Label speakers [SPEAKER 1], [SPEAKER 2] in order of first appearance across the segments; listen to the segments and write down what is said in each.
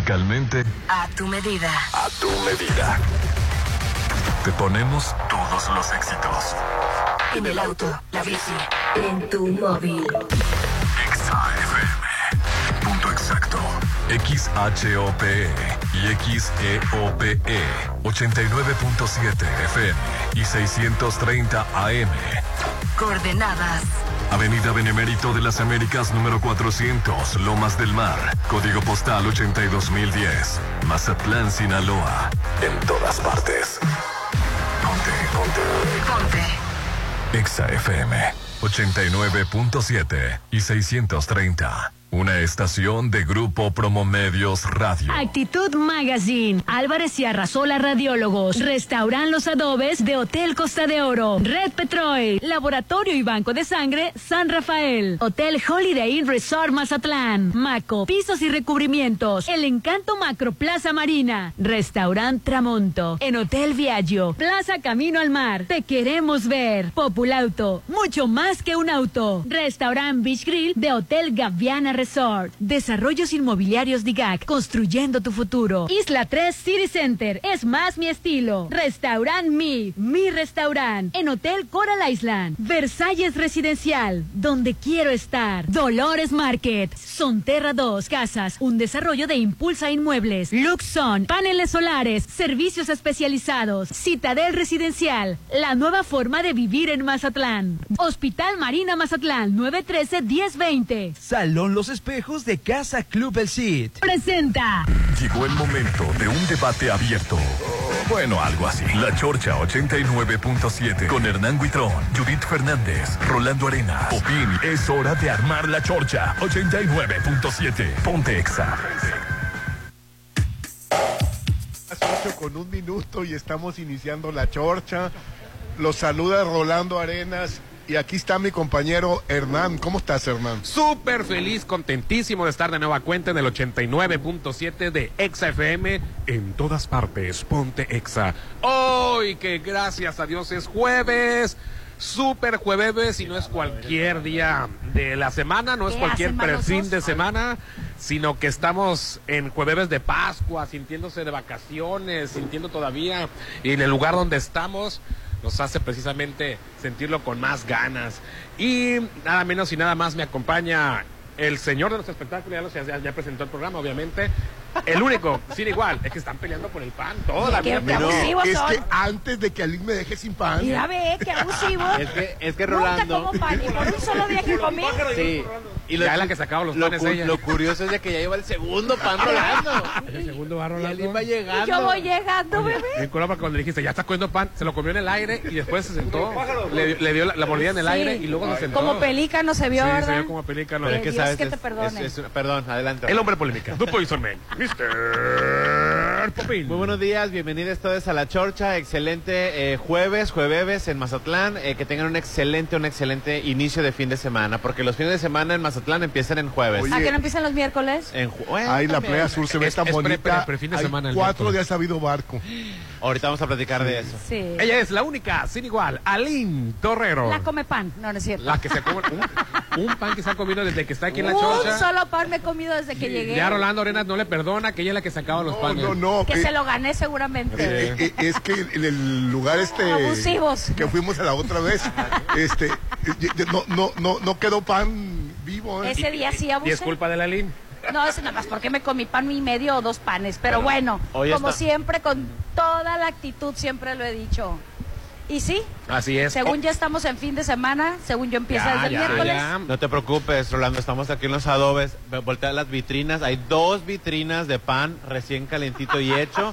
[SPEAKER 1] Musicalmente,
[SPEAKER 2] A tu medida.
[SPEAKER 3] A tu medida.
[SPEAKER 1] te ponemos
[SPEAKER 3] Todos los éxitos.
[SPEAKER 2] En el auto, la bici, en tu móvil.
[SPEAKER 3] Exa FM. Punto exacto.
[SPEAKER 1] XHOP E y E XEOPE 89.7 FM y 630 AM.
[SPEAKER 2] Coordenadas.
[SPEAKER 1] Avenida Benemérito de las Américas número 400, Lomas del Mar, código postal 82010, Mazatlán, Sinaloa.
[SPEAKER 3] En todas partes. Ponte, ponte.
[SPEAKER 2] Ponte.
[SPEAKER 1] Exa FM 89.7 y 630. Una estación de Grupo Promomedios Radio.
[SPEAKER 4] Actitud Magazine. Álvarez y Arrasola Radiólogos. Restauran los adobes de Hotel Costa de Oro. Red Petroil. Laboratorio y Banco de Sangre San Rafael. Hotel Holiday Inn Resort Mazatlán. Maco. Pisos y recubrimientos. El Encanto Macro Plaza Marina. Restaurant Tramonto. En Hotel Viaggio. Plaza Camino al Mar. Te queremos ver. Populauto. Mucho más que un auto. Restaurant Beach Grill de Hotel Gaviana Resort. Desarrollos inmobiliarios DIGAC. Construyendo tu futuro. Isla 3 City Center. Es más mi estilo. Restaurant Mi. Mi restaurant. En Hotel Coral Island. Versalles Residencial. Donde quiero estar. Dolores Market. Sonterra 2. Casas. Un desarrollo de Impulsa Inmuebles. Luxon. Paneles solares. Servicios especializados. Citadel Residencial. La nueva forma de vivir en Mazatlán. Hospital Marina Mazatlán. 913-1020.
[SPEAKER 5] Salón Los Espejos de Casa Club El Cid.
[SPEAKER 4] Presenta.
[SPEAKER 1] Llegó el momento de un debate abierto. Bueno, algo así. La Chorcha 89.7 con Hernán Guitrón, Judith Fernández, Rolando Arenas. Opin, es hora de armar la Chorcha 89.7. Ponte Exa.
[SPEAKER 6] Las ocho con un minuto y estamos iniciando la chorcha. Los saluda Rolando Arenas y aquí está mi compañero Hernán. ¿Cómo estás, Hernán?
[SPEAKER 7] Súper feliz, contentísimo de estar de nueva cuenta en el 89.7 de Exa FM en todas partes. Ponte Exa. Hoy que gracias a Dios es jueves. Súper jueves y no es cualquier día de la semana, no es
[SPEAKER 4] ¿Qué
[SPEAKER 7] cualquier
[SPEAKER 4] hacen, manosos?
[SPEAKER 7] perfil de semana, sino que estamos en jueves de Pascua, sintiéndose de vacaciones, sintiendo todavía y en el lugar donde estamos nos hace precisamente sentirlo con más ganas. Y nada menos y nada más me acompaña el señor de los espectáculos, ya, los- ya- ya presentó el programa, obviamente. El único, sin igual, es que están peleando por el pan toda la vida.
[SPEAKER 6] No,
[SPEAKER 8] abusivos
[SPEAKER 6] es
[SPEAKER 8] son.
[SPEAKER 6] que antes de que Alín me deje sin pan,
[SPEAKER 8] Mira, ve, qué abusivo.
[SPEAKER 9] Es que, es que
[SPEAKER 8] Nunca
[SPEAKER 9] Rolando.
[SPEAKER 8] como pan y por un solo día que comí.
[SPEAKER 9] Sí. Y
[SPEAKER 7] Ya la que sacaba los
[SPEAKER 9] lo,
[SPEAKER 7] panes
[SPEAKER 9] cu-
[SPEAKER 7] ella.
[SPEAKER 9] lo curioso es de que ya lleva el segundo pan Rolando.
[SPEAKER 7] El segundo va
[SPEAKER 9] Y él iba
[SPEAKER 8] Y
[SPEAKER 9] llegando.
[SPEAKER 8] yo voy llegando, bebé.
[SPEAKER 7] En Colombia cuando le dijiste, ya está comiendo pan, se lo comió en el aire y después se sentó, le, le dio la, la mordida en el
[SPEAKER 8] Sí.
[SPEAKER 7] aire y luego se sentó.
[SPEAKER 8] Como pelícano se vio,
[SPEAKER 7] Sí, se
[SPEAKER 8] ¿verdad?
[SPEAKER 7] vio como pelícano.
[SPEAKER 8] Pero
[SPEAKER 9] Es que
[SPEAKER 8] Dios
[SPEAKER 9] sabes.
[SPEAKER 8] que
[SPEAKER 9] es-
[SPEAKER 8] te perdone.
[SPEAKER 9] es- es- perdón, adelante.
[SPEAKER 7] El hombre polémica, Dupo y Sormen, Mr. Popín.
[SPEAKER 9] Muy buenos días, bienvenidos todos a La Chorcha. Excelente eh, jueves, jueves en Mazatlán. Eh, que tengan un excelente, un excelente inicio de fin de semana. Porque los fines de semana en Mazatlán empiezan en jueves.
[SPEAKER 6] Oye. Eh.
[SPEAKER 8] ¿A que no empiezan los miércoles?
[SPEAKER 9] En ju- bueno,
[SPEAKER 6] ay, la
[SPEAKER 9] también.
[SPEAKER 6] playa sur se ve
[SPEAKER 7] Es-
[SPEAKER 6] tan
[SPEAKER 7] es pre-
[SPEAKER 6] bonita.
[SPEAKER 7] pre- pre- fin de
[SPEAKER 6] Hay
[SPEAKER 7] semana el
[SPEAKER 6] cuatro
[SPEAKER 7] miércoles.
[SPEAKER 6] días ha habido barco.
[SPEAKER 9] Ahorita vamos a platicar de eso.
[SPEAKER 8] Sí.
[SPEAKER 7] Ella es la única, sin igual, Aline Torrero.
[SPEAKER 8] La come pan. No, no es cierto.
[SPEAKER 7] La que se come un, un pan que se ha comido desde que está aquí en la
[SPEAKER 8] Un
[SPEAKER 7] chocha.
[SPEAKER 8] solo pan me he comido desde que llegué.
[SPEAKER 7] Ya Rolando Arenas no le perdona que ella es la que sacaba los
[SPEAKER 6] No,
[SPEAKER 7] panes.
[SPEAKER 6] no, no.
[SPEAKER 8] Que
[SPEAKER 6] eh,
[SPEAKER 8] se lo gané seguramente.
[SPEAKER 6] eh, eh, es que en el lugar este
[SPEAKER 8] Abusivos.
[SPEAKER 6] que fuimos a la otra vez, este eh, eh, no, no, no, no quedó pan vivo. ¿eh?
[SPEAKER 8] Ese día sí
[SPEAKER 7] Y es
[SPEAKER 8] abusé.
[SPEAKER 7] culpa de la Aline.
[SPEAKER 8] No, es nada más porque me comí pan y medio o dos panes. Pero bueno,
[SPEAKER 9] hoy
[SPEAKER 8] como
[SPEAKER 9] está-
[SPEAKER 8] siempre, con toda la actitud, siempre lo he dicho. Y sí,
[SPEAKER 7] Así es. Oh.
[SPEAKER 8] según ya estamos en fin de semana, según yo empieza
[SPEAKER 7] Ya,
[SPEAKER 8] desde el
[SPEAKER 7] ya,
[SPEAKER 8] miércoles.
[SPEAKER 7] ya.
[SPEAKER 9] No te preocupes, Rolando, estamos aquí en los adobes. Ve- Voltea las vitrinas, hay dos vitrinas de pan recién calentito y hecho.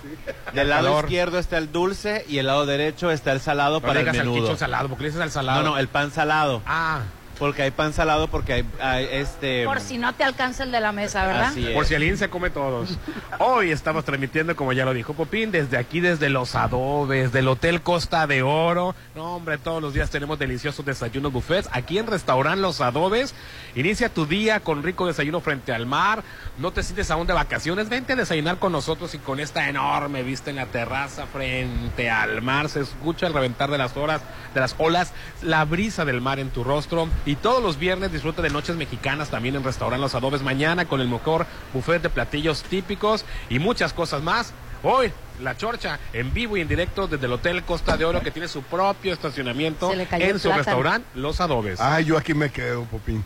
[SPEAKER 9] Del lado
[SPEAKER 7] Calor.
[SPEAKER 9] izquierdo está el dulce y el lado derecho está el
[SPEAKER 7] No
[SPEAKER 9] salado para
[SPEAKER 7] le
[SPEAKER 9] el
[SPEAKER 7] digas al
[SPEAKER 9] menudo.
[SPEAKER 7] quichón salado, porque le dices al
[SPEAKER 9] No,
[SPEAKER 7] salado.
[SPEAKER 9] no, el pan salado,
[SPEAKER 7] Ah,
[SPEAKER 9] porque hay pan salado porque hay, hay, este
[SPEAKER 8] Por si no te alcanza el de la mesa, ¿verdad?
[SPEAKER 9] Así es.
[SPEAKER 7] por si Aline se E come todos. Hoy estamos transmitiendo, como ya lo dijo Popín, desde aquí, desde Los Adobes, del Hotel Costa de Oro. No, hombre, todos los días tenemos deliciosos desayunos buffets. Aquí en Restaurant Los Adobes, inicia tu día con rico desayuno frente al mar. No te sientes aún de vacaciones, vente a desayunar con nosotros y con esta enorme vista en la terraza frente al mar. Se escucha el reventar de las horas, de las olas, la brisa del mar en tu rostro. Y todos los viernes disfruta de noches mexicanas también en Restaurant Los Adobes. Mañana con el mejor buffet de platillos típicos y muchas cosas más. Hoy, La Chorcha, en vivo y en directo desde el Hotel Costa de Oro, que tiene su propio estacionamiento
[SPEAKER 8] Se le cayó el
[SPEAKER 7] en su
[SPEAKER 8] plátano.
[SPEAKER 7] restaurante Los Adobes.
[SPEAKER 6] Ay, yo aquí me quedo, Popín.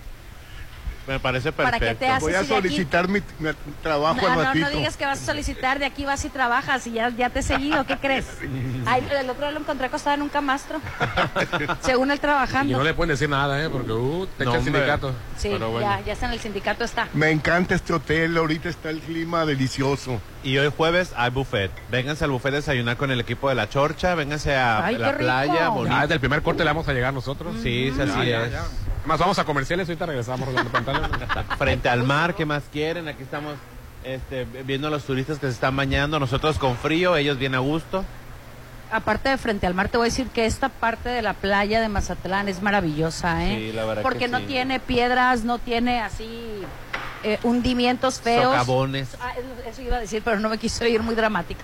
[SPEAKER 9] Me parece perfecto.
[SPEAKER 8] ¿Para qué te haces
[SPEAKER 6] Voy a
[SPEAKER 8] si de aquí-
[SPEAKER 6] solicitar mi, mi
[SPEAKER 8] Ah,
[SPEAKER 6] trabajo
[SPEAKER 8] No,
[SPEAKER 6] al
[SPEAKER 8] no,
[SPEAKER 6] ratito.
[SPEAKER 8] no digas que vas a solicitar, de aquí vas y trabajas y ya, ya te he seguido, ¿qué crees? Ay, el otro día lo encontré acostado en un camastro, según él
[SPEAKER 7] Y no
[SPEAKER 8] trabajando.
[SPEAKER 7] le pueden decir nada, ¿eh? Porque uh, te
[SPEAKER 9] No,
[SPEAKER 7] echa el
[SPEAKER 9] hombre.
[SPEAKER 7] sindicato.
[SPEAKER 8] Sí,
[SPEAKER 7] Pero bueno.
[SPEAKER 8] ya, ya está en el sindicato, está.
[SPEAKER 6] Me encanta este hotel, ahorita está el clima delicioso.
[SPEAKER 9] Y hoy jueves hay buffet. Vénganse al buffet a desayunar con el equipo de la Chorcha, vénganse a
[SPEAKER 8] Ay, qué
[SPEAKER 9] la
[SPEAKER 8] rico.
[SPEAKER 9] playa,
[SPEAKER 7] Ah,
[SPEAKER 9] bonita.
[SPEAKER 7] desde el primer corte le vamos a llegar nosotros.
[SPEAKER 9] Sí, sí, así
[SPEAKER 7] Ya,
[SPEAKER 9] es.
[SPEAKER 7] ya. Más vamos a comerciales, ahorita regresamos. Rolando Pantaleón.
[SPEAKER 9] Frente al mar, ¿qué más quieren? Aquí estamos este, viendo a los turistas que se están bañando, nosotros con frío, ellos bien a gusto.
[SPEAKER 8] Aparte de frente al mar, te voy a decir que esta parte de la playa de Mazatlán es maravillosa, ¿eh?
[SPEAKER 9] Sí, la verdad
[SPEAKER 8] Porque
[SPEAKER 9] que
[SPEAKER 8] no
[SPEAKER 9] sí.
[SPEAKER 8] tiene piedras, no tiene así eh, hundimientos feos.
[SPEAKER 9] Socavones.
[SPEAKER 8] Ah, eso- eso iba a decir, pero no me quiso ir muy dramática.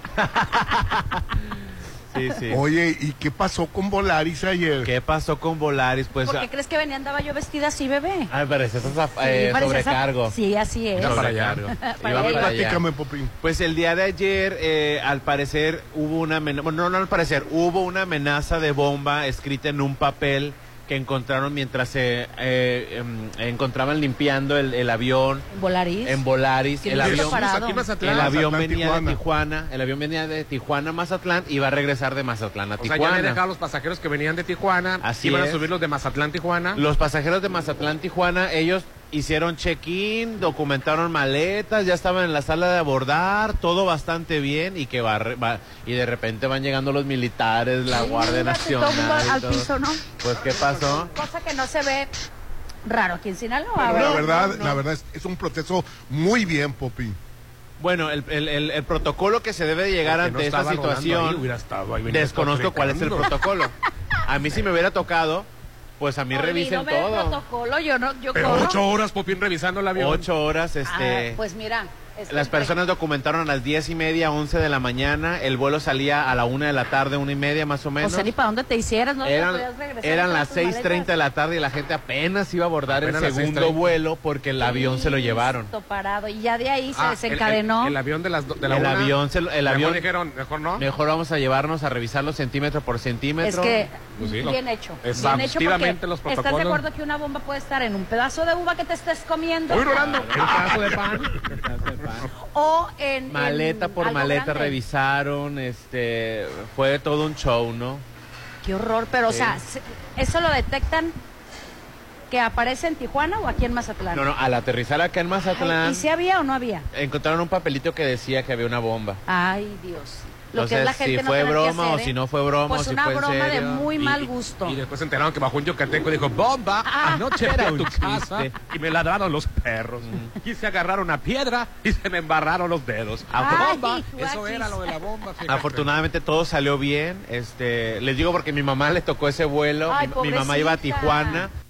[SPEAKER 9] Sí, sí.
[SPEAKER 6] Oye, ¿y qué pasó con Volaris ayer?
[SPEAKER 9] ¿Qué pasó con Volaris? Pues,
[SPEAKER 8] ¿Por qué crees que venía andaba yo vestida así, bebé?
[SPEAKER 9] ay, parece eso es a-
[SPEAKER 8] Sí,
[SPEAKER 9] eh,
[SPEAKER 8] parecía esa-
[SPEAKER 9] sobrecargo.
[SPEAKER 8] Sí, así es.
[SPEAKER 7] Ya para allá.
[SPEAKER 9] Sobrecargo.
[SPEAKER 8] Para
[SPEAKER 9] Iba
[SPEAKER 8] allá.
[SPEAKER 9] para allá.
[SPEAKER 6] Platícame, Popín.
[SPEAKER 9] Pues el día de ayer, eh, al parecer, hubo una amenaza, bueno, no, no al parecer, hubo una amenaza de bomba escrita en un papel que encontraron mientras se eh, em, encontraban limpiando el, el avión
[SPEAKER 8] En Volaris.
[SPEAKER 9] en Volaris.
[SPEAKER 8] Que
[SPEAKER 9] El
[SPEAKER 8] no se
[SPEAKER 9] avión,
[SPEAKER 8] separa. Parado.
[SPEAKER 7] Aquí en Mazatlán.
[SPEAKER 9] el avión
[SPEAKER 6] Mazatlán,
[SPEAKER 9] venía
[SPEAKER 6] Tijuana.
[SPEAKER 9] de Tijuana, el avión venía de Tijuana a Mazatlán y va a regresar de Mazatlán a
[SPEAKER 7] O sea, ya habían dejado a
[SPEAKER 9] Tijuana.
[SPEAKER 7] los pasajeros que venían de Tijuana.
[SPEAKER 9] Así
[SPEAKER 7] iban
[SPEAKER 9] es.
[SPEAKER 7] a subir los de Mazatlán, Tijuana.
[SPEAKER 9] Los pasajeros de Mazatlán, Tijuana, ellos hicieron check-in, documentaron maletas, ya estaban en la sala de abordar, todo bastante bien y que va, va- y de repente van llegando los militares, la Guardia
[SPEAKER 8] Fíjate, todo
[SPEAKER 9] Nacional.
[SPEAKER 8] mundo al-
[SPEAKER 9] y
[SPEAKER 8] al
[SPEAKER 9] todo.
[SPEAKER 8] piso, ¿no?
[SPEAKER 9] Pues qué pasó?
[SPEAKER 8] Cosa que no se ve raro aquí en Sinaloa.
[SPEAKER 6] la
[SPEAKER 8] ¿verdad?
[SPEAKER 6] verdad,
[SPEAKER 9] no.
[SPEAKER 6] la verdad es, es un proceso muy bien, Popín.
[SPEAKER 9] Bueno, el, el- el- el protocolo que se debe de llegar
[SPEAKER 7] Que no
[SPEAKER 9] ante esta
[SPEAKER 7] estaba rodando
[SPEAKER 9] situación.
[SPEAKER 7] ahí, hubiera estado ahí, venía
[SPEAKER 9] Desconozco cuál es el
[SPEAKER 7] trepando.
[SPEAKER 9] protocolo. A mí si me hubiera tocado, pues a mí revisen
[SPEAKER 8] Olvídome del
[SPEAKER 9] todo.
[SPEAKER 8] protocolo, yo no, yo
[SPEAKER 7] Pero
[SPEAKER 8] corro.
[SPEAKER 7] ocho horas, Popín, revisando el avión.
[SPEAKER 9] Ocho horas,
[SPEAKER 8] Ah,
[SPEAKER 9] este...
[SPEAKER 8] pues mira. es
[SPEAKER 9] Las
[SPEAKER 8] perfecto.
[SPEAKER 9] personas documentaron a las diez y media, once de la mañana. El vuelo salía a la una de la tarde, una y media más o
[SPEAKER 8] O
[SPEAKER 9] menos.
[SPEAKER 8] sea, ni para dónde te hicieras, no te
[SPEAKER 9] eran
[SPEAKER 8] podías regresar
[SPEAKER 9] eran
[SPEAKER 8] con
[SPEAKER 9] las
[SPEAKER 8] tus
[SPEAKER 9] seis treinta
[SPEAKER 8] maletas.
[SPEAKER 9] de la tarde y la gente apenas iba a abordar
[SPEAKER 7] Apenas
[SPEAKER 9] el
[SPEAKER 7] las
[SPEAKER 9] segundo
[SPEAKER 7] 6:30.
[SPEAKER 9] vuelo porque el avión se lo llevaron.
[SPEAKER 8] Listo, parado. Y ya de ahí se
[SPEAKER 7] Ah, el-
[SPEAKER 8] desencadenó.
[SPEAKER 7] El, el avión de las do- de la
[SPEAKER 9] El
[SPEAKER 7] una.
[SPEAKER 9] avión se lo- el
[SPEAKER 7] Mejor
[SPEAKER 9] avión-
[SPEAKER 7] dijeron, mejor no.
[SPEAKER 9] Mejor vamos a llevarnos a revisarlo centímetro por
[SPEAKER 8] es
[SPEAKER 9] centímetro.
[SPEAKER 8] que
[SPEAKER 7] Pues sí, lo-
[SPEAKER 8] bien hecho. Bien hecho porque
[SPEAKER 7] Exhaustivamente los
[SPEAKER 8] estás de
[SPEAKER 7] protocolos.
[SPEAKER 8] acuerdo que una bomba puede estar en un pedazo de uva que te estés comiendo Ah,
[SPEAKER 7] Uy, Rolando, el pedazo Ah, de pan.
[SPEAKER 8] o en en
[SPEAKER 9] Maleta por
[SPEAKER 8] algo
[SPEAKER 9] maleta
[SPEAKER 8] grande.
[SPEAKER 9] revisaron, este, fue todo un show, ¿no?
[SPEAKER 8] Qué horror, pero o sea, se- eso lo detectan que aparece en Tijuana o aquí en Mazatlán.
[SPEAKER 9] No, no, al aterrizar acá en
[SPEAKER 8] Ay,
[SPEAKER 9] Mazatlán
[SPEAKER 8] ¿Y si había o no había?
[SPEAKER 9] encontraron un papelito que decía que había una bomba.
[SPEAKER 8] Ay, Dios. Lo
[SPEAKER 9] No
[SPEAKER 8] que
[SPEAKER 9] sé
[SPEAKER 8] es la gente
[SPEAKER 9] si
[SPEAKER 8] no
[SPEAKER 9] fue
[SPEAKER 8] tener que
[SPEAKER 9] broma o
[SPEAKER 8] hacer, ¿eh?
[SPEAKER 9] si no fue broma
[SPEAKER 8] Pues
[SPEAKER 9] o si
[SPEAKER 8] una
[SPEAKER 9] fue en
[SPEAKER 8] broma de
[SPEAKER 9] serio.
[SPEAKER 8] muy
[SPEAKER 7] Y-
[SPEAKER 8] mal
[SPEAKER 7] y-
[SPEAKER 8] gusto. Ah.
[SPEAKER 7] Y, después se enteraron que bajó un yucateco y dijo, bomba, anoche fui a tu casa y me ladraron los perros.
[SPEAKER 9] Mm.
[SPEAKER 7] Y se agarraron a piedra y se me embarraron los dedos.
[SPEAKER 9] Ah,
[SPEAKER 8] Ay,
[SPEAKER 7] bomba,
[SPEAKER 8] guachis.
[SPEAKER 7] eso era lo de la bomba. fíjate.
[SPEAKER 9] Afortunadamente todo salió bien. Este, les digo porque mi mamá le tocó ese vuelo.
[SPEAKER 8] Ay,
[SPEAKER 9] mi, mi mamá iba a
[SPEAKER 8] pobrecita.
[SPEAKER 9] Tijuana. Ah.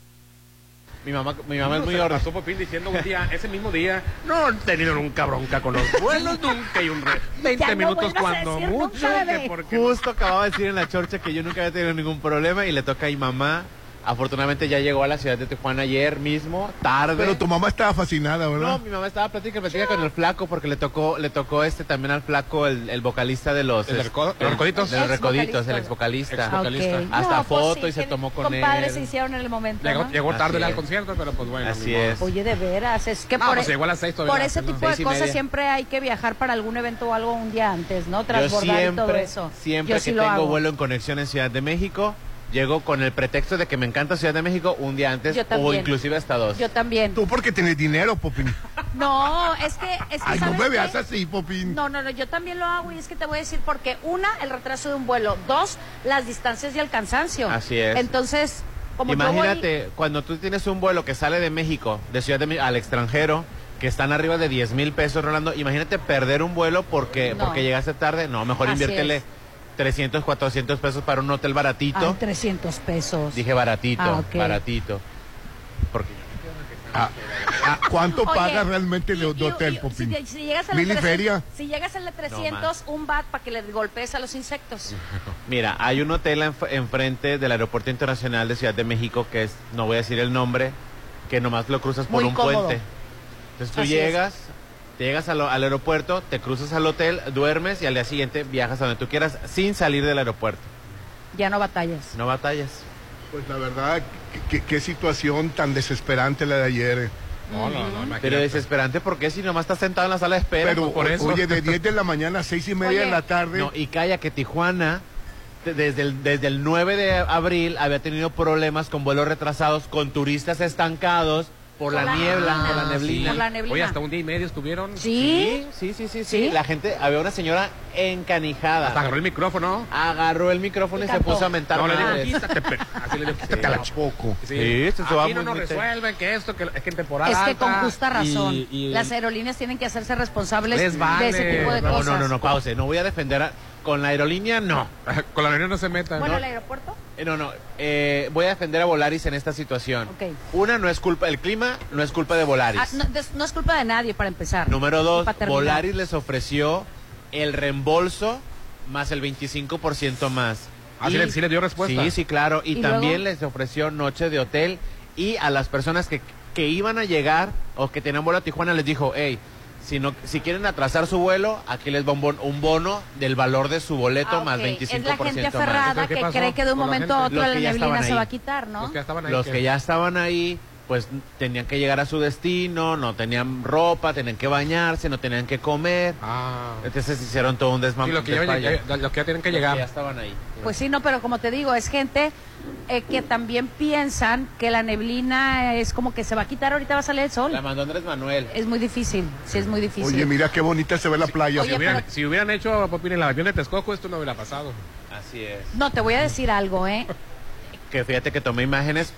[SPEAKER 9] Mi mamá, mi mamá es
[SPEAKER 7] No,
[SPEAKER 9] muy
[SPEAKER 7] se la
[SPEAKER 9] ordenada.
[SPEAKER 7] pasó Popín diciendo un día, ese mismo día, no han tenido nunca bronca con los vuelos, nunca y un re- 20
[SPEAKER 8] Ya no
[SPEAKER 7] minutos
[SPEAKER 8] vuelvas a
[SPEAKER 7] cuando
[SPEAKER 8] decir
[SPEAKER 7] mucho.
[SPEAKER 8] nunca,
[SPEAKER 7] que
[SPEAKER 8] bebé.
[SPEAKER 7] porque-
[SPEAKER 9] Justo acababa de decir en la chorcha que yo nunca había tenido ningún problema y le toca a mi mamá. Afortunadamente ya llegó a la ciudad de Tijuana ayer mismo, tarde.
[SPEAKER 6] Pero tu mamá estaba fascinada,
[SPEAKER 9] No,
[SPEAKER 6] ¿verdad?
[SPEAKER 9] mi mamá estaba platicando platica con el flaco porque le tocó, le tocó este también al flaco el, el vocalista de los
[SPEAKER 7] ¿El
[SPEAKER 9] es-
[SPEAKER 7] Arco- los Arcoditos?
[SPEAKER 9] de los
[SPEAKER 8] Ex
[SPEAKER 9] recoditos,
[SPEAKER 8] vocalista.
[SPEAKER 9] el ex vocalista.
[SPEAKER 8] Ah, ok.
[SPEAKER 9] Hasta
[SPEAKER 8] pues
[SPEAKER 9] foto y se
[SPEAKER 8] tiene-
[SPEAKER 9] tomó con
[SPEAKER 8] compadres
[SPEAKER 9] él.
[SPEAKER 8] se hicieron en el momento.
[SPEAKER 7] Llegó,
[SPEAKER 8] ¿no?
[SPEAKER 7] llegó
[SPEAKER 9] Así
[SPEAKER 7] tarde al
[SPEAKER 9] es.
[SPEAKER 7] concierto, pero pues bueno.
[SPEAKER 9] Así
[SPEAKER 7] ni modo.
[SPEAKER 9] es.
[SPEAKER 8] Oye, de veras, es que
[SPEAKER 7] No,
[SPEAKER 8] por, e-
[SPEAKER 7] pues llegó a las seis todavía,
[SPEAKER 8] por ese
[SPEAKER 7] ¿no?
[SPEAKER 8] tipo
[SPEAKER 9] Seis
[SPEAKER 8] de
[SPEAKER 9] y
[SPEAKER 8] cosas
[SPEAKER 9] media.
[SPEAKER 8] siempre hay que viajar para algún evento o algo un día antes, ¿no? Transbordar
[SPEAKER 9] yo
[SPEAKER 8] y
[SPEAKER 9] siempre,
[SPEAKER 8] todo eso.
[SPEAKER 9] siempre
[SPEAKER 8] Yo
[SPEAKER 9] que
[SPEAKER 8] sí lo
[SPEAKER 9] tengo
[SPEAKER 8] hago.
[SPEAKER 9] vuelo en conexión en Ciudad de México, llego con el pretexto de que me encanta Ciudad de México un día antes
[SPEAKER 8] Yo
[SPEAKER 9] o
[SPEAKER 8] también.
[SPEAKER 9] inclusive hasta dos.
[SPEAKER 8] Yo también.
[SPEAKER 6] Tú porque tienes dinero, Popín.
[SPEAKER 8] No, es que... Es que
[SPEAKER 6] Ay, no
[SPEAKER 8] ¿sabes
[SPEAKER 6] me
[SPEAKER 8] qué?
[SPEAKER 6] veas así, Popín.
[SPEAKER 8] No, no, no, yo también lo hago y es que te voy a decir porque una, el retraso de un vuelo, dos, las distancias y el cansancio.
[SPEAKER 9] Así es.
[SPEAKER 8] Entonces, como yo voy-
[SPEAKER 9] Imagínate, cuando tú tienes un vuelo que sale de México, de Ciudad de México al extranjero, que están arriba de 10 mil pesos, Rolando, imagínate perder un vuelo porque,
[SPEAKER 8] No.
[SPEAKER 9] porque llegaste tarde. No, mejor
[SPEAKER 8] Así
[SPEAKER 9] inviértele
[SPEAKER 8] es.
[SPEAKER 9] 300, 400 pesos para un hotel baratito.
[SPEAKER 8] Ay, 300 pesos.
[SPEAKER 9] Dije baratito,
[SPEAKER 8] Ah, ok.
[SPEAKER 9] baratito. Porque
[SPEAKER 6] Ah, ah, ¿Cuánto
[SPEAKER 8] Oye,
[SPEAKER 6] paga realmente de, de
[SPEAKER 8] y- y-
[SPEAKER 6] hotel,
[SPEAKER 8] y-
[SPEAKER 6] Popín?
[SPEAKER 8] Si, si llegas a la
[SPEAKER 6] ¿Mil y
[SPEAKER 8] 300,
[SPEAKER 6] feria?
[SPEAKER 8] Si llegas a la 300, un bat para que le golpees a los insectos.
[SPEAKER 9] Mira, hay un hotel enf- enfrente del Aeropuerto Internacional de Ciudad de México que es, no voy a decir el nombre, que nomás lo cruzas por
[SPEAKER 8] Muy
[SPEAKER 9] un
[SPEAKER 8] cómodo.
[SPEAKER 9] puente. Entonces tú
[SPEAKER 8] Así es.
[SPEAKER 9] llegas, te llegas al, al aeropuerto, te cruzas al hotel, duermes y al día siguiente viajas a donde tú quieras sin salir del aeropuerto.
[SPEAKER 8] Ya no batallas.
[SPEAKER 9] No batallas.
[SPEAKER 6] Pues la verdad, qué, qué- qué situación tan desesperante la de ayer. eh.
[SPEAKER 7] No, no, no, imagínate.
[SPEAKER 9] Pero desesperante porque si nomás estás sentado en la sala de espera,
[SPEAKER 6] Pero,
[SPEAKER 9] pues, por
[SPEAKER 6] o-
[SPEAKER 9] eso.
[SPEAKER 6] oye, de 10 de la mañana a 6 y media
[SPEAKER 8] Oye.
[SPEAKER 6] de la tarde.
[SPEAKER 9] No, y calla que Tijuana te- desde el, desde el 9 de abril había tenido problemas con vuelos retrasados, con turistas estancados por, la, niebla, por la neblina.
[SPEAKER 8] Por la neblina.
[SPEAKER 7] Hoy hasta un día y medio estuvieron.
[SPEAKER 8] ¿Sí?
[SPEAKER 9] Sí, sí, sí, sí,
[SPEAKER 8] ¿Sí?
[SPEAKER 9] La gente, había una señora encanijada.
[SPEAKER 7] Hasta agarró el micrófono.
[SPEAKER 9] agarró el
[SPEAKER 8] Y
[SPEAKER 9] micrófono y, se
[SPEAKER 8] cantó.
[SPEAKER 9] puso a mentar
[SPEAKER 7] No, le dijo,
[SPEAKER 9] madres.
[SPEAKER 7] "Quítate, pe-". Así le dijo, quítate a la ch-
[SPEAKER 6] Poco.
[SPEAKER 9] Sí, esto se va
[SPEAKER 7] Aquí no
[SPEAKER 9] muy-
[SPEAKER 7] nos
[SPEAKER 9] muy te-
[SPEAKER 7] resuelven que esto, que lo- es que en temporada
[SPEAKER 8] Es que
[SPEAKER 7] alta
[SPEAKER 8] con justa razón,
[SPEAKER 7] y- y-
[SPEAKER 8] las aerolíneas tienen que hacerse responsables
[SPEAKER 7] Les vale.
[SPEAKER 8] de ese tipo de
[SPEAKER 9] No,
[SPEAKER 8] cosas.
[SPEAKER 9] no, no, no, pause. No voy a defender a- con la aerolínea, no.
[SPEAKER 7] Con la aerolínea no se metan.
[SPEAKER 8] Bueno,
[SPEAKER 7] ¿no?
[SPEAKER 8] el aeropuerto.
[SPEAKER 9] Eh, No, no, eh, voy a defender a Volaris en esta situación.
[SPEAKER 8] Ok.
[SPEAKER 9] Una, no es culpa, el clima no es culpa de Volaris.
[SPEAKER 8] Ah, no, des- no es culpa de nadie para empezar.
[SPEAKER 9] Número dos,
[SPEAKER 8] Para terminar.
[SPEAKER 9] Volaris les ofreció el reembolso más el 25% más.
[SPEAKER 7] Ah, sí le- sí le dio respuesta.
[SPEAKER 9] Sí, sí, claro. Y,
[SPEAKER 8] ¿Y
[SPEAKER 9] también
[SPEAKER 8] luego?
[SPEAKER 9] les ofreció noche de hotel y a las personas que, que iban a llegar o que tenían vuelo a Tijuana les dijo, hey, si, no, si quieren atrasar su vuelo, aquí les va un bono, un bono del valor de su boleto
[SPEAKER 8] Ah,
[SPEAKER 9] más
[SPEAKER 8] ok,
[SPEAKER 9] 25%.
[SPEAKER 8] Es la gente
[SPEAKER 9] más.
[SPEAKER 8] aferrada
[SPEAKER 7] Entonces, ¿qué
[SPEAKER 8] que
[SPEAKER 7] pasó
[SPEAKER 8] cree que de un
[SPEAKER 7] con la
[SPEAKER 8] momento
[SPEAKER 7] gente?
[SPEAKER 8] a otro
[SPEAKER 9] Los
[SPEAKER 8] la
[SPEAKER 9] que ya
[SPEAKER 8] neblina
[SPEAKER 9] estaban
[SPEAKER 8] se va
[SPEAKER 9] ahí.
[SPEAKER 8] a quitar, ¿no?
[SPEAKER 7] Los que ya estaban ahí.
[SPEAKER 9] Los que ya estaban ahí, pues tenían que llegar a su destino, no tenían ropa, tenían que bañarse, no tenían que comer.
[SPEAKER 7] Ah.
[SPEAKER 9] Entonces hicieron todo un desmán.
[SPEAKER 7] Sí, los que, ya,
[SPEAKER 9] despayo.
[SPEAKER 7] ya- los que ya tienen que
[SPEAKER 9] Los que ya
[SPEAKER 7] llegar.
[SPEAKER 9] estaban ahí.
[SPEAKER 8] Pues sí, no, pero como te digo, es gente eh, que también piensan que la neblina es como que se va a quitar, ahorita va a salir el sol.
[SPEAKER 9] La mandó Andrés Manuel.
[SPEAKER 8] Es muy difícil, sí es muy difícil.
[SPEAKER 6] Oye, mira qué bonita se ve la playa.
[SPEAKER 8] Oye,
[SPEAKER 7] Si hubieran,
[SPEAKER 8] pero-
[SPEAKER 7] si hubieran hecho Popín en la avión de Texcoco, esto no hubiera pasado.
[SPEAKER 9] Así es.
[SPEAKER 8] No, te voy a decir algo, ¿eh?
[SPEAKER 9] Que fíjate que tomé imágenes.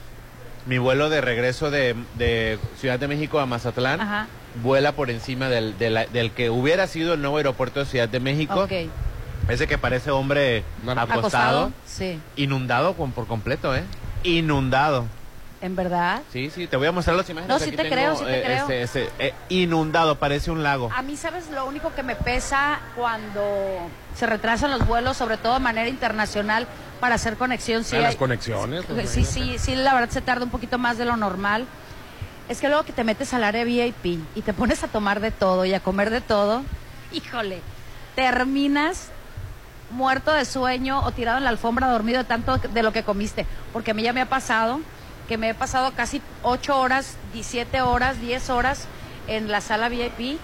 [SPEAKER 9] Mi vuelo de regreso de, de Ciudad de México a Mazatlán
[SPEAKER 8] Ajá.
[SPEAKER 9] vuela por encima del, de la- del que hubiera sido el nuevo aeropuerto de Ciudad de México.
[SPEAKER 8] Ok.
[SPEAKER 9] Ese que parece hombre
[SPEAKER 7] No, no.
[SPEAKER 9] acostado,
[SPEAKER 8] Sí,
[SPEAKER 9] Inundado con- por completo, ¿eh? Inundado.
[SPEAKER 8] en verdad.
[SPEAKER 9] Sí, sí, te voy a mostrar las imágenes.
[SPEAKER 8] No, sí te creo, sí te creo.
[SPEAKER 9] este- este, eh, inundado, parece un lago.
[SPEAKER 8] A mí, ¿sabes lo único que me pesa cuando se retrasan los vuelos, sobre todo de manera internacional, para hacer conexión? Sí,
[SPEAKER 7] Ah, las
[SPEAKER 8] hay-
[SPEAKER 7] conexiones, pues,
[SPEAKER 8] Sí, sí,
[SPEAKER 7] imagínate.
[SPEAKER 8] sí, la verdad se tarda un poquito más de lo normal. Es que luego que te metes al área VIP y te pones a tomar de todo y a comer de todo, híjole, terminas muerto de sueño o tirado en la alfombra dormido de tanto de lo que comiste. Porque a mí ya me ha pasado que me he pasado casi 8 horas, 17 horas, 10 horas en la sala VIP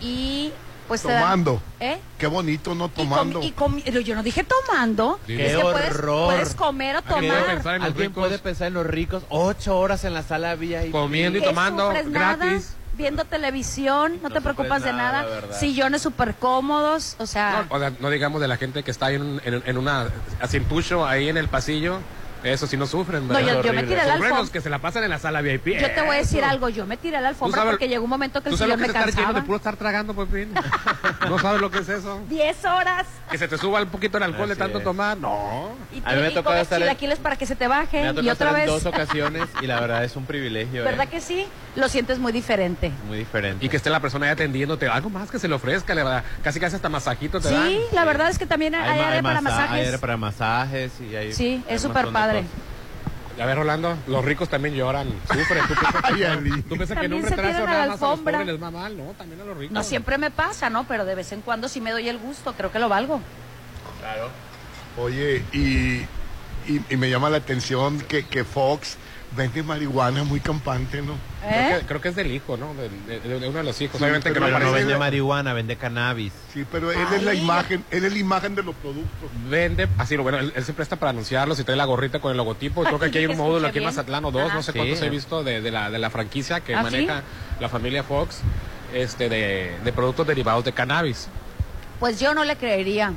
[SPEAKER 8] y pues te dan-
[SPEAKER 6] Tomando.
[SPEAKER 8] ¿Eh?
[SPEAKER 6] Qué bonito no
[SPEAKER 8] Y comi-
[SPEAKER 6] tomando.
[SPEAKER 8] Y comi- pero yo no dije tomando.
[SPEAKER 7] Qué
[SPEAKER 8] es que puedes,
[SPEAKER 9] horror.
[SPEAKER 8] puedes comer o
[SPEAKER 7] Hay que
[SPEAKER 8] Ah, tomar.
[SPEAKER 7] pensar en los
[SPEAKER 9] Alguien
[SPEAKER 7] ricos.
[SPEAKER 9] puede pensar en los ricos, ocho horas en la sala VIP.
[SPEAKER 7] Comiendo y
[SPEAKER 8] Que
[SPEAKER 7] tomando
[SPEAKER 8] sufres nada,
[SPEAKER 7] gratis.
[SPEAKER 8] viendo televisión, no,
[SPEAKER 9] No
[SPEAKER 8] te preocupas
[SPEAKER 9] sufres
[SPEAKER 8] de
[SPEAKER 9] nada,
[SPEAKER 8] nada,
[SPEAKER 9] la verdad.
[SPEAKER 8] sillones súper cómodos, o sea,
[SPEAKER 7] No, o sea, no digamos de la gente que está en, en, en una asientucho ahí en el pasillo. Eso sí no sufren,
[SPEAKER 8] No,
[SPEAKER 7] ¿verdad?
[SPEAKER 8] yo- yo me tiré al
[SPEAKER 7] Sufren
[SPEAKER 8] alfombra.
[SPEAKER 7] los que se la pasan en la sala VIP.
[SPEAKER 8] yo te voy a decir algo, yo me tiré a la alfombra
[SPEAKER 7] sabes-
[SPEAKER 8] porque llegó un momento que el
[SPEAKER 7] ¿Tú sabes
[SPEAKER 8] sillón
[SPEAKER 7] lo que
[SPEAKER 8] me
[SPEAKER 7] es estar lleno de
[SPEAKER 8] cansaba.
[SPEAKER 7] puro estar tragando, Popín? ¿No sabes lo que es eso?
[SPEAKER 8] 10 horas
[SPEAKER 7] Que se te suba un poquito el alcohol de
[SPEAKER 9] Así
[SPEAKER 7] tanto
[SPEAKER 9] es.
[SPEAKER 7] tomar. No.
[SPEAKER 8] y,
[SPEAKER 9] A mí me
[SPEAKER 8] y
[SPEAKER 9] tocó
[SPEAKER 8] comes
[SPEAKER 9] estar en-
[SPEAKER 8] chilaquiles para que se te
[SPEAKER 9] Me ha
[SPEAKER 8] baje ¿eh? y
[SPEAKER 9] tocado
[SPEAKER 8] otra
[SPEAKER 9] estar en
[SPEAKER 8] vez,
[SPEAKER 9] dos ocasiones y la verdad es un privilegio.
[SPEAKER 8] ¿verdad
[SPEAKER 9] eh?
[SPEAKER 8] que sí? Lo sientes muy diferente.
[SPEAKER 9] Muy diferente.
[SPEAKER 7] Y que esté la persona ahí atendiéndote. Algo más que se le ofrezca, la verdad. Casi casi hasta masajito te dan.
[SPEAKER 8] Sí, la verdad es que también hay,
[SPEAKER 9] ma-
[SPEAKER 8] área para
[SPEAKER 9] masa- Hay
[SPEAKER 8] masajes.
[SPEAKER 9] área para masajes y hay-
[SPEAKER 8] Sí,
[SPEAKER 9] hay
[SPEAKER 8] es
[SPEAKER 9] un
[SPEAKER 8] súper
[SPEAKER 9] montón de
[SPEAKER 8] padre.
[SPEAKER 9] cosas.
[SPEAKER 7] A ver, Rolando, los ricos también lloran, sufren. ¿Tú piensas,
[SPEAKER 6] Ay, Ali.
[SPEAKER 7] tú piensas que en
[SPEAKER 8] También
[SPEAKER 7] un
[SPEAKER 8] se
[SPEAKER 7] retraso
[SPEAKER 8] tiran a la
[SPEAKER 7] nada más a los
[SPEAKER 8] alfombra.
[SPEAKER 7] pobres les va mal? No, también a los ricos.
[SPEAKER 8] No siempre me pasa, ¿no? Pero de vez en cuando sí me doy el gusto, creo que lo valgo.
[SPEAKER 6] Oye, y, y- y me llama la atención que, que Fox vende marihuana muy campante, ¿no?
[SPEAKER 8] ¿Eh?
[SPEAKER 7] Creo que, creo que es del hijo, ¿no? De, de- de uno de los hijos.
[SPEAKER 6] Sí,
[SPEAKER 7] Obviamente que no
[SPEAKER 9] Pero no
[SPEAKER 7] aparece.
[SPEAKER 9] vende marihuana, vende cannabis.
[SPEAKER 6] Sí, pero él es la
[SPEAKER 8] Ay.
[SPEAKER 6] imagen, él es la imagen de los productos.
[SPEAKER 7] Vende, así, bueno, él, él se presta para anunciarlos y trae la gorrita con el logotipo. Creo que aquí hay un
[SPEAKER 8] Escuché
[SPEAKER 7] módulo aquí en
[SPEAKER 8] bien.
[SPEAKER 7] Mazatlán o dos,
[SPEAKER 8] Ajá.
[SPEAKER 7] no sé
[SPEAKER 9] Sí.
[SPEAKER 7] cuántos he visto de, de la, de la franquicia que
[SPEAKER 8] ¿Ah, sí?
[SPEAKER 7] maneja la familia Fox este de, de productos derivados de cannabis.
[SPEAKER 8] Pues yo no le creería.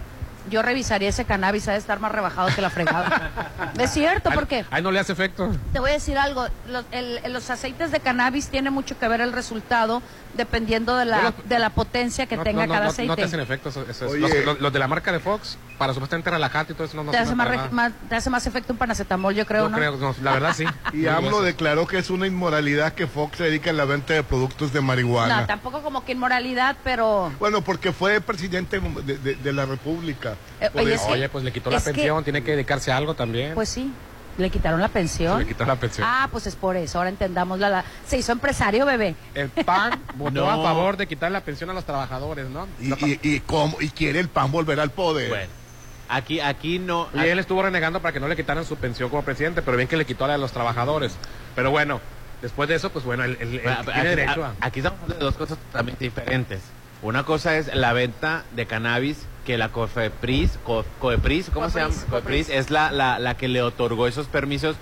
[SPEAKER 8] yo revisaría ese cannabis, ha de estar más rebajado que la fregada. es cierto,
[SPEAKER 7] Ay-
[SPEAKER 8] porque
[SPEAKER 7] Ay, no le hace efecto.
[SPEAKER 8] te voy a decir algo, los, el- el- los aceites de cannabis tiene mucho que ver el resultado dependiendo de
[SPEAKER 7] No,
[SPEAKER 8] la,
[SPEAKER 7] no.
[SPEAKER 8] de la potencia que
[SPEAKER 7] No,
[SPEAKER 8] tenga
[SPEAKER 7] no, no,
[SPEAKER 8] cada
[SPEAKER 7] no-
[SPEAKER 8] aceite.
[SPEAKER 7] No te hacen efecto. eso- eso es-
[SPEAKER 6] Oye.
[SPEAKER 7] Los, los- los de la marca de Fox, para supuestamente relajante y todo eso, no, no
[SPEAKER 8] te,
[SPEAKER 7] son
[SPEAKER 8] hace más
[SPEAKER 7] para
[SPEAKER 8] re-
[SPEAKER 7] nada.
[SPEAKER 8] más- te hace más efecto un paracetamol, yo creo,
[SPEAKER 7] Yo
[SPEAKER 8] ¿no?
[SPEAKER 7] creo, no, la verdad sí.
[SPEAKER 6] Y AMLO declaró que es una inmoralidad que Fox se dedica a la venta de productos de marihuana.
[SPEAKER 8] No, tampoco como que inmoralidad, pero...
[SPEAKER 6] Bueno, porque fue presidente de, de- de la República.
[SPEAKER 8] Eh,
[SPEAKER 6] Por
[SPEAKER 8] oye,
[SPEAKER 6] eso.
[SPEAKER 7] Oye, pues le quitó la
[SPEAKER 8] Es que-
[SPEAKER 7] pensión, tiene que dedicarse a algo también.
[SPEAKER 8] Pues sí, le quitaron la
[SPEAKER 7] Se
[SPEAKER 8] pensión.
[SPEAKER 7] le quitó la pensión.
[SPEAKER 8] Ah, pues es por eso, ahora entendamos la, la- Se hizo empresario, bebé.
[SPEAKER 7] El PAN votó
[SPEAKER 9] No.
[SPEAKER 7] a favor de quitar la pensión a los trabajadores, ¿no?
[SPEAKER 6] Y, y, y cómo- y quiere el PAN volver al poder.
[SPEAKER 9] Bueno, aquí, aquí no.
[SPEAKER 7] Y él estuvo renegando para que no le quitaran su pensión como presidente, pero bien que le quitó a la de los trabajadores. Pero bueno, después de eso, pues bueno, él, él- él
[SPEAKER 9] Bueno,
[SPEAKER 7] tiene
[SPEAKER 9] Ah, aquí-
[SPEAKER 7] derecho
[SPEAKER 9] a-
[SPEAKER 7] a...
[SPEAKER 9] Aquí estamos hablando de dos cosas totalmente diferentes. Una cosa es la venta de cannabis que la COFEPRIS, Co- COEPRIS, ¿cómo se llama?
[SPEAKER 8] COFEPRIS,
[SPEAKER 9] COFEPRIS es la, la, la que le otorgó esos permisos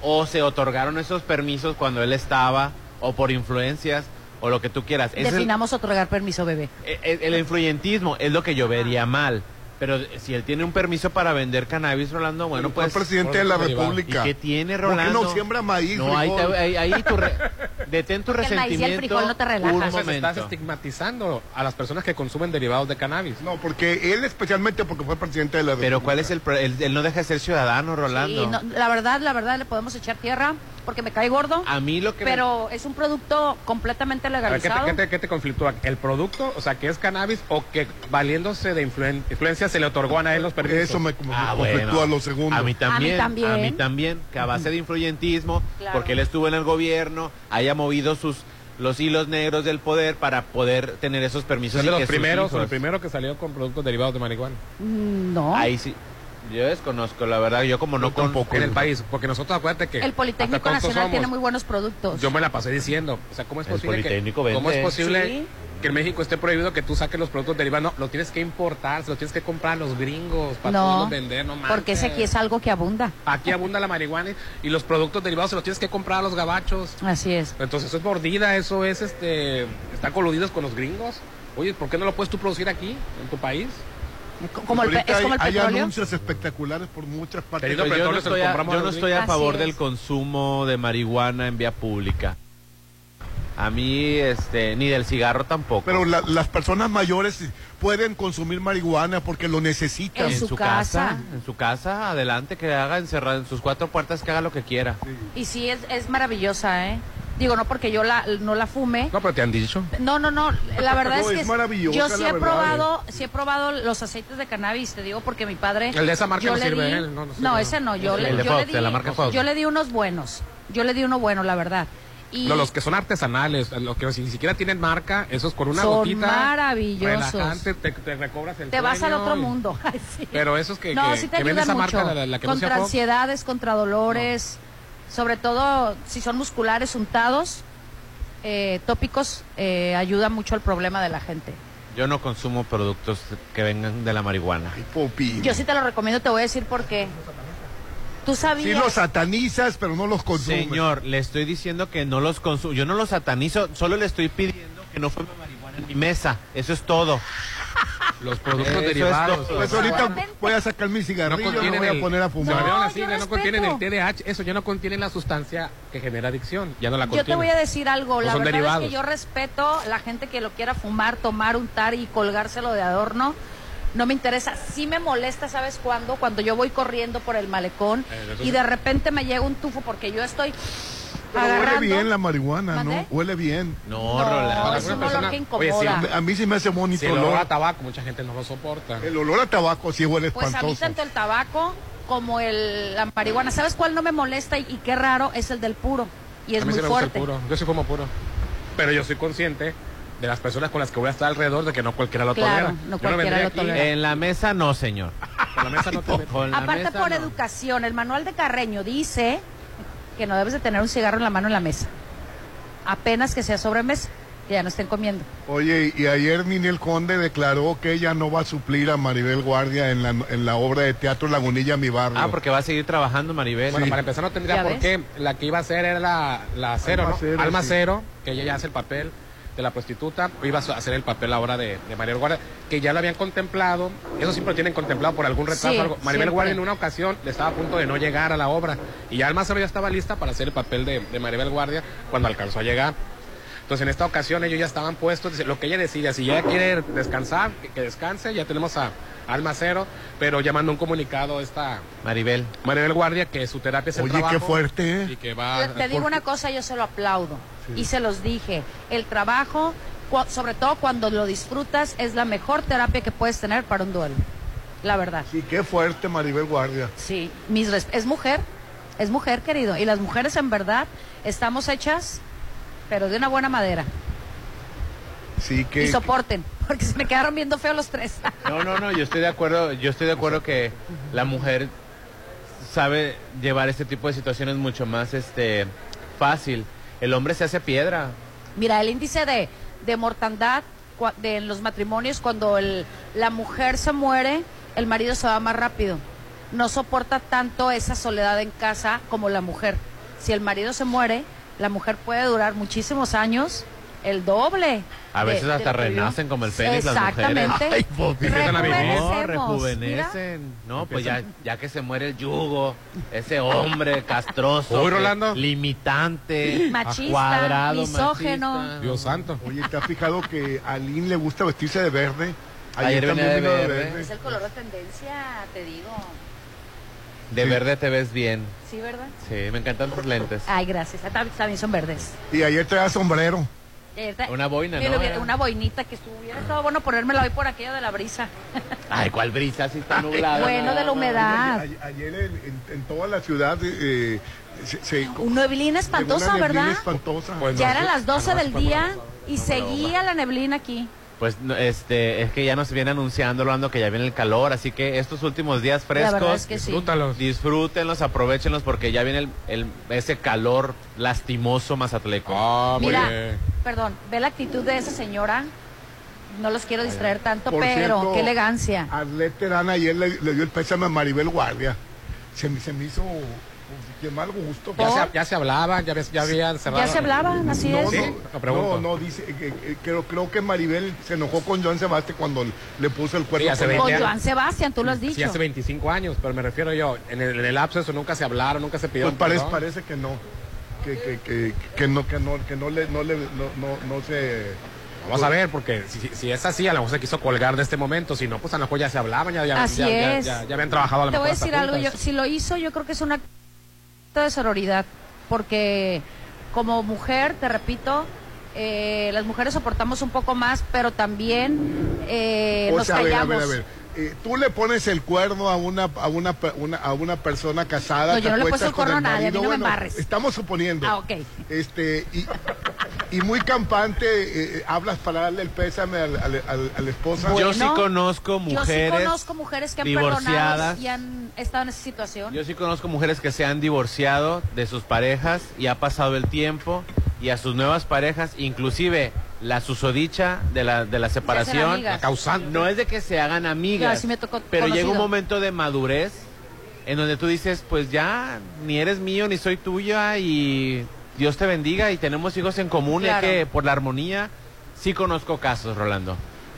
[SPEAKER 9] o se otorgaron esos permisos cuando él estaba o por influencias o lo que tú quieras. Ese es el- e,
[SPEAKER 8] Definamos otorgar permiso, bebé.
[SPEAKER 9] el, el influyentismo es lo que yo vería mal. Pero si él tiene un permiso para vender cannabis, Rolando, bueno,
[SPEAKER 6] Pero fue
[SPEAKER 9] pues...
[SPEAKER 6] presidente de la
[SPEAKER 7] por eso derivado.
[SPEAKER 9] ¿Y
[SPEAKER 6] República.
[SPEAKER 9] qué tiene
[SPEAKER 6] ¿Por qué
[SPEAKER 9] Rolando?
[SPEAKER 6] no siembra maíz?
[SPEAKER 9] No, ahí,
[SPEAKER 6] frijol?
[SPEAKER 9] te- ahí- ahí tu re- detén tu
[SPEAKER 8] Porque el maíz y
[SPEAKER 9] resentimiento.
[SPEAKER 8] el frijol no te relajan.
[SPEAKER 9] Un
[SPEAKER 7] Entonces estás
[SPEAKER 9] momento.
[SPEAKER 7] estigmatizando a las personas que consumen derivados de cannabis.
[SPEAKER 6] No, porque él especialmente porque fue presidente de la República.
[SPEAKER 9] Pero ¿cuál es el, pro- él, él no deja de ser ciudadano, Rolando?
[SPEAKER 8] Sí, no, la verdad, la verdad, le podemos echar tierra porque me cae gordo,
[SPEAKER 7] Ah,
[SPEAKER 9] A mí lo que me-
[SPEAKER 8] pero es un producto completamente
[SPEAKER 7] A ver, ¿qué, te,
[SPEAKER 8] legalizado.
[SPEAKER 7] qué te- qué te conflictúa? ¿El producto, o sea, que es cannabis o que valiéndose de influen- influencia se le otorgó a él los permisos?
[SPEAKER 6] Eso me como-
[SPEAKER 9] Ah,
[SPEAKER 6] conflictúa
[SPEAKER 9] bueno.
[SPEAKER 6] lo segundo.
[SPEAKER 9] A mí también.
[SPEAKER 8] A mí también.
[SPEAKER 9] a mí también, que a base de influyentismo,
[SPEAKER 8] Claro.
[SPEAKER 9] porque él estuvo en el gobierno, haya movido sus los hilos negros del poder para poder tener esos permisos.
[SPEAKER 7] Son
[SPEAKER 9] y
[SPEAKER 7] de los
[SPEAKER 9] que sus
[SPEAKER 7] primeros,
[SPEAKER 9] hijos-
[SPEAKER 7] el primero que salió con productos derivados de marihuana
[SPEAKER 8] Mm, No,
[SPEAKER 9] Ahí sí. Yo desconozco, la verdad, yo como no con-
[SPEAKER 7] en el país. Porque nosotros, acuérdate que.
[SPEAKER 8] el Politécnico
[SPEAKER 7] hasta tontos
[SPEAKER 8] Nacional tiene
[SPEAKER 7] somos.
[SPEAKER 8] muy buenos productos.
[SPEAKER 7] Yo me la pasé diciendo. O sea, ¿cómo es
[SPEAKER 9] El
[SPEAKER 7] posible, que,
[SPEAKER 9] Politécnico vende.
[SPEAKER 7] ¿cómo es posible
[SPEAKER 8] Sí.
[SPEAKER 7] que en México esté prohibido que tú saques los productos derivados? No, lo tienes que importar, se los tienes que comprar a los gringos para
[SPEAKER 8] no,
[SPEAKER 7] poderlos vender, no manches.
[SPEAKER 8] porque ese aquí es algo que abunda.
[SPEAKER 7] Aquí abunda la marihuana y- y los productos derivados se los tienes que comprar a los gabachos.
[SPEAKER 8] Así es.
[SPEAKER 7] Entonces eso es mordida, eso es este, están coludidos con los gringos. Oye, ¿por qué no lo puedes tú producir aquí, en tu país?
[SPEAKER 8] Co- Como el, pe-
[SPEAKER 6] Ahorita
[SPEAKER 8] es como el
[SPEAKER 6] hay, hay
[SPEAKER 8] petróleo.
[SPEAKER 6] anuncios espectaculares por muchas partes.
[SPEAKER 7] Querido
[SPEAKER 9] Pero yo no
[SPEAKER 7] Petróleo se lo
[SPEAKER 9] estoy a,
[SPEAKER 7] compramos
[SPEAKER 9] yo
[SPEAKER 7] a
[SPEAKER 9] no
[SPEAKER 7] los
[SPEAKER 9] estoy a
[SPEAKER 8] gringos.
[SPEAKER 9] favor
[SPEAKER 8] Así
[SPEAKER 9] del
[SPEAKER 8] es.
[SPEAKER 9] consumo de marihuana en vía pública. A mí, este, ni del cigarro tampoco.
[SPEAKER 6] Pero la- las personas mayores pueden consumir marihuana porque lo necesitan.
[SPEAKER 8] En su casa.
[SPEAKER 9] En su casa, adelante, que haga encerrada en sus cuatro puertas, que haga lo que quiera.
[SPEAKER 8] Y sí, es, es maravillosa, ¿eh? Digo, no porque yo la, no la fume.
[SPEAKER 7] No, pero te han dicho.
[SPEAKER 8] No, no, no. La verdad
[SPEAKER 6] No,
[SPEAKER 8] es que
[SPEAKER 6] es maravillosa,
[SPEAKER 8] yo sí
[SPEAKER 6] la
[SPEAKER 8] he
[SPEAKER 6] verdad,
[SPEAKER 8] probado, sí he probado los aceites de cannabis, te digo porque mi padre.
[SPEAKER 7] El de esa marca
[SPEAKER 8] yo
[SPEAKER 7] no
[SPEAKER 8] le
[SPEAKER 7] sirve,
[SPEAKER 8] di-
[SPEAKER 7] ¿eh? No,
[SPEAKER 8] No,
[SPEAKER 7] no sirve, no.
[SPEAKER 8] ese no. Yo,
[SPEAKER 9] El
[SPEAKER 8] le,
[SPEAKER 9] de
[SPEAKER 8] yo
[SPEAKER 9] Fox,
[SPEAKER 8] le di,
[SPEAKER 9] de la marca Fox.
[SPEAKER 8] yo le di unos buenos. Yo le di uno bueno, la verdad. Y
[SPEAKER 7] No, los que son artesanales, los que ni siquiera tienen marca, esos con una
[SPEAKER 8] Son
[SPEAKER 7] gotita.
[SPEAKER 8] maravillosos.
[SPEAKER 7] Relajante, te, te recobras el
[SPEAKER 8] te vas al
[SPEAKER 7] sueño
[SPEAKER 8] otro
[SPEAKER 7] y-
[SPEAKER 8] mundo. Ay, sí.
[SPEAKER 7] Pero esos que,
[SPEAKER 8] no,
[SPEAKER 7] que,
[SPEAKER 8] sí te
[SPEAKER 7] que venden
[SPEAKER 8] ayudan
[SPEAKER 7] esa
[SPEAKER 8] mucho.
[SPEAKER 7] marca, la, la que no sea
[SPEAKER 8] contra
[SPEAKER 7] Fox,
[SPEAKER 8] ansiedades, contra dolores, sobre todo si son musculares untados, eh, tópicos, eh, ayuda mucho al problema de la gente.
[SPEAKER 9] Yo no consumo productos que vengan de la marihuana.
[SPEAKER 6] Ay, Popi.
[SPEAKER 8] Yo sí te lo recomiendo, te voy a decir por qué. Tú
[SPEAKER 6] Sí
[SPEAKER 8] sabías.
[SPEAKER 6] los satanizas, pero no los consumes.
[SPEAKER 9] Señor, le estoy diciendo que no los consumo. Yo no los satanizo, solo le estoy pidiendo que no fume marihuana en mi mesa. Eso es todo.
[SPEAKER 7] los productos
[SPEAKER 9] Eso es
[SPEAKER 7] derivados.
[SPEAKER 9] todo.
[SPEAKER 6] Pues ahorita voy a sacar mi cigarrillo y me
[SPEAKER 7] contienen
[SPEAKER 6] voy a
[SPEAKER 7] el-
[SPEAKER 6] poner a
[SPEAKER 7] Se me
[SPEAKER 6] fumar.
[SPEAKER 8] No,
[SPEAKER 7] olvidaron las
[SPEAKER 8] yo
[SPEAKER 7] siglas, no
[SPEAKER 8] respeto.
[SPEAKER 7] contienen el TDAH, eso ya no contiene la sustancia que genera adicción, ya no la
[SPEAKER 8] Yo
[SPEAKER 7] contiene.
[SPEAKER 8] te voy a decir algo,
[SPEAKER 7] No
[SPEAKER 8] la
[SPEAKER 7] son
[SPEAKER 8] verdad es
[SPEAKER 7] derivados.
[SPEAKER 8] que yo respeto la gente que lo quiera fumar, tomar, untar y colgárselo de adorno. No me interesa, sí me molesta, ¿sabes cuándo? Cuando yo voy corriendo por el malecón
[SPEAKER 7] Eh, eso
[SPEAKER 8] y
[SPEAKER 7] sí.
[SPEAKER 8] de repente me llega un tufo porque yo estoy
[SPEAKER 6] Pero huele
[SPEAKER 8] agarrando.
[SPEAKER 6] bien la marihuana,
[SPEAKER 8] ¿Mandé?
[SPEAKER 6] ¿no? Huele bien.
[SPEAKER 9] No,
[SPEAKER 8] No,
[SPEAKER 9] Rolando.
[SPEAKER 7] Para
[SPEAKER 8] es
[SPEAKER 7] una
[SPEAKER 8] un olor
[SPEAKER 7] persona-
[SPEAKER 8] que
[SPEAKER 7] Oye, sí,
[SPEAKER 8] incomoda.
[SPEAKER 6] A mí sí me hace bonito
[SPEAKER 7] Si el olor
[SPEAKER 6] olor.
[SPEAKER 7] a tabaco, mucha gente no lo soporta.
[SPEAKER 6] El olor a tabaco sí huele
[SPEAKER 8] Pues a mí
[SPEAKER 6] espantoso.
[SPEAKER 8] tanto el tabaco como el, la marihuana. ¿Sabes cuál no me molesta y, y qué raro? Es el del puro. Y es
[SPEAKER 7] a mí
[SPEAKER 8] muy
[SPEAKER 7] sí me gusta el
[SPEAKER 8] fuerte.
[SPEAKER 7] puro. Yo soy como puro. Pero yo soy consciente de las personas con las que voy a estar alrededor de que no cualquiera lo
[SPEAKER 8] Claro,
[SPEAKER 7] tolera.
[SPEAKER 8] no
[SPEAKER 7] Yo
[SPEAKER 8] cualquiera
[SPEAKER 7] vendría
[SPEAKER 8] lo
[SPEAKER 7] aquí,
[SPEAKER 8] tolera.
[SPEAKER 9] En la mesa no, señor.
[SPEAKER 7] Con la mesa no te metes.
[SPEAKER 9] Con la
[SPEAKER 8] Aparte
[SPEAKER 9] mesa,
[SPEAKER 8] por
[SPEAKER 9] no.
[SPEAKER 8] educación, el manual de Carreño dice que no debes de tener un cigarro en la mano en la mesa. Apenas que sea sobremesa, que ya no estén comiendo.
[SPEAKER 6] Oye, y ayer Ninel Conde declaró que ella no va a suplir a Maribel Guardia en la, en la obra de teatro Lagunilla, mi barrio.
[SPEAKER 9] Ah, porque va a seguir trabajando Maribel.
[SPEAKER 7] Bueno, para empezar no tendría
[SPEAKER 8] ¿Ya
[SPEAKER 7] por
[SPEAKER 8] ves?
[SPEAKER 7] qué. La que iba a ser era la, la cero,
[SPEAKER 6] Alma
[SPEAKER 7] ¿no?
[SPEAKER 6] Cero,
[SPEAKER 7] Alma
[SPEAKER 6] sí.
[SPEAKER 7] Cero, que ella ya hace el papel. de la prostituta, o iba a hacer el papel ahora de, de Maribel Guardia, que ya lo habían contemplado, eso siempre lo tienen contemplado por algún retraso.
[SPEAKER 8] Sí,
[SPEAKER 7] o algo. Maribel
[SPEAKER 8] siempre.
[SPEAKER 7] Guardia en una ocasión le estaba a punto de no llegar a la obra, y ya el Almazaro ya estaba lista para hacer el papel de, de Maribel Guardia cuando alcanzó a llegar. Entonces en esta ocasión ellos ya estaban puestos, dice, lo que ella decida, si ya quiere descansar, que, que descanse, ya tenemos a Alma Cero, pero ya mandó un comunicado esta
[SPEAKER 9] Maribel.
[SPEAKER 7] Maribel Guardia que su terapia es el
[SPEAKER 6] Oye,
[SPEAKER 7] trabajo.
[SPEAKER 6] qué fuerte, ¿eh?
[SPEAKER 7] Y que va
[SPEAKER 9] Ah,
[SPEAKER 8] Te- Te digo una cosa, yo se lo aplaudo y se los dije. El trabajo, cua- sobre todo cuando lo disfrutas, es la mejor terapia que puedes tener para un duelo. La verdad.
[SPEAKER 6] Sí, qué fuerte Maribel Guardia.
[SPEAKER 8] Sí, mis res- es mujer, es mujer, querido. Y las mujeres en verdad estamos hechas, pero de una buena madera.
[SPEAKER 6] Sí,
[SPEAKER 8] Y
[SPEAKER 6] que
[SPEAKER 8] soporten, porque se me quedaron viendo feo los tres.
[SPEAKER 9] No, no, no, yo estoy de acuerdo, yo estoy de acuerdo que la mujer sabe llevar este tipo de situaciones mucho más este fácil. El hombre se hace piedra.
[SPEAKER 8] Mira, el índice de, de mortandad cua- de en los matrimonios cuando el- la mujer se muere, el marido se va más rápido. No soporta tanto esa soledad en casa como la mujer. Si el marido se muere, la mujer puede durar muchísimos años, el doble.
[SPEAKER 9] A
[SPEAKER 8] de-
[SPEAKER 9] veces
[SPEAKER 8] de
[SPEAKER 9] hasta
[SPEAKER 8] lo que vivió.
[SPEAKER 9] renacen como el fénix las
[SPEAKER 8] Exactamente.
[SPEAKER 9] mujeres.
[SPEAKER 7] empiezan a vivir.
[SPEAKER 9] No,
[SPEAKER 8] Rejuvenecemos, mira.
[SPEAKER 9] rejuvenecen. No, pues ya, ya que se muere el yugo, ese hombre castroso,
[SPEAKER 7] Uy,
[SPEAKER 9] que-
[SPEAKER 7] Rolando.
[SPEAKER 9] limitante,
[SPEAKER 8] Machista,
[SPEAKER 9] cuadrado,
[SPEAKER 8] misógeno.
[SPEAKER 9] machista.
[SPEAKER 7] Dios santo.
[SPEAKER 6] Oye, ¿te has fijado que a Lynn le gusta vestirse de verde?
[SPEAKER 9] Ayer venía de verde.
[SPEAKER 8] Es el color de tendencia, te digo.
[SPEAKER 9] De verde te ves bien.
[SPEAKER 8] Sí, ¿verdad?
[SPEAKER 9] Sí, me encantan tus lentes.
[SPEAKER 8] Ay, gracias. Ah, tam- También son verdes.
[SPEAKER 6] Y ayer traía sombrero.
[SPEAKER 8] Eh, ta-
[SPEAKER 9] Una boina,
[SPEAKER 8] que
[SPEAKER 9] ¿no?
[SPEAKER 8] le hubiera-
[SPEAKER 9] Era.
[SPEAKER 8] Una boinita que estuviera. Estaba bueno ponérmela hoy por aquello de la brisa.
[SPEAKER 9] Ay, cuál brisa, si está nublado.
[SPEAKER 8] bueno, de la humedad.
[SPEAKER 6] Ayer, ayer en, en- en toda la ciudad eh, se, se-
[SPEAKER 8] Un neblina espantosa,
[SPEAKER 6] llegó una neblina
[SPEAKER 8] ¿verdad?
[SPEAKER 6] espantosa.
[SPEAKER 7] Pues
[SPEAKER 8] Ya
[SPEAKER 7] no,
[SPEAKER 8] eran
[SPEAKER 7] sí.
[SPEAKER 8] las 12
[SPEAKER 7] Ah, no,
[SPEAKER 8] del
[SPEAKER 7] sí,
[SPEAKER 8] día
[SPEAKER 7] pues,
[SPEAKER 8] y seguía la neblina aquí.
[SPEAKER 9] Pues no, este, es que ya nos viene anunciando, Rolando, que ya viene el calor, así que estos últimos días
[SPEAKER 8] La verdad
[SPEAKER 9] frescos,
[SPEAKER 8] es que sí.
[SPEAKER 7] Disfrútalos.
[SPEAKER 9] disfrútenlos, aprovechenlos, porque ya viene el, el- ese calor lastimoso mazatleco.
[SPEAKER 7] Ah, muy
[SPEAKER 8] Mira,
[SPEAKER 7] bien.
[SPEAKER 8] perdón, ve la actitud de esa señora. No los quiero distraer tanto,
[SPEAKER 6] Por
[SPEAKER 8] pero
[SPEAKER 6] cierto,
[SPEAKER 8] qué elegancia.
[SPEAKER 6] Arlet Terán ayer le, le dio el pésame a Maribel Guardia. Se, me- se me hizo pues, que mal gusto.
[SPEAKER 7] Ya se, ya se hablaba, ya, ves- ya habían cerrado.
[SPEAKER 8] Ya se hablaban, así
[SPEAKER 6] No,
[SPEAKER 8] es.
[SPEAKER 7] ¿Sí?
[SPEAKER 6] no,
[SPEAKER 7] Lo pregunto.
[SPEAKER 6] no, no, dice, eh, que- que- creo, creo que Maribel se enojó con Joan Sebastián cuando le puso el cuerno.
[SPEAKER 7] Sí, hace
[SPEAKER 6] con-
[SPEAKER 7] veinte
[SPEAKER 8] Con
[SPEAKER 7] años.
[SPEAKER 8] Joan Sebastián, tú lo has
[SPEAKER 7] pues, Sí,
[SPEAKER 8] dicho.
[SPEAKER 7] hace 25 años, pero me refiero yo, en el, en el lapso eso nunca se hablaron, nunca se
[SPEAKER 6] Pues
[SPEAKER 7] pidieron
[SPEAKER 6] parece,
[SPEAKER 7] perdón.
[SPEAKER 6] parece que no. Que, que, que, que no, que no, que no le, no le, no, no, no se...
[SPEAKER 7] Vamos a ver, porque si, si- si es así, a lo mejor se quiso colgar de este momento, si no, pues a lo mejor ya se hablaban, ya, ya,
[SPEAKER 8] Así
[SPEAKER 7] ya, ya-
[SPEAKER 8] es.
[SPEAKER 7] ya- ya habían trabajado a lo
[SPEAKER 8] Te voy
[SPEAKER 7] mejor
[SPEAKER 8] a
[SPEAKER 7] hasta
[SPEAKER 8] decir algo, yo,
[SPEAKER 7] juntas.
[SPEAKER 8] si lo hizo, yo creo que es un acto de sororidad, porque como mujer, te repito, eh, las mujeres soportamos un poco más, pero también eh,
[SPEAKER 6] O
[SPEAKER 8] nos
[SPEAKER 6] sea, a ver, a
[SPEAKER 8] callamos.
[SPEAKER 6] ver, a ver. Eh, tú le pones el cuerno a una a una, pe- una- a una persona casada.
[SPEAKER 8] No, yo
[SPEAKER 6] te
[SPEAKER 8] no le he
[SPEAKER 6] acuestas
[SPEAKER 8] puesto el
[SPEAKER 6] con
[SPEAKER 8] cuerno a nadie, a mí no
[SPEAKER 6] marido,
[SPEAKER 8] me
[SPEAKER 6] bueno,
[SPEAKER 8] embarres.
[SPEAKER 6] Estamos suponiendo.
[SPEAKER 8] Ah, ok.
[SPEAKER 6] Este y, y muy campante eh, eh, hablas para darle el pésame al, al- al- a la esposa.
[SPEAKER 9] yo sí
[SPEAKER 8] Bueno,
[SPEAKER 9] conozco
[SPEAKER 8] Yo
[SPEAKER 9] mujeres.
[SPEAKER 8] sí conozco mujeres que han
[SPEAKER 9] divorciadas.
[SPEAKER 8] perdonado y han estado en esa situación.
[SPEAKER 9] Yo sí conozco mujeres que se han divorciado de sus parejas y ha pasado el tiempo y a sus nuevas parejas, inclusive la susodicha de la, de la separación,
[SPEAKER 8] amigas.
[SPEAKER 9] la causante. No es de que se hagan
[SPEAKER 8] Claro,
[SPEAKER 9] amigas,
[SPEAKER 8] sí me tocó
[SPEAKER 9] pero llega un
[SPEAKER 8] conocido.
[SPEAKER 9] momento de madurez en donde tú dices, pues ya, ni eres mío, ni soy tuya y Dios te bendiga y tenemos hijos en común, y hay
[SPEAKER 8] Claro.
[SPEAKER 9] que por la armonía, sí conozco casos, Rolando.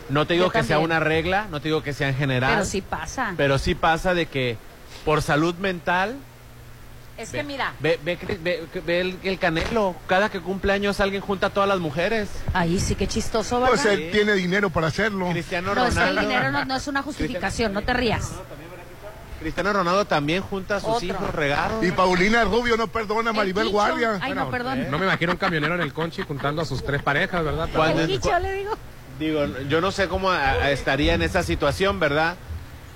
[SPEAKER 9] No te digo
[SPEAKER 8] Yo
[SPEAKER 9] que sea
[SPEAKER 8] también.
[SPEAKER 9] una regla, no te digo que sea en general.
[SPEAKER 8] pero sí pasa.
[SPEAKER 9] Pero sí pasa de que por salud mental,
[SPEAKER 8] es que mira,
[SPEAKER 9] ve, ve, que- ve- que- ve el, el canelo. Cada que cumple años alguien junta a todas las mujeres.
[SPEAKER 8] ahí sí que chistoso, ¿verdad?
[SPEAKER 6] Pues él tiene dinero para hacerlo.
[SPEAKER 9] Cristiano
[SPEAKER 8] no, es que el
[SPEAKER 9] Ronaldo.
[SPEAKER 8] dinero no, no es una justificación, no te rías.
[SPEAKER 9] Cristiano Ronaldo también junta a sus
[SPEAKER 8] Otro.
[SPEAKER 9] hijos regados.
[SPEAKER 6] Y Paulina Rubio no perdona a Maribel
[SPEAKER 8] Chicho,
[SPEAKER 6] Guardia.
[SPEAKER 8] Ay, no, perdón.
[SPEAKER 7] No me imagino un camionero en el conchi juntando a sus tres parejas, ¿verdad? Pero-
[SPEAKER 9] Cuando-
[SPEAKER 8] El Chicho, le digo.
[SPEAKER 9] Digo, yo no sé cómo a- a- estaría en esa situación, ¿verdad?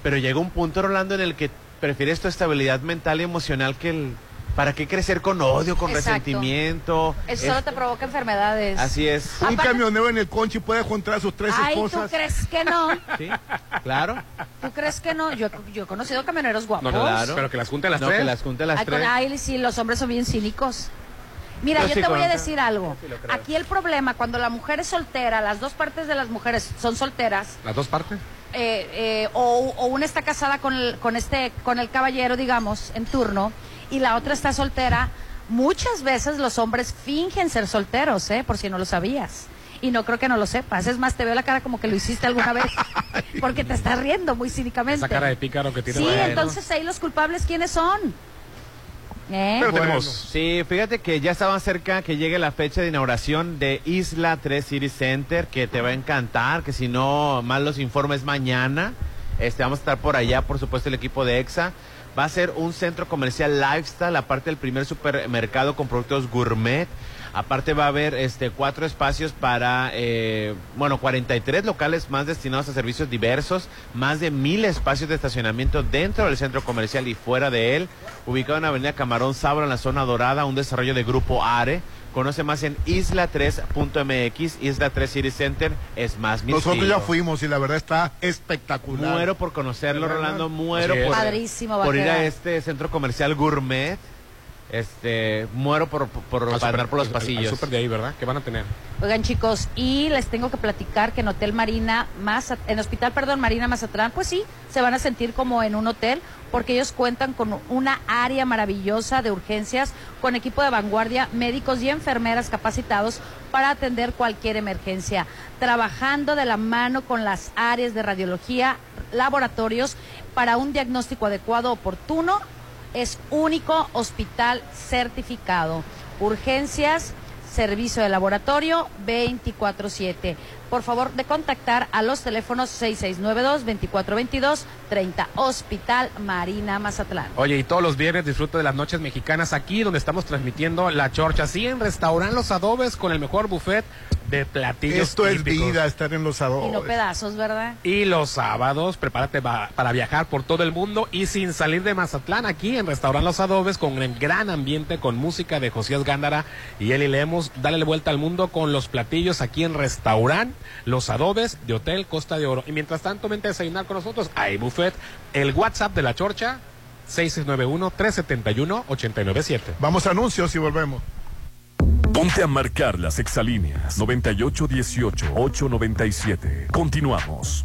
[SPEAKER 9] Pero llega un punto, Rolando, en el que prefieres tu estabilidad mental y emocional que el... ¿Para qué crecer con odio, con
[SPEAKER 8] Exacto.
[SPEAKER 9] resentimiento?
[SPEAKER 8] Eso solo
[SPEAKER 9] Es-
[SPEAKER 8] te provoca enfermedades.
[SPEAKER 9] Así es.
[SPEAKER 6] Un
[SPEAKER 8] Aparte-
[SPEAKER 6] camionero en el conchi puede juntar a sus tres
[SPEAKER 8] Ay, ¿tú
[SPEAKER 6] esposas.
[SPEAKER 8] crees que no?
[SPEAKER 9] Sí, claro.
[SPEAKER 8] ¿Tú crees que no? Yo, yo he conocido camioneros
[SPEAKER 7] No,
[SPEAKER 8] guapos.
[SPEAKER 9] Claro.
[SPEAKER 7] Pero que las junte a las
[SPEAKER 9] no,
[SPEAKER 7] tres.
[SPEAKER 9] que las junta a las
[SPEAKER 8] Ay, con-
[SPEAKER 9] tres.
[SPEAKER 8] ay, sí, los hombres son bien cínicos. Mira,
[SPEAKER 9] Yo
[SPEAKER 8] yo
[SPEAKER 9] sí
[SPEAKER 8] te voy a
[SPEAKER 9] conozco.
[SPEAKER 8] decir algo. Aquí el problema, cuando la mujer es soltera, las dos partes de las mujeres son solteras,
[SPEAKER 7] ¿Las dos partes?
[SPEAKER 8] eh, eh, o, o una está casada con el, con este, con el caballero, digamos, en turno, y la otra está soltera, muchas veces los hombres fingen ser solteros, ¿eh? por si no lo sabías. y no creo que no lo sepas. Es más, te veo la cara como que lo hiciste alguna vez, porque te estás riendo muy cínicamente.
[SPEAKER 7] Esa cara de pícaro que tiene.
[SPEAKER 8] sí,
[SPEAKER 7] Bueno.
[SPEAKER 8] entonces ahí los culpables, ¿quiénes son? ¿Eh?
[SPEAKER 7] Pero
[SPEAKER 9] Bueno,
[SPEAKER 7] tenemos-
[SPEAKER 9] Sí, fíjate que ya estaba cerca que llegue la fecha de inauguración de Isla 3 City Center, que te va a encantar, que si no, más los informes mañana. Este, vamos a estar por allá, por supuesto, el equipo de EXA. Va a ser un centro comercial lifestyle, aparte del primer supermercado con productos gourmet. Aparte va a haber este, cuatro espacios para, eh, bueno, 43 locales más destinados a servicios diversos, más de mil espacios de estacionamiento dentro del centro comercial y fuera de él, ubicado en la Avenida Camarón Sabra, en la zona dorada, un desarrollo de Grupo ARE. Conoce más en isla3.mx, Isla 3 City Center, es más mi
[SPEAKER 6] Nosotros ya
[SPEAKER 9] estilo.
[SPEAKER 6] fuimos y la verdad está espectacular.
[SPEAKER 9] Muero por conocerlo,
[SPEAKER 6] ¿Verdad?
[SPEAKER 9] Rolando, muero
[SPEAKER 7] Así es.
[SPEAKER 9] por,
[SPEAKER 8] Padrísimo va
[SPEAKER 9] por
[SPEAKER 8] a
[SPEAKER 9] ir
[SPEAKER 8] quedar.
[SPEAKER 9] a este centro comercial gourmet. Este, muero por, por,
[SPEAKER 7] Al
[SPEAKER 9] por
[SPEAKER 7] super-
[SPEAKER 9] andar por los
[SPEAKER 7] al- al- al
[SPEAKER 9] pasillos.
[SPEAKER 7] super de ahí, ¿verdad? Que van a tener.
[SPEAKER 8] Oigan chicos, y les tengo que platicar que en Hotel Marina Mazat- en Hospital perdón, Marina Mazatlán, pues sí, se van a sentir como en un hotel porque ellos cuentan con una área maravillosa de urgencias con equipo de vanguardia, médicos y enfermeras capacitados para atender cualquier emergencia, trabajando de la mano con las áreas de radiología, laboratorios para un diagnóstico adecuado, oportuno es único hospital certificado. Urgencias, servicio de laboratorio 24-7. Por favor, de contactar a los teléfonos 6692-2422-30. Hospital Marina Mazatlán.
[SPEAKER 7] Oye, y todos los viernes disfruta de las noches mexicanas aquí donde estamos transmitiendo La Chorcha. Sí, en Restaurant Los Adobes con el mejor buffet de platillos
[SPEAKER 6] Esto es
[SPEAKER 7] típicos.
[SPEAKER 6] vida, estar en los
[SPEAKER 8] Y no
[SPEAKER 6] adobes.
[SPEAKER 8] pedazos, ¿verdad?
[SPEAKER 7] Y los sábados, prepárate va- para viajar por todo el mundo y sin salir de Mazatlán, aquí en Restaurant Los Adobes, con el gran ambiente, con música de Josías Gándara y Eli Lemos. Dale la vuelta al mundo con los platillos aquí en Restaurant Los Adobes de Hotel Costa de Oro. Y mientras tanto, vente a desayunar con nosotros. Hay buffet, el WhatsApp de la Chorcha, 6691-371-897.
[SPEAKER 6] Vamos a anuncios y volvemos.
[SPEAKER 1] Ponte a marcar las exalíneas 9818-897. Continuamos.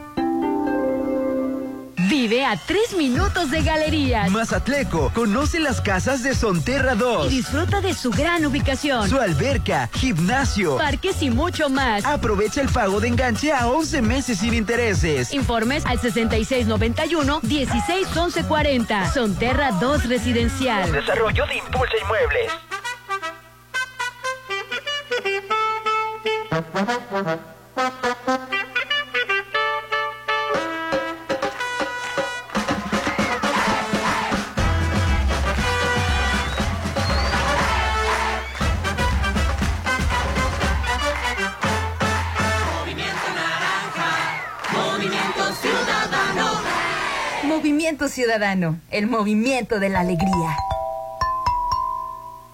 [SPEAKER 4] Vive a tres minutos de galerías
[SPEAKER 5] Mazatleco, conoce las casas de Sonterra
[SPEAKER 4] y
[SPEAKER 5] 2,
[SPEAKER 4] disfruta de su gran ubicación,
[SPEAKER 5] su alberca, gimnasio.
[SPEAKER 4] parques y mucho más.
[SPEAKER 5] Aprovecha el pago de enganche a 11 meses sin intereses.
[SPEAKER 4] Informes al 6691-161140. Sonterra 2 Residencial.
[SPEAKER 5] Desarrollo de Impulsa Inmuebles.
[SPEAKER 2] Movimiento Ciudadano, el movimiento de la alegría.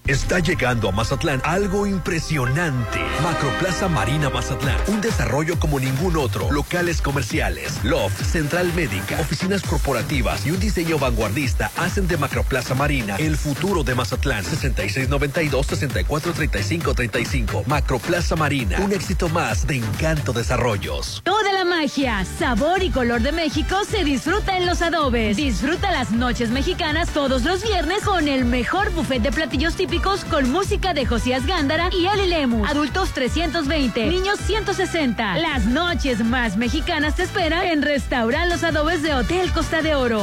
[SPEAKER 10] Está llegando a Mazatlán algo impresionante. Macroplaza Marina Mazatlán. Un desarrollo como ningún otro. Locales comerciales, loft, central médica, oficinas corporativas y un diseño vanguardista hacen de Macroplaza Marina el futuro de Mazatlán. 6692-643535. Macroplaza Marina. Un éxito más de Encanto Desarrollos.
[SPEAKER 4] Toda la magia, sabor y color de México se disfruta en los adobes. Disfruta las noches mexicanas todos los viernes con el mejor buffet de platillos típicos con música de Josías Gándara y Eli Lemus. Adultos 320, niños 160. Las noches más mexicanas te esperan en Restaurant Los Adobes de Hotel Costa de Oro.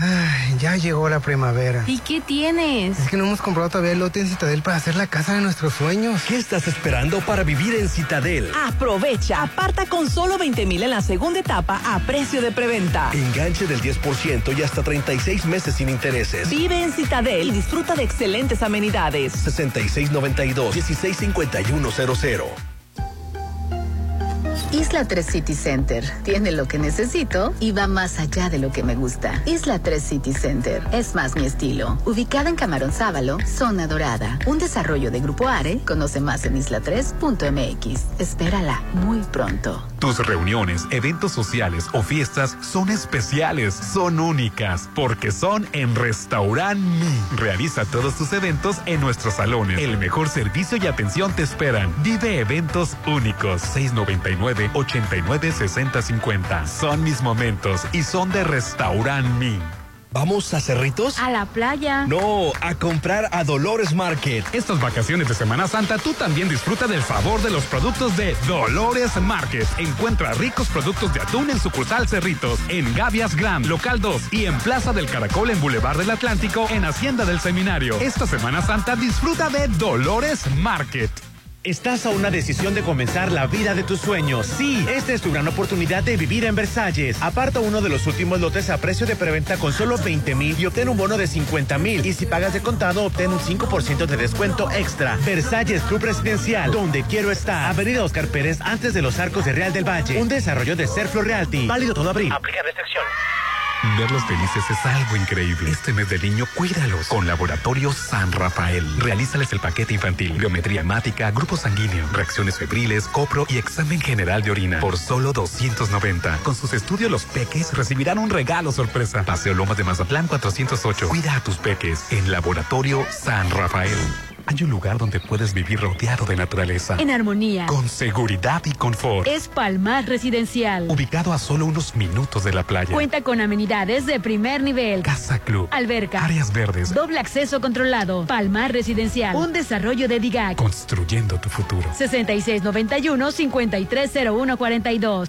[SPEAKER 3] Ay, ya llegó la primavera.
[SPEAKER 11] ¿Y qué tienes?
[SPEAKER 3] Es que no hemos comprado todavía el lote en Citadel para hacer la casa de nuestros sueños.
[SPEAKER 10] ¿Qué estás esperando para vivir en Citadel?
[SPEAKER 5] Aprovecha. Aparta con solo 20 mil en la segunda etapa a precio de preventa.
[SPEAKER 10] Enganche del 10% y hasta 36 meses sin intereses.
[SPEAKER 5] Vive en Citadel y disfruta de excelentes amenidades.
[SPEAKER 10] 6692-165100.
[SPEAKER 12] Isla 3 City Center tiene lo que necesito y va más allá de lo que me gusta. Isla 3 City Center es más mi estilo. Ubicada en Camarón Sábalo, Zona Dorada, un desarrollo de Grupo Are, conoce más en isla3.mx. Espérala muy pronto.
[SPEAKER 13] Tus reuniones, eventos sociales o fiestas son especiales, son únicas, porque son en Restaurant Mi. Realiza todos tus eventos en nuestros salones. El mejor servicio y atención te esperan. Vive eventos únicos. 699 89 60 50. Son mis momentos y son de Restaurant Mi.
[SPEAKER 10] ¿Vamos a Cerritos?
[SPEAKER 14] A la playa.
[SPEAKER 10] No, a comprar a Dolores Market.
[SPEAKER 13] Estas vacaciones de Semana Santa tú también disfruta del favor de los productos de Dolores Market. Encuentra ricos productos de atún en sucursal Cerritos, en Gavias Grand, local 2 y en Plaza del Caracol en Boulevard del Atlántico, en Hacienda del Seminario. Esta Semana Santa disfruta de Dolores Market.
[SPEAKER 9] Estás a una decisión de comenzar la vida de tus sueños. Sí, esta es tu gran oportunidad de vivir en Versalles. Aparta uno de los últimos lotes a precio de preventa con solo 20 mil y obtén un bono de 50 mil. Y si pagas de contado, obtén un 5% de descuento extra. Versalles Club Residencial, donde quiero estar. Avenida Oscar Pérez, antes de los arcos de Real del Valle. Un desarrollo de Serflo Realty. Válido todo abril. Aplica restricciones.
[SPEAKER 13] Verlos felices es algo increíble. Este mes del niño, cuídalos con Laboratorio San Rafael. Realízales el paquete infantil, biometría hemática, grupo sanguíneo, reacciones febriles, copro y examen general de orina por solo 290. Con sus estudios, los peques recibirán un regalo sorpresa. Paseo Lomas de Mazatlán 408. Cuida a tus peques en Laboratorio San Rafael. Hay un lugar donde puedes vivir rodeado de naturaleza.
[SPEAKER 4] En armonía.
[SPEAKER 13] Con seguridad y confort.
[SPEAKER 4] Es Palmar Residencial.
[SPEAKER 13] Ubicado a solo unos minutos de la playa.
[SPEAKER 4] Cuenta con amenidades de primer nivel.
[SPEAKER 13] Casa Club.
[SPEAKER 4] Alberca.
[SPEAKER 13] Áreas verdes.
[SPEAKER 4] Doble acceso controlado. Palmar Residencial. Un desarrollo de DIGAC.
[SPEAKER 13] Construyendo tu futuro.
[SPEAKER 4] 6691-530142.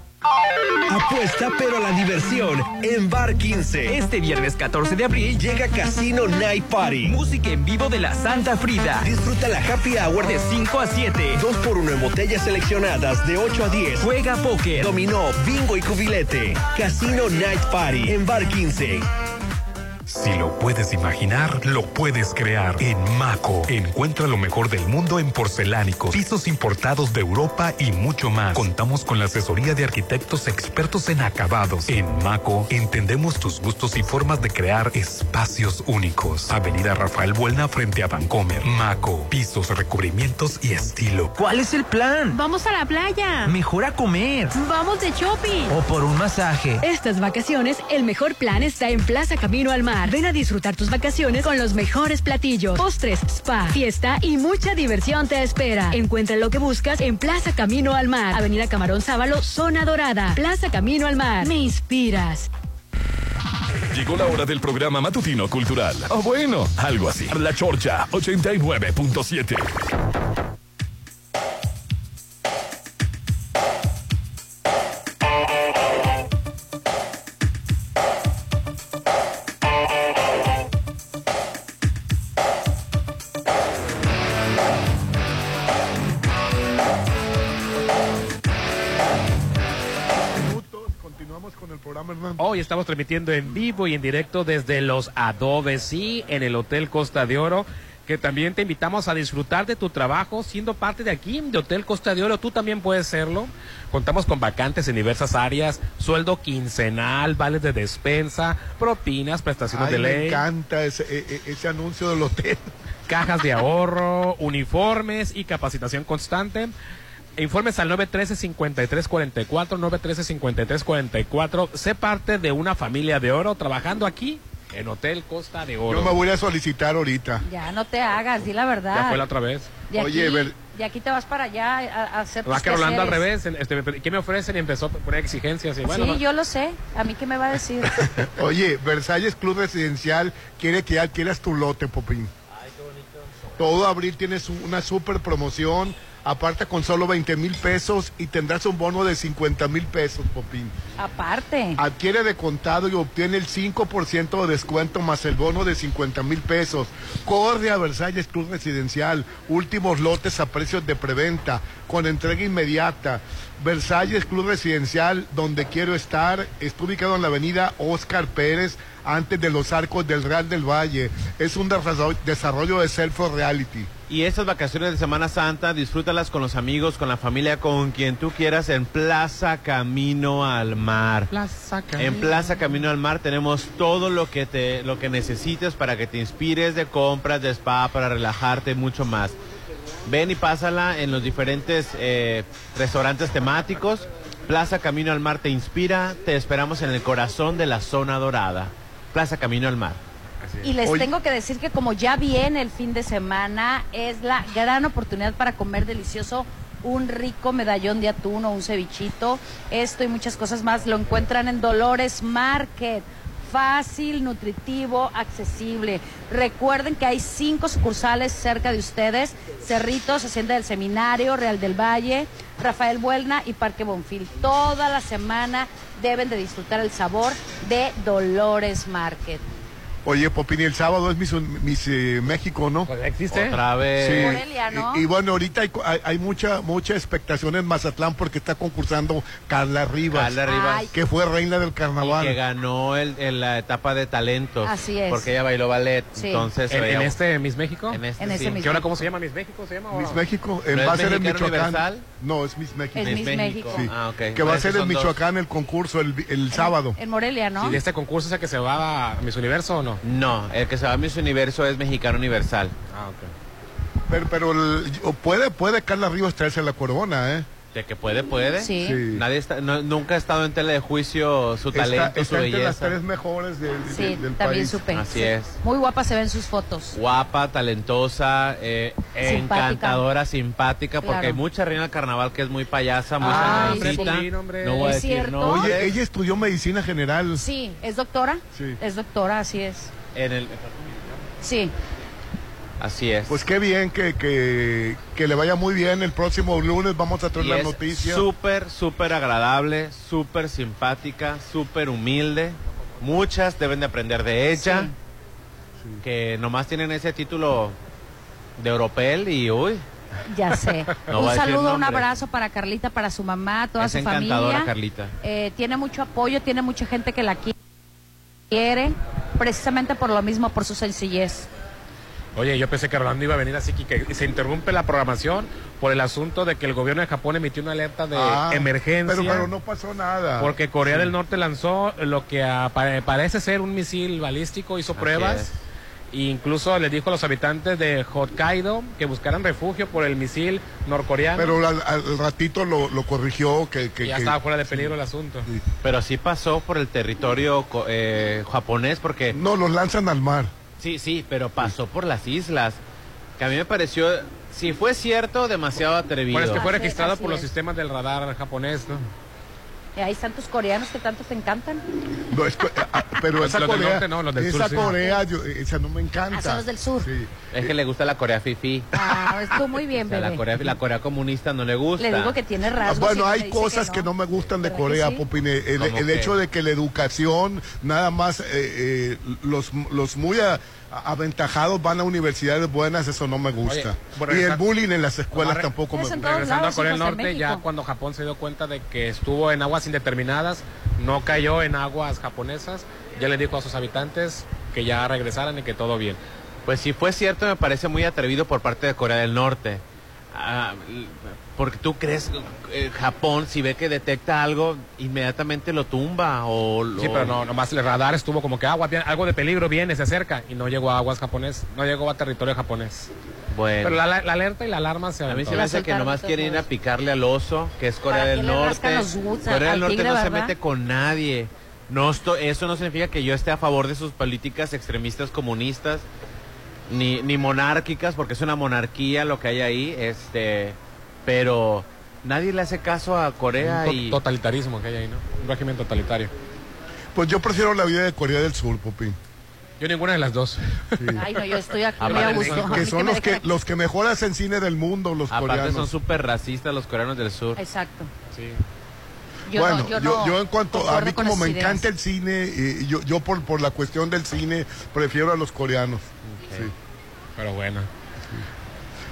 [SPEAKER 10] Apuesta pero a la diversión en Bar 15. Este viernes 14 de abril llega Casino Night Party. Música en vivo de la Santa Frida. Disfruta la happy hour de 5 a 7. 2 por 1 en botellas seleccionadas de 8 a 10. Juega póker, dominó, bingo y cubilete. Casino Night Party en Bar 15.
[SPEAKER 13] Si lo puedes imaginar, lo puedes crear. En Maco, encuentra lo mejor del mundo en porcelánicos, pisos importados de Europa y mucho más. Contamos con la asesoría de arquitectos expertos en acabados. En Maco, entendemos tus gustos y formas de crear espacios únicos. Avenida Rafael Buelna frente a Vancomer. Maco, pisos, recubrimientos y estilo.
[SPEAKER 15] ¿Cuál es el plan?
[SPEAKER 4] Vamos a la playa.
[SPEAKER 15] Mejor a comer.
[SPEAKER 4] Vamos de shopping.
[SPEAKER 15] O por un masaje.
[SPEAKER 4] Estas vacaciones, el mejor plan está en Plaza Camino al Mar. Ven a disfrutar tus vacaciones con los mejores platillos, postres, spa, fiesta y mucha diversión te espera. Encuentra lo que buscas en Plaza Camino al Mar, Avenida Camarón Sábalo, Zona Dorada. Plaza Camino al Mar. Me inspiras.
[SPEAKER 1] Llegó la hora del programa matutino cultural. O bueno, algo así. La Chorcha 89.7.
[SPEAKER 6] Continuamos con el programa, Hernán.
[SPEAKER 7] Hoy estamos transmitiendo en vivo y en directo desde los Adobes, sí, en el Hotel Costa de Oro, que también te invitamos a disfrutar de tu trabajo siendo parte de aquí, de Hotel Costa de Oro. Tú también puedes serlo. Contamos con vacantes en diversas áreas, sueldo quincenal, vales de despensa, propinas, prestaciones
[SPEAKER 6] Ay,
[SPEAKER 7] de ley.
[SPEAKER 6] me encanta ese, e- e- ese anuncio del hotel.
[SPEAKER 7] cajas de ahorro, uniformes y capacitación constante. Informes al 913-5344, 913-5344. Sé parte de una familia de oro trabajando aquí en Hotel Costa de Oro.
[SPEAKER 6] Yo me voy a solicitar ahorita.
[SPEAKER 8] Ya no te hagas, di la verdad.
[SPEAKER 7] Ya fue la otra vez.
[SPEAKER 8] De aquí,
[SPEAKER 7] Oye, ver-
[SPEAKER 8] de aquí te vas para allá a, a hacer tus
[SPEAKER 7] Va Rolando al
[SPEAKER 8] quehaceres.
[SPEAKER 7] revés. en- este, ¿Qué me ofrecen? Y empezó a poner exigencias. Y bueno,
[SPEAKER 8] sí,
[SPEAKER 7] no-
[SPEAKER 8] yo lo sé. ¿A mí qué me va a decir?
[SPEAKER 6] Oye, Versalles Club Residencial quiere que adquieras tu lote, Popín. Todo abril tienes un- una super promoción. Aparta con solo 20 mil pesos y tendrás un bono de 50 mil pesos, Popín.
[SPEAKER 8] Aparte.
[SPEAKER 6] Adquiere de contado y obtiene el 5% de descuento más el bono de 50 mil pesos. Corre a Versalles Club Residencial. Últimos lotes a precios de preventa, con entrega inmediata. Versalles Club Residencial, donde quiero estar, está ubicado en la avenida Oscar Pérez, antes de los arcos del Real del Valle. Es un desarrollo- desarrollo de self-reality.
[SPEAKER 9] Y estas vacaciones de Semana Santa, disfrútalas con los amigos, con la familia, con quien tú quieras en Plaza Camino al Mar.
[SPEAKER 7] Plaza
[SPEAKER 9] En Plaza Camino al Mar tenemos todo lo que te lo que necesites para que te inspires de compras, de spa, para relajarte mucho más. Ven y pásala en los diferentes eh, restaurantes temáticos. Plaza Camino al Mar te inspira. Te esperamos en el corazón de la zona dorada. Plaza Camino al Mar.
[SPEAKER 8] Y les tengo que decir que como ya viene el fin de semana, es la gran oportunidad para comer delicioso un rico medallón de atún o un cevichito. Esto y muchas cosas más lo encuentran en Dolores Market. Fácil, nutritivo, accesible. Recuerden que hay cinco sucursales cerca de ustedes. Cerritos, Hacienda del Seminario, Real del Valle, Rafael Buelna y Parque Bonfil. Toda la semana deben de disfrutar el sabor de Dolores Market.
[SPEAKER 6] Oye, Popini, el sábado es Miss, Miss, eh, México, ¿no?
[SPEAKER 7] ¿Existe?
[SPEAKER 9] Otra vez.
[SPEAKER 6] Sí.
[SPEAKER 8] Morelia, ¿no?
[SPEAKER 6] y, y bueno, ahorita hay, co- hay- hay mucha mucha expectación en Mazatlán porque está concursando Carla Rivas,
[SPEAKER 9] Carla Rivas. Ay.
[SPEAKER 6] que fue reina del carnaval.
[SPEAKER 9] Que ganó el- en la etapa de talentos.
[SPEAKER 8] Así es.
[SPEAKER 9] Porque ella bailó ballet.
[SPEAKER 8] Sí.
[SPEAKER 9] Entonces,
[SPEAKER 7] ¿En- en
[SPEAKER 9] este
[SPEAKER 7] Miss México?
[SPEAKER 9] En este,
[SPEAKER 8] En ese
[SPEAKER 9] sí.
[SPEAKER 8] Miss
[SPEAKER 9] ¿Qué hora
[SPEAKER 8] México.
[SPEAKER 7] ¿Cómo se llama? ¿Miss México se llama? o-
[SPEAKER 8] Oh.
[SPEAKER 6] Miss México,
[SPEAKER 9] ¿No
[SPEAKER 6] en
[SPEAKER 9] es
[SPEAKER 6] va a ser en
[SPEAKER 9] mexicano
[SPEAKER 6] Michoacán.
[SPEAKER 9] universal?
[SPEAKER 6] No, es Miss México.
[SPEAKER 8] Es Miss Miss México. México.
[SPEAKER 6] Sí.
[SPEAKER 9] Ah, ok.
[SPEAKER 6] Que va a
[SPEAKER 9] Esos
[SPEAKER 6] ser en
[SPEAKER 9] son dos.
[SPEAKER 6] Michoacán el concurso el, vi- el sábado.
[SPEAKER 8] En Morelia, ¿no?
[SPEAKER 7] ¿Y de este concurso es el que se va a Miss Universo o no?
[SPEAKER 9] No, el que se va a Miss Universo es Mexicano Universal.
[SPEAKER 7] Ah, ok.
[SPEAKER 6] Pero, pero el- o puede, puede Carla Rivas traerse la corona, ¿eh?
[SPEAKER 9] De que puede, puede.
[SPEAKER 8] Sí. Sí.
[SPEAKER 9] Nadie está, no- nunca ha estado en tela de juicio su
[SPEAKER 6] Está-
[SPEAKER 9] talento,
[SPEAKER 6] está
[SPEAKER 9] su
[SPEAKER 6] entre las
[SPEAKER 9] belleza.
[SPEAKER 6] tres mejores del,
[SPEAKER 8] Sí,
[SPEAKER 6] del- del
[SPEAKER 8] también
[SPEAKER 6] país.
[SPEAKER 8] supe.
[SPEAKER 9] Así
[SPEAKER 8] Sí.
[SPEAKER 9] es.
[SPEAKER 8] Muy guapa se ven sus fotos.
[SPEAKER 9] Guapa, talentosa, eh,
[SPEAKER 8] Simpática.
[SPEAKER 9] encantadora, simpática, porque
[SPEAKER 8] Claro.
[SPEAKER 9] hay mucha reina del carnaval que es muy payasa, muy
[SPEAKER 8] Ay,
[SPEAKER 9] sangroncita.
[SPEAKER 8] sí.
[SPEAKER 9] No voy a
[SPEAKER 8] ¿Es
[SPEAKER 9] decir
[SPEAKER 8] cierto?
[SPEAKER 9] no.
[SPEAKER 6] Oye, ella estudió medicina general.
[SPEAKER 8] Sí, ¿es doctora?
[SPEAKER 6] Sí.
[SPEAKER 8] Es doctora, así es.
[SPEAKER 9] En el,
[SPEAKER 8] Sí.
[SPEAKER 9] así es.
[SPEAKER 6] Pues qué bien que, que, que le vaya muy bien. El próximo lunes vamos a traer
[SPEAKER 9] Y
[SPEAKER 6] la
[SPEAKER 9] es
[SPEAKER 6] noticia.
[SPEAKER 9] Súper, súper agradable, súper simpática, súper humilde. Muchas deben de aprender de ella. Que nomás tienen ese título de Europel y uy.
[SPEAKER 8] Ya sé.
[SPEAKER 9] No va
[SPEAKER 8] un
[SPEAKER 9] a decir
[SPEAKER 8] saludo, un
[SPEAKER 9] nombre.
[SPEAKER 8] abrazo para Carlita, para su mamá, toda
[SPEAKER 9] es
[SPEAKER 8] su
[SPEAKER 9] encantadora,
[SPEAKER 8] familia.
[SPEAKER 9] Carlita.
[SPEAKER 8] Eh, tiene mucho apoyo, tiene mucha gente que la qui- quiere, precisamente por lo mismo, por su sencillez.
[SPEAKER 7] Oye, yo pensé que Rolando iba a venir así que se interrumpe la programación por el asunto de que el gobierno de Japón emitió una alerta
[SPEAKER 9] eh,
[SPEAKER 7] de
[SPEAKER 6] Ah,
[SPEAKER 7] emergencia.
[SPEAKER 6] Pero, pero no pasó nada.
[SPEAKER 7] Porque Corea
[SPEAKER 6] Sí.
[SPEAKER 7] del Norte lanzó lo que apa- parece ser un misil balístico, hizo pruebas.
[SPEAKER 9] es.
[SPEAKER 7] e incluso le dijo a los habitantes de Hokkaido que buscaran refugio por el misil norcoreano.
[SPEAKER 6] Pero al, al ratito lo, lo corrigió que, que-
[SPEAKER 7] ya
[SPEAKER 6] que-
[SPEAKER 7] estaba fuera de peligro el asunto.
[SPEAKER 9] Pero sí pasó por el territorio co- eh, japonés porque...
[SPEAKER 6] No, los lanzan al mar.
[SPEAKER 9] Sí, sí, pero pasó por las islas. Que a mí me pareció, si fue cierto, demasiado atrevido.
[SPEAKER 7] Bueno, Pues es que fue
[SPEAKER 8] Así-
[SPEAKER 7] registrado
[SPEAKER 8] así
[SPEAKER 7] por los
[SPEAKER 8] es.
[SPEAKER 7] sistemas del radar japonés, ¿no?
[SPEAKER 8] Eh, ahí están tus coreanos que tanto te encantan.
[SPEAKER 6] No, es que- ah, pero
[SPEAKER 7] Los
[SPEAKER 6] esa
[SPEAKER 7] del
[SPEAKER 6] Corea,
[SPEAKER 7] norte, no, los del
[SPEAKER 6] esa
[SPEAKER 7] sur, sí.
[SPEAKER 6] Corea, yo- esa no
[SPEAKER 8] Ah,
[SPEAKER 6] me
[SPEAKER 8] son
[SPEAKER 6] encanta.
[SPEAKER 8] los del sur.
[SPEAKER 6] Sí.
[SPEAKER 9] Es que le gusta la Corea fifi.
[SPEAKER 8] Ah, estuvo muy bien,
[SPEAKER 9] O sea, la
[SPEAKER 8] bebé.
[SPEAKER 9] Corea, la Corea comunista no le gusta.
[SPEAKER 8] Le digo que tiene rasgos.
[SPEAKER 6] Ah, bueno,
[SPEAKER 8] y me
[SPEAKER 6] hay
[SPEAKER 8] dice
[SPEAKER 6] cosas que no. me gustan de
[SPEAKER 8] ¿Verdad que
[SPEAKER 6] Corea,
[SPEAKER 8] sí?
[SPEAKER 6] Popine. El,
[SPEAKER 9] ¿Cómo
[SPEAKER 6] el
[SPEAKER 9] qué?
[SPEAKER 6] hecho de que la educación, nada más eh, eh, los, los muy a- aventajados van a universidades buenas, eso no me gusta.
[SPEAKER 7] Oye, bueno,
[SPEAKER 6] y el
[SPEAKER 7] está-
[SPEAKER 6] bullying en las escuelas
[SPEAKER 7] Ahora-
[SPEAKER 6] tampoco me
[SPEAKER 8] Eso en
[SPEAKER 6] gusta.
[SPEAKER 8] todos
[SPEAKER 7] Regresando
[SPEAKER 8] lados,
[SPEAKER 7] a Corea del
[SPEAKER 8] hijos de
[SPEAKER 7] Norte, ya
[SPEAKER 8] México.
[SPEAKER 7] cuando Japón se dio cuenta de que estuvo en aguas indeterminadas, no cayó en aguas japonesas, ya le dijo a sus habitantes que ya regresaran y que todo bien.
[SPEAKER 9] Pues si fue cierto, me parece muy atrevido por parte de Corea del Norte. Ah, porque tú crees, eh, Japón, si ve que detecta algo, inmediatamente lo tumba o lo...
[SPEAKER 7] Sí, pero no, nomás el radar estuvo como que "Ah, agua, viene- algo de peligro viene, se acerca y no llegó a aguas japonés, no llegó a territorio japonés.
[SPEAKER 9] Bueno.
[SPEAKER 7] Pero la, la- la alerta y la alarma se
[SPEAKER 9] A mí se
[SPEAKER 7] aventó.
[SPEAKER 9] me hace que nomás quieren ir a picarle al oso, que es Corea
[SPEAKER 7] ¿Para
[SPEAKER 9] del
[SPEAKER 7] qué le
[SPEAKER 9] Norte.
[SPEAKER 7] rascan los guts a-
[SPEAKER 9] Corea
[SPEAKER 7] al
[SPEAKER 9] del Norte
[SPEAKER 7] tigre,
[SPEAKER 9] no se
[SPEAKER 7] verdad?
[SPEAKER 9] mete con nadie. No estoy, eso no significa que yo esté a favor de sus políticas extremistas comunistas ni, ni monárquicas, porque es una monarquía lo que hay ahí, este, pero nadie le hace caso a Corea
[SPEAKER 7] Un to-
[SPEAKER 9] y
[SPEAKER 7] totalitarismo que hay ahí, ¿no? Un régimen totalitario.
[SPEAKER 6] Pues yo prefiero la vida de Corea del Sur, Popín.
[SPEAKER 7] Yo ninguna de las dos.
[SPEAKER 8] Ay, no, yo estoy aquí.
[SPEAKER 9] Aparte,
[SPEAKER 8] a gusto. A mí
[SPEAKER 6] Que son
[SPEAKER 8] me
[SPEAKER 6] los que,
[SPEAKER 8] dejen-
[SPEAKER 6] los que mejor hacen cine del mundo, los
[SPEAKER 9] aparte
[SPEAKER 6] coreanos.
[SPEAKER 9] son súper racistas los coreanos del sur.
[SPEAKER 8] Exacto.
[SPEAKER 7] Sí.
[SPEAKER 8] Yo
[SPEAKER 6] bueno,
[SPEAKER 8] no- yo
[SPEAKER 6] yo,
[SPEAKER 8] no
[SPEAKER 6] yo en cuanto a
[SPEAKER 8] concuerdo
[SPEAKER 6] mí
[SPEAKER 8] con
[SPEAKER 6] como
[SPEAKER 8] esas
[SPEAKER 6] me
[SPEAKER 8] ideas.
[SPEAKER 6] encanta el cine, eh, yo, yo por, por la cuestión del cine prefiero a los coreanos. Sí.
[SPEAKER 7] Pero bueno.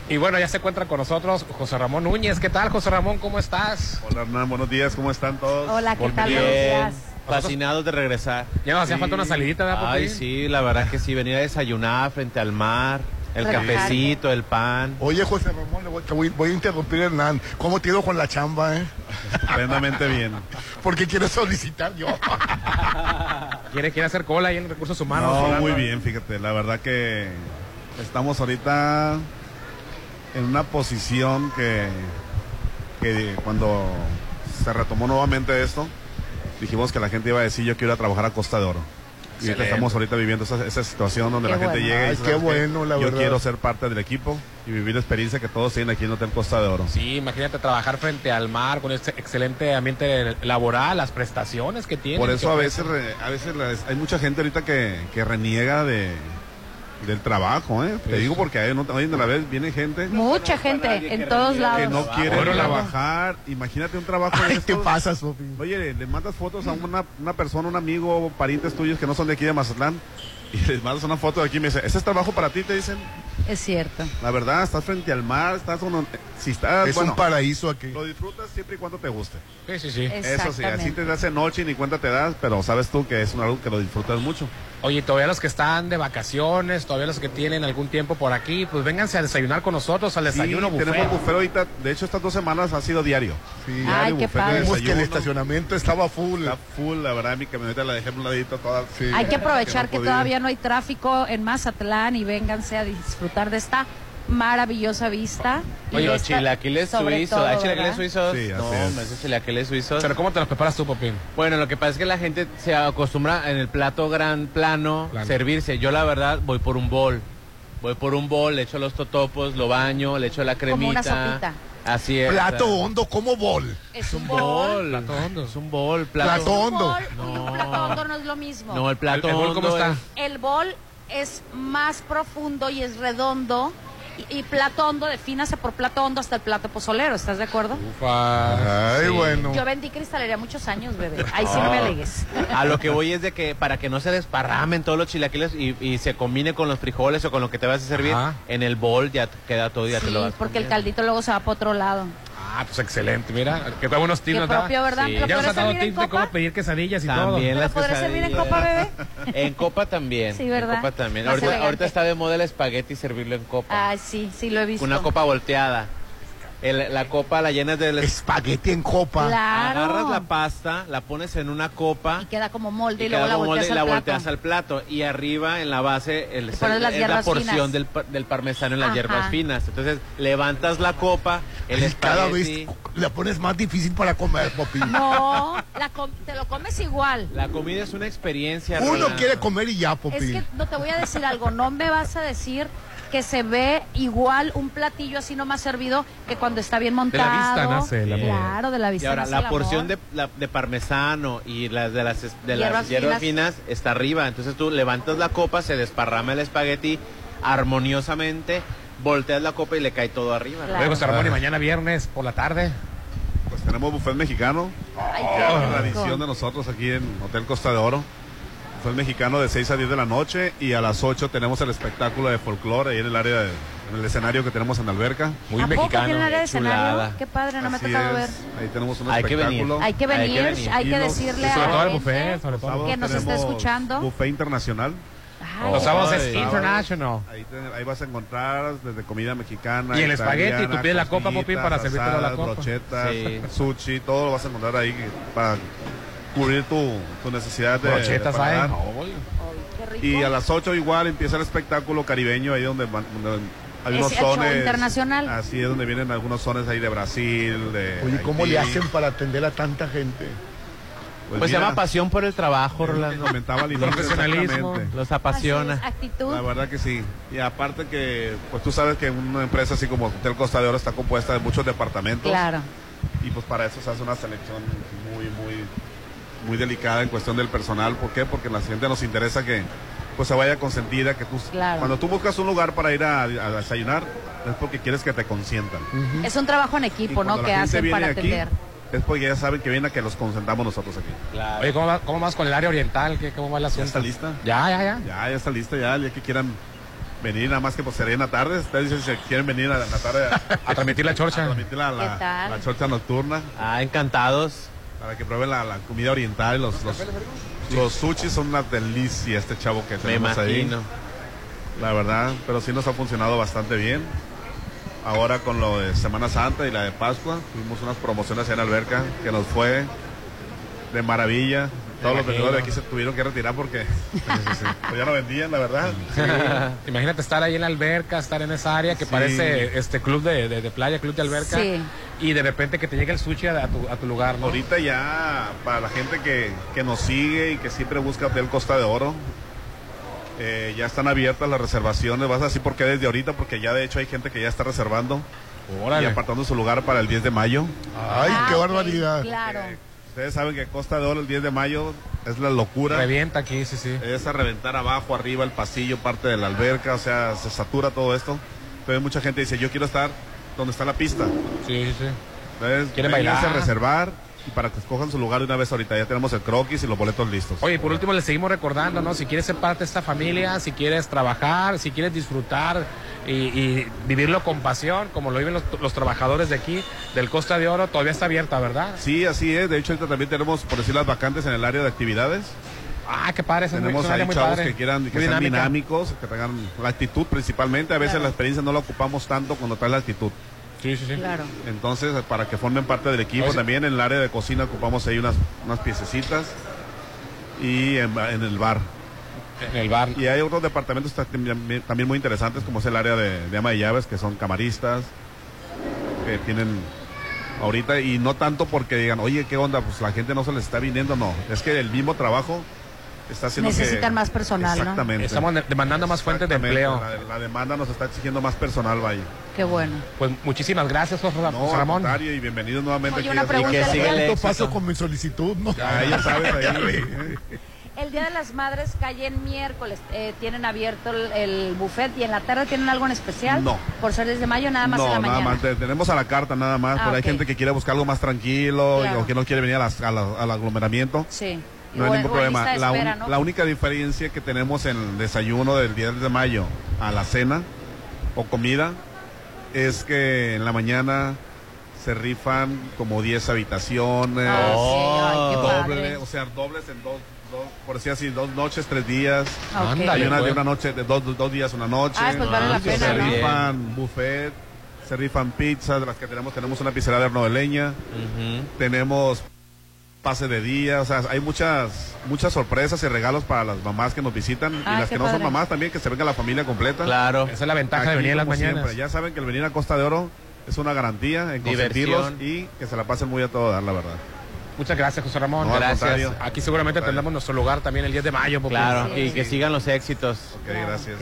[SPEAKER 7] Y bueno, ya se encuentra con nosotros José Ramón Núñez. ¿Qué tal, José Ramón? ¿Cómo estás?
[SPEAKER 16] Hola Hernán, buenos días, ¿cómo están todos?
[SPEAKER 8] Hola, ¿qué tal?
[SPEAKER 9] Bien,
[SPEAKER 8] Buenos días.
[SPEAKER 9] Fascinados de regresar.
[SPEAKER 7] Ya nos hacía falta una salidita, ¿verdad, Popín?
[SPEAKER 9] Ay, sí, la verdad que sí, venir a desayunar frente al mar, el
[SPEAKER 6] Relajarte.
[SPEAKER 9] cafecito, el pan.
[SPEAKER 6] Oye, José Ramón, le voy- te voy, voy a interrumpir, Hernán. ¿Cómo te ha ido con la chamba, eh?
[SPEAKER 16] Estupendamente bien.
[SPEAKER 6] Porque quieres solicitar yo.
[SPEAKER 7] ¿Quiere, quiere hacer cola ahí en recursos humanos?
[SPEAKER 16] No,
[SPEAKER 7] Fernando?
[SPEAKER 16] muy bien, fíjate, la verdad que estamos ahorita en una posición que, que cuando se retomó nuevamente esto, dijimos que la gente iba a decir yo quiero ir a trabajar a Costa de Oro. Y ahorita
[SPEAKER 6] Excelente.
[SPEAKER 16] estamos ahorita viviendo esa, esa situación donde
[SPEAKER 6] Qué
[SPEAKER 16] la gente
[SPEAKER 6] bueno.
[SPEAKER 16] llega y
[SPEAKER 6] Ay,
[SPEAKER 16] dice,
[SPEAKER 6] qué
[SPEAKER 16] "¿Sabes
[SPEAKER 6] bueno, la
[SPEAKER 16] yo
[SPEAKER 6] verdad".
[SPEAKER 16] quiero ser parte del equipo y vivir la experiencia que todos tienen aquí en Hotel Costa de Oro.
[SPEAKER 7] Sí, imagínate trabajar frente al mar con este excelente ambiente laboral, las prestaciones que tiene.
[SPEAKER 16] Por eso a veces, re- a veces las- hay mucha gente ahorita que, que reniega de, del trabajo, ¿eh? Te digo porque ahí, no, ahí de la vez viene gente
[SPEAKER 8] Mucha gente en todos
[SPEAKER 16] que
[SPEAKER 8] lados.
[SPEAKER 16] no quiere trabajar. Imagínate un trabajo de estos.
[SPEAKER 6] pasas,
[SPEAKER 16] Oye, le, le mandas fotos a una, una persona, un amigo, parientes tuyos que no son de aquí de Mazatlán y les mandas una foto de aquí y me dice, ¿ese es trabajo para ti? Te dicen,
[SPEAKER 8] Es cierto.
[SPEAKER 16] la verdad, estás frente al mar, estás... uno- si estás
[SPEAKER 6] Es
[SPEAKER 16] bueno,
[SPEAKER 6] un paraíso aquí.
[SPEAKER 16] Lo disfrutas siempre y cuando te guste.
[SPEAKER 7] Sí, sí, sí.
[SPEAKER 16] Eso sí, así te das de noche y ni cuenta te das, pero sabes tú que es un algo que lo disfrutas mucho.
[SPEAKER 7] Oye, todavía los que están de vacaciones, todavía los que tienen algún tiempo por aquí, pues vénganse a desayunar con nosotros, al
[SPEAKER 16] Sí,
[SPEAKER 7] desayuno buffet.
[SPEAKER 16] tenemos buffet ahorita. De hecho, estas dos semanas ha sido diario.
[SPEAKER 7] Ay, qué padre.
[SPEAKER 16] de
[SPEAKER 7] Vimos que el
[SPEAKER 16] desayuno.
[SPEAKER 6] estacionamiento estaba full.
[SPEAKER 16] Está full, la verdad, mi camioneta la dejé en un ladito toda.
[SPEAKER 6] Eh,
[SPEAKER 8] Hay que aprovechar que,
[SPEAKER 16] no podía.
[SPEAKER 8] todavía no hay tráfico en Mazatlán y vénganse a disfrutar de esta maravillosa vista.
[SPEAKER 9] Y
[SPEAKER 8] Y
[SPEAKER 9] los
[SPEAKER 8] esta-
[SPEAKER 9] chilaquiles
[SPEAKER 8] sobre
[SPEAKER 9] suizos.
[SPEAKER 8] todo,
[SPEAKER 9] ¿Hay chilaquiles
[SPEAKER 8] ¿verdad?
[SPEAKER 9] suizos?
[SPEAKER 16] Sí, así
[SPEAKER 9] no,
[SPEAKER 16] es.
[SPEAKER 9] hombre, esos chilaquiles suizos.
[SPEAKER 7] Pero ¿cómo te los preparas tú, Popín?
[SPEAKER 9] Bueno, lo que pasa es que la gente se acostumbra en el plato gran plano,
[SPEAKER 7] Plano.
[SPEAKER 9] servirse. Yo, la verdad, voy por un bol. Voy por un bol, le echo los totopos, lo baño, le echo la cremita.
[SPEAKER 8] Como una sopita.
[SPEAKER 9] Así es.
[SPEAKER 6] Plato hondo, ¿cómo bol?
[SPEAKER 8] Es un bol.
[SPEAKER 9] Bol. Plato hondo. Es un bol.
[SPEAKER 6] Plato
[SPEAKER 9] Plato
[SPEAKER 8] Un
[SPEAKER 6] hondo.
[SPEAKER 8] bol y un plato hondo no es lo mismo.
[SPEAKER 9] No, el plato
[SPEAKER 7] ¿El- el bol
[SPEAKER 9] hondo
[SPEAKER 7] cómo está?
[SPEAKER 9] es-
[SPEAKER 8] El bol es más profundo y es redondo. Y, y plato hondo, defínase por plato hondo hasta el plato pozolero, ¿estás de acuerdo?
[SPEAKER 6] Ay,
[SPEAKER 9] Sí.
[SPEAKER 6] bueno.
[SPEAKER 8] Yo vendí cristalería muchos años, bebé. Ahí sí no me
[SPEAKER 9] Ah.
[SPEAKER 8] alegues.
[SPEAKER 9] A lo que voy es de que para que no se desparramen todos los chilaquiles y, y se combine con los frijoles o con lo que te vas a servir, en el bol ya queda todo y ya te
[SPEAKER 8] Sí,
[SPEAKER 9] lo vas.
[SPEAKER 8] porque el caldito luego se va para otro lado.
[SPEAKER 7] Ah, pues excelente, mira, qué buenos tips
[SPEAKER 8] Qué
[SPEAKER 7] nos da.
[SPEAKER 8] propio, ¿verdad? ¿Lo
[SPEAKER 7] Ya nos
[SPEAKER 8] podrás
[SPEAKER 7] ha dado
[SPEAKER 8] servir en
[SPEAKER 7] tips de
[SPEAKER 8] copa?
[SPEAKER 7] cómo pedir quesadillas y todo.
[SPEAKER 9] También las
[SPEAKER 8] podré servir en copa,
[SPEAKER 9] quesadillas. En copa también.
[SPEAKER 8] Sí, ¿verdad?
[SPEAKER 9] En copa también.
[SPEAKER 8] Más
[SPEAKER 9] Ahorita,
[SPEAKER 8] elegante.
[SPEAKER 9] ahorita está de moda el espagueti y servirlo en copa.
[SPEAKER 8] Ah, sí, sí lo he visto.
[SPEAKER 9] Una copa volteada. El- la copa la llenas del
[SPEAKER 6] espagueti en copa.
[SPEAKER 8] Claro.
[SPEAKER 9] Agarras la pasta, la pones en una copa.
[SPEAKER 8] Queda como molde y,
[SPEAKER 9] y
[SPEAKER 8] luego
[SPEAKER 9] queda
[SPEAKER 8] la
[SPEAKER 9] como molde
[SPEAKER 8] volteas
[SPEAKER 9] y
[SPEAKER 8] al
[SPEAKER 9] la
[SPEAKER 8] plato.
[SPEAKER 9] volteas al plato. Y arriba en la base el,
[SPEAKER 8] pones
[SPEAKER 9] es
[SPEAKER 8] las
[SPEAKER 9] la
[SPEAKER 8] hierbas
[SPEAKER 9] porción
[SPEAKER 8] finas.
[SPEAKER 9] del, par- del parmesano en las
[SPEAKER 8] Ajá.
[SPEAKER 9] hierbas finas. Entonces levantas la copa, el
[SPEAKER 6] Y cada
[SPEAKER 9] espagueti.
[SPEAKER 6] vez la pones más difícil para comer, Popín.
[SPEAKER 8] No, la com- te lo comes igual.
[SPEAKER 9] La comida es una experiencia.
[SPEAKER 6] Uno
[SPEAKER 9] Roland.
[SPEAKER 6] quiere comer y ya, Popín.
[SPEAKER 8] Es que no te voy a decir algo, no me vas a decir que se ve igual un platillo así no más servido que cuando está bien montado.
[SPEAKER 9] nace el amor.
[SPEAKER 8] Claro, de la
[SPEAKER 9] Y
[SPEAKER 8] vista.
[SPEAKER 9] ahora
[SPEAKER 8] nace
[SPEAKER 9] la
[SPEAKER 8] el
[SPEAKER 9] porción
[SPEAKER 8] amor.
[SPEAKER 9] de, la- de parmesano y las de las es- de
[SPEAKER 8] Hierbas
[SPEAKER 9] las hierbas
[SPEAKER 8] finas.
[SPEAKER 9] finas está arriba. Entonces tú levantas la copa, se desparrama el espagueti armoniosamente, volteas la copa y le cae todo arriba.
[SPEAKER 7] Claro. Luego se armona y mañana viernes por la tarde.
[SPEAKER 16] Pues tenemos buffet mexicano.
[SPEAKER 8] qué
[SPEAKER 17] Ah.
[SPEAKER 16] Ya es
[SPEAKER 8] rico.
[SPEAKER 16] tradición de nosotros aquí en Hotel Costa de Oro. Buffet mexicano de 6 a 10 de la noche y a las 8 tenemos el espectáculo de folclore ahí en el área, de- en el escenario que tenemos en la alberca.
[SPEAKER 7] Muy
[SPEAKER 8] ¿A poco tiene área de escenario? Qué padre, no me ha
[SPEAKER 16] Así
[SPEAKER 8] tocado ver.
[SPEAKER 16] es. Ahí tenemos un
[SPEAKER 9] Hay que
[SPEAKER 16] espectáculo.
[SPEAKER 8] venir. Hay que venir, hay que
[SPEAKER 16] Y los-
[SPEAKER 8] decirle Y sobre a la todo el gente buffet, sobre todo. que nos está
[SPEAKER 16] tenemos
[SPEAKER 8] escuchando.
[SPEAKER 16] Buffet Oh, internacional. Oh,
[SPEAKER 7] Ay. Los sábados es international.
[SPEAKER 16] Ahí, te- ahí vas a encontrar desde comida mexicana.
[SPEAKER 7] Y el espagueti,
[SPEAKER 16] italiana,
[SPEAKER 7] tú pides la copa, Popín, para
[SPEAKER 16] costillitas,
[SPEAKER 7] servírtelo a la
[SPEAKER 16] asadas,
[SPEAKER 7] copa.
[SPEAKER 16] brochetas,
[SPEAKER 7] Sí.
[SPEAKER 16] sushi, todo lo vas a encontrar ahí para cubrir tu, tu necesidad de.
[SPEAKER 7] Brochetas,
[SPEAKER 16] de paladar.
[SPEAKER 7] ¿saben?
[SPEAKER 16] Y a las 8 igual empieza el espectáculo caribeño, ahí donde, van- donde hay
[SPEAKER 8] Es
[SPEAKER 16] unos
[SPEAKER 8] el show
[SPEAKER 16] sones.
[SPEAKER 8] internacional.
[SPEAKER 16] Así es donde vienen algunos sones ahí de Brasil, de.
[SPEAKER 6] Oye, ¿cómo
[SPEAKER 16] Haití.
[SPEAKER 6] le hacen para atender a tanta gente?
[SPEAKER 9] Pues, se llama pasión por el trabajo, Rolando.
[SPEAKER 16] comentaba al inicio,
[SPEAKER 9] Profesionalismo.
[SPEAKER 16] exactamente.
[SPEAKER 9] Los apasiona.
[SPEAKER 8] Actitud.
[SPEAKER 16] La verdad que sí. Y aparte que, pues tú sabes que una empresa así como Hotel Costa de Oro está compuesta de muchos departamentos.
[SPEAKER 8] Claro.
[SPEAKER 16] Y pues para eso se hace una selección muy, muy, muy delicada en cuestión del personal. ¿Por qué? Porque a la gente nos interesa que pues se vaya consentida, que tú...
[SPEAKER 8] Claro.
[SPEAKER 16] Cuando tú buscas un lugar para ir a, a desayunar, es porque quieres que te consientan.
[SPEAKER 8] Es un trabajo en equipo, ¿no?
[SPEAKER 16] Cuando la
[SPEAKER 8] Que
[SPEAKER 16] gente
[SPEAKER 8] hacen
[SPEAKER 16] viene
[SPEAKER 8] para
[SPEAKER 16] aquí,
[SPEAKER 8] atender.
[SPEAKER 16] Es porque ya saben que viene a que los consentamos nosotros aquí.
[SPEAKER 7] Oye, ¿cómo, va- cómo vas con el área oriental? ¿Qué, ¿Cómo va el asunto?
[SPEAKER 16] ¿Está lista?
[SPEAKER 7] Ya, ya, ya.
[SPEAKER 16] Ya, ya está lista, ya, el día que quieran venir, nada más que pues sería en la tarde. Ustedes dicen si quieren venir a la tarde a,
[SPEAKER 7] transmitir la chorcha.
[SPEAKER 16] A transmitir la, la-
[SPEAKER 7] ¿Qué tal?
[SPEAKER 16] la chorcha nocturna.
[SPEAKER 9] Ah, encantados.
[SPEAKER 16] Para que prueben la, la comida oriental, los, los, los sushis son una delicia este chavo que tenemos
[SPEAKER 9] imagino.
[SPEAKER 16] ahí. La verdad, pero sí nos ha funcionado bastante bien. Ahora con lo de Semana Santa y la de Pascua, tuvimos unas promociones en Alberca que nos fue de maravilla. Todos los
[SPEAKER 7] imagino.
[SPEAKER 16] vendedores de aquí se tuvieron que retirar porque pues ya no vendían, la verdad.
[SPEAKER 7] Sí. Imagínate estar ahí en la alberca, estar en esa área que
[SPEAKER 16] Sí.
[SPEAKER 7] parece este club de, de- de playa, club de alberca.
[SPEAKER 16] Sí.
[SPEAKER 7] Y de repente que te llegue el sushi a, a tu, a tu lugar, ¿no?
[SPEAKER 16] Ahorita ya, para la gente que, que nos sigue y que siempre busca Hotel Costa de Oro, eh, ya están abiertas las reservaciones. Vas a decir por qué desde ahorita, porque ya de hecho hay gente que ya está reservando
[SPEAKER 7] Órale.
[SPEAKER 16] y apartando su lugar para el 10 de mayo.
[SPEAKER 6] Ay, qué barbaridad.
[SPEAKER 8] Ah, Claro.
[SPEAKER 16] Ustedes saben que Costa de Oro el 10 de mayo es la locura.
[SPEAKER 7] Revienta aquí, sí, sí.
[SPEAKER 16] Es a reventar abajo, arriba, el pasillo, parte de la alberca, o sea, se satura todo esto. Entonces mucha gente dice, yo quiero estar donde está la pista.
[SPEAKER 7] Sí, sí.
[SPEAKER 16] Entonces,
[SPEAKER 7] Quieren
[SPEAKER 16] vénganse
[SPEAKER 7] bailar.
[SPEAKER 16] a reservar y para que escojan su lugar de una vez ahorita. Ya tenemos el croquis y los boletos listos.
[SPEAKER 7] Oye, por último le seguimos recordando, ¿no? Si quieres ser parte de esta familia, si quieres trabajar, si quieres disfrutar y, y vivirlo con pasión, como lo viven los, los trabajadores de aquí, del Costa de Oro, todavía está abierta, ¿verdad?
[SPEAKER 16] Sí, así es. De hecho, ahorita también tenemos, por decir, las vacantes en el área de actividades.
[SPEAKER 7] Ah, qué padre, esa es muy-
[SPEAKER 16] Tenemos
[SPEAKER 7] es una
[SPEAKER 16] ahí
[SPEAKER 7] área muy
[SPEAKER 16] chavos
[SPEAKER 7] padre.
[SPEAKER 16] que quieran que
[SPEAKER 7] Muy
[SPEAKER 16] sean
[SPEAKER 7] dinámica.
[SPEAKER 16] dinámicos, que tengan la actitud principalmente. A veces
[SPEAKER 7] Claro.
[SPEAKER 16] la experiencia no la ocupamos tanto cuando trae la actitud.
[SPEAKER 7] Sí, sí, sí. Claro.
[SPEAKER 16] Entonces, para que formen parte del equipo,
[SPEAKER 7] Oye, sí.
[SPEAKER 16] también en el área de cocina ocupamos ahí unas, unas piececitas y en, en el bar.
[SPEAKER 7] En el bar.
[SPEAKER 16] Y hay otros departamentos ta- también también muy interesantes, como es el área de, de ama de llaves, que son camaristas, que tienen ahorita, y no tanto porque digan, oye, ¿qué onda? Pues la gente no se les está viniendo, no. Es que el mismo trabajo está haciendo que-
[SPEAKER 8] Necesitan más personal, ¿no?
[SPEAKER 16] Exactamente.
[SPEAKER 7] Estamos de- demandando más fuentes de
[SPEAKER 16] Exactamente.
[SPEAKER 7] empleo.
[SPEAKER 16] La, la demanda nos está exigiendo más personal, vaya.
[SPEAKER 8] Qué bueno.
[SPEAKER 7] Pues muchísimas gracias, José Ra- José
[SPEAKER 16] al
[SPEAKER 7] Ramón.
[SPEAKER 16] contrario, y bienvenidos nuevamente.
[SPEAKER 8] Oye,
[SPEAKER 16] aquí
[SPEAKER 8] una
[SPEAKER 16] a-
[SPEAKER 8] pregunta, Y que siga el
[SPEAKER 6] ¿Cuánto paso con mi solicitud? No.
[SPEAKER 16] Ya, Ah, ya sabes, ahí.
[SPEAKER 8] El Día de las Madres cae en miércoles. Eh, tienen abierto el, el buffet y en la tarde tienen algo en especial.
[SPEAKER 16] No.
[SPEAKER 8] Por ser desde mayo, nada más en la
[SPEAKER 16] No, nada
[SPEAKER 8] mañana.
[SPEAKER 16] más, te- tenemos a la carta nada más,
[SPEAKER 8] Ah,
[SPEAKER 16] pero hay
[SPEAKER 8] ok.
[SPEAKER 16] gente que quiere buscar algo más tranquilo y-
[SPEAKER 8] Claro.
[SPEAKER 16] o que no quiere venir a las- a la- al aglomeramiento.
[SPEAKER 8] Sí.
[SPEAKER 16] No
[SPEAKER 8] O-
[SPEAKER 16] hay
[SPEAKER 8] o
[SPEAKER 16] ningún
[SPEAKER 8] en lista
[SPEAKER 16] problema.
[SPEAKER 8] de
[SPEAKER 16] La, un-
[SPEAKER 8] espera, ¿no?
[SPEAKER 16] la única diferencia que tenemos en el desayuno del 10 de mayo a la cena o comida es que en la mañana se rifan como 10 habitaciones,
[SPEAKER 3] Ah, sí, ay,
[SPEAKER 17] Oh.
[SPEAKER 3] qué padre.
[SPEAKER 16] doble, o sea, dobles en dos, dos, por decir así, dos noches, tres días.
[SPEAKER 3] Ah, ok.
[SPEAKER 16] Hay una de
[SPEAKER 3] Ándale,
[SPEAKER 16] una noche, de dos, dos días, una noche.
[SPEAKER 3] Ah, pues vale la
[SPEAKER 16] Se
[SPEAKER 3] pena, ¿no?
[SPEAKER 16] rifan buffet, se rifan pizzas, de las que tenemos, tenemos una pizzería de noveleña, tenemos pase de día, o sea, hay muchas muchas sorpresas y regalos para las mamás que nos visitan
[SPEAKER 3] Ah,
[SPEAKER 7] Ay,
[SPEAKER 16] y las
[SPEAKER 7] qué
[SPEAKER 16] que no son
[SPEAKER 7] padre.
[SPEAKER 16] mamás también, que se venga la familia completa.
[SPEAKER 9] Claro.
[SPEAKER 7] Esa es la ventaja de
[SPEAKER 16] Aquí,
[SPEAKER 7] venir en las
[SPEAKER 16] como
[SPEAKER 7] mañanas.
[SPEAKER 16] siempre, ya saben que el venir a Costa de Oro es una garantía en consentirlos
[SPEAKER 7] Diversión.
[SPEAKER 16] y que se la pasen muy a todo dar, la verdad.
[SPEAKER 7] Muchas gracias, José Ramón.
[SPEAKER 16] No, al contrario.
[SPEAKER 7] Aquí seguramente tendremos nuestro lugar también el 10 de mayo. Popín.
[SPEAKER 9] Claro, y que sigan los éxitos.
[SPEAKER 16] Ok, gracias.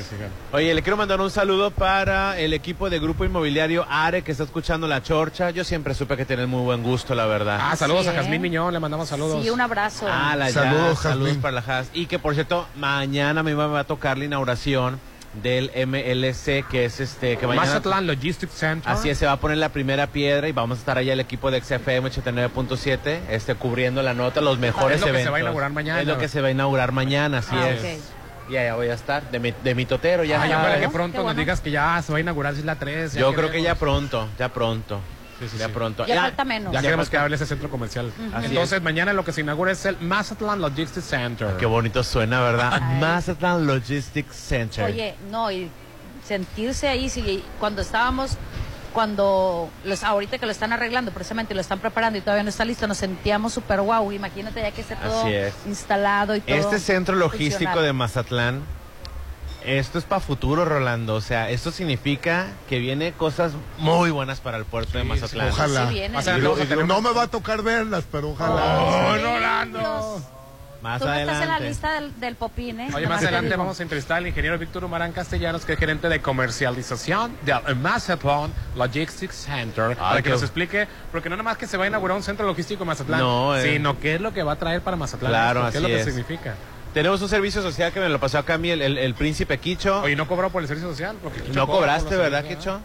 [SPEAKER 9] Oye, le quiero mandar un saludo para el equipo de Grupo Inmobiliario Are que está escuchando La Chorcha. Yo siempre supe que tienen muy buen gusto, la verdad.
[SPEAKER 7] Ah, saludos
[SPEAKER 8] Sí,
[SPEAKER 7] a Jazmín
[SPEAKER 8] ¿eh?
[SPEAKER 7] Miñón, le mandamos saludos.
[SPEAKER 8] Sí, un abrazo.
[SPEAKER 9] Ah, la saludos,
[SPEAKER 7] Saludos,
[SPEAKER 9] saludos
[SPEAKER 7] Jazmín.
[SPEAKER 9] para la Jazz. Y que por cierto, mañana mi mamá me va a tocar la inauguración del MLC, que es este. Que mañana,
[SPEAKER 7] Mazatlán Logistics Center.
[SPEAKER 9] Así es, se va a poner la primera piedra y vamos a estar allá el equipo de XFM 89.7 este, cubriendo la nota, los mejores
[SPEAKER 7] Es lo que se
[SPEAKER 9] eventos.
[SPEAKER 7] va a inaugurar mañana.
[SPEAKER 9] Es lo que se va a inaugurar mañana, así
[SPEAKER 7] Ah,
[SPEAKER 9] es. Y allá voy a estar, de mi, de mi totero ya.
[SPEAKER 7] Ah, ya
[SPEAKER 9] sabes.
[SPEAKER 7] para que pronto nos digas que ya se va a inaugurar Isla 3.
[SPEAKER 9] Yo creo que ya pronto, ya pronto. Ya pronto.
[SPEAKER 8] Ya falta menos.
[SPEAKER 7] Ya,
[SPEAKER 9] Ya
[SPEAKER 7] queremos
[SPEAKER 9] falta-
[SPEAKER 7] que hable ese centro comercial.
[SPEAKER 8] Ujú.
[SPEAKER 9] Así
[SPEAKER 7] Entonces, mañana lo que se inaugura es el Mazatlán Logistics Center.
[SPEAKER 9] Qué bonito suena, ¿verdad? Mazatlán Logistics Center.
[SPEAKER 8] Oye, no, y sentirse ahí, sí, cuando estábamos, cuando los, ahorita que lo están arreglando, precisamente lo están preparando y todavía no está listo, nos sentíamos súper guau. Imagínate ya que esté todo
[SPEAKER 9] Así es.
[SPEAKER 8] instalado y todo.
[SPEAKER 9] Este centro logístico
[SPEAKER 8] funcional.
[SPEAKER 9] de Mazatlán, esto es para futuro, Rolando. O sea, esto significa que viene cosas muy buenas para el puerto de Mazatlán.
[SPEAKER 6] Ojalá.
[SPEAKER 9] O sea,
[SPEAKER 6] Y
[SPEAKER 9] no,
[SPEAKER 6] digo- y digo, no me va a tocar verlas, pero ojalá.
[SPEAKER 9] Más
[SPEAKER 8] Tú no estás en la
[SPEAKER 9] adelante.
[SPEAKER 8] lista del, del popín, ¿eh?
[SPEAKER 7] Oye, más adelante vamos a entrevistar al ingeniero Víctor Humarán Castellanos, que es gerente de comercialización del Mazatlán Logistics Center, para que
[SPEAKER 9] qué-
[SPEAKER 7] nos explique, porque no nada más que se va a inaugurar un centro logístico en Mazatlán,
[SPEAKER 9] No, eh.
[SPEAKER 7] sino qué es lo que va a traer para Mazatlán,
[SPEAKER 9] Claro,
[SPEAKER 7] esto, qué es lo
[SPEAKER 9] así
[SPEAKER 7] que
[SPEAKER 9] es.
[SPEAKER 7] significa.
[SPEAKER 9] Tenemos un servicio social que me lo pasó acá a mí, el, el- el príncipe Quicho. Oye,
[SPEAKER 7] no cobró por el servicio social.
[SPEAKER 9] No cobraste, ¿verdad,
[SPEAKER 7] Quecho?
[SPEAKER 9] Quicho?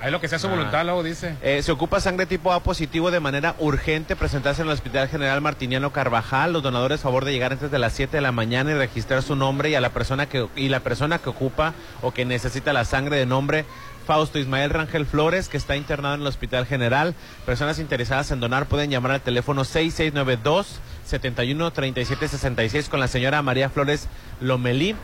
[SPEAKER 7] Ahí lo que sea su
[SPEAKER 9] Ah.
[SPEAKER 7] voluntad, luego dice.
[SPEAKER 9] Eh, se ocupa sangre tipo A positivo de manera urgente presentarse en el Hospital General Martiniano Carvajal. Los donadores favor de llegar antes de las 7 de la mañana y registrar su nombre y a la persona que y la persona que ocupa o que necesita la sangre de nombre Fausto Ismael Rangel Flores, que está internado en el Hospital General. Personas interesadas en donar pueden llamar al teléfono 6692 71 37 66 con la señora María Flores Lomelí.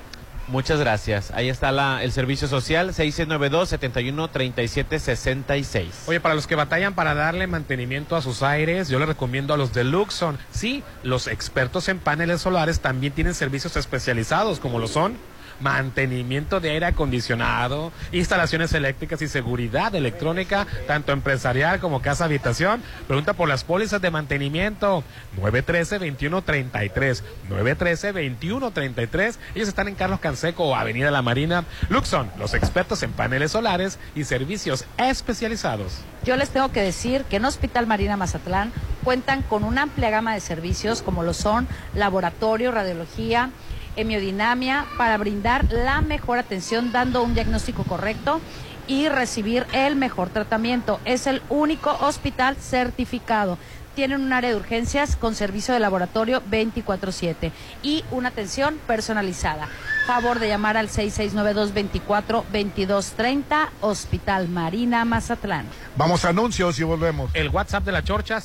[SPEAKER 9] Muchas gracias. Ahí está la, el servicio social 6692 71 37 66.
[SPEAKER 7] Oye, para los que batallan para darle mantenimiento a sus aires, yo les recomiendo a los de Luxon. Sí, los expertos en paneles solares también tienen servicios especializados, como lo son mantenimiento de aire acondicionado, instalaciones eléctricas y seguridad electrónica, tanto empresarial como casa habitación. Pregunta por las pólizas de mantenimiento 913-2133, 913-2133. Ellos están en Carlos Canseco, Avenida La Marina. Luxon, los expertos en paneles solares y servicios especializados.
[SPEAKER 8] Yo les tengo que decir que en Hospital Marina Mazatlán cuentan con una amplia gama de servicios como lo son laboratorio, radiología, hemiodinamia, para brindar la mejor atención dando un diagnóstico correcto y recibir el mejor tratamiento. Es el único hospital certificado. Tienen un área de urgencias con servicio de laboratorio 24/7 y una atención personalizada. Favor de llamar al 6692-242230, Hospital Marina Mazatlán.
[SPEAKER 6] Vamos a anuncios y volvemos.
[SPEAKER 7] El WhatsApp de la Chorcha,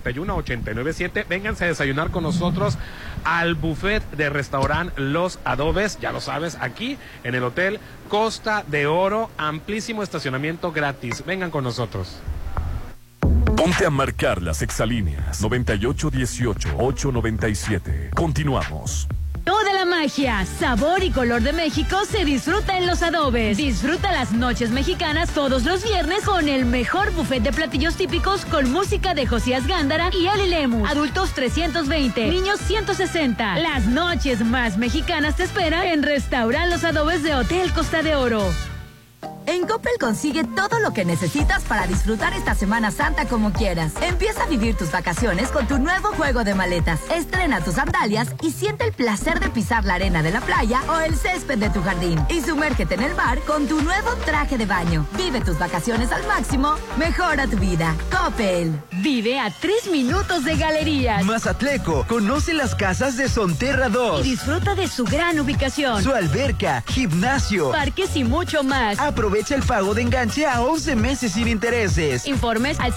[SPEAKER 7] 6691-371-897. Vénganse a desayunar con nosotros al buffet de restaurante Los Adobes, ya lo sabes, aquí en el Hotel Costa de Oro. Amplísimo estacionamiento gratis. Vengan con nosotros.
[SPEAKER 1] Ponte a marcar las exalíneas 9818-897. Continuamos.
[SPEAKER 4] Toda la magia, sabor y color de México se disfruta en los adobes. Disfruta las noches mexicanas todos los viernes con el mejor buffet de platillos típicos con música de Josías Gándara y Ali Lemus. Adultos 320, niños 160. Las noches más mexicanas te esperan en Restaurant Los Adobes de Hotel Costa de Oro.
[SPEAKER 18] En Coppel consigue todo lo que necesitas para disfrutar esta Semana Santa como quieras. Empieza a vivir tus vacaciones con tu nuevo juego de maletas. Estrena tus sandalias y siente el placer de pisar la arena de la playa o el césped de tu jardín. Y sumérgete en el mar con tu nuevo traje de baño. Vive tus vacaciones al máximo. Mejora tu vida. Coppel.
[SPEAKER 4] Vive a tres minutos de galerías.
[SPEAKER 5] Mazatleco conoce las casas de Sonterra
[SPEAKER 4] Y
[SPEAKER 5] 2,
[SPEAKER 4] disfruta de su gran ubicación.
[SPEAKER 5] su alberca, gimnasio,
[SPEAKER 4] parques y mucho más.
[SPEAKER 5] Aprovecha el pago de enganche a 11 meses sin intereses.
[SPEAKER 4] Informes al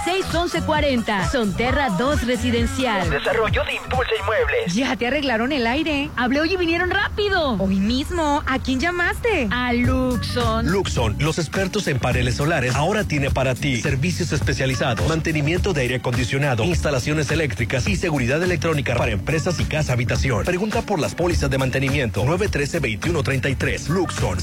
[SPEAKER 4] 6691-161140. Sonterra 2 Residencial.
[SPEAKER 5] Desarrollo de Impulsa Inmuebles.
[SPEAKER 2] Ya te arreglaron el aire.
[SPEAKER 4] Hablé hoy y vinieron rápido.
[SPEAKER 2] Hoy mismo. ¿A quién llamaste?
[SPEAKER 4] A Luxon.
[SPEAKER 10] Luxon, los expertos en paneles solares, ahora tiene para ti servicios especializados, mantenimiento de aire acondicionado, instalaciones eléctricas y seguridad electrónica para empresas y casa habitación. Pregunta por las pólizas de mantenimiento 913-2133. Luxon,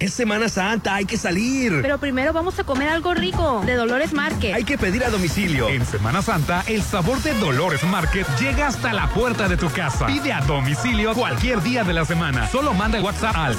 [SPEAKER 19] Es Semana Santa, hay que salir.
[SPEAKER 20] Pero primero vamos a comer algo rico de Dolores Market.
[SPEAKER 19] Hay que pedir a domicilio.
[SPEAKER 13] En Semana Santa, el sabor de Dolores Market llega hasta la puerta de tu casa. Pide a domicilio cualquier día de la semana. Solo manda el WhatsApp al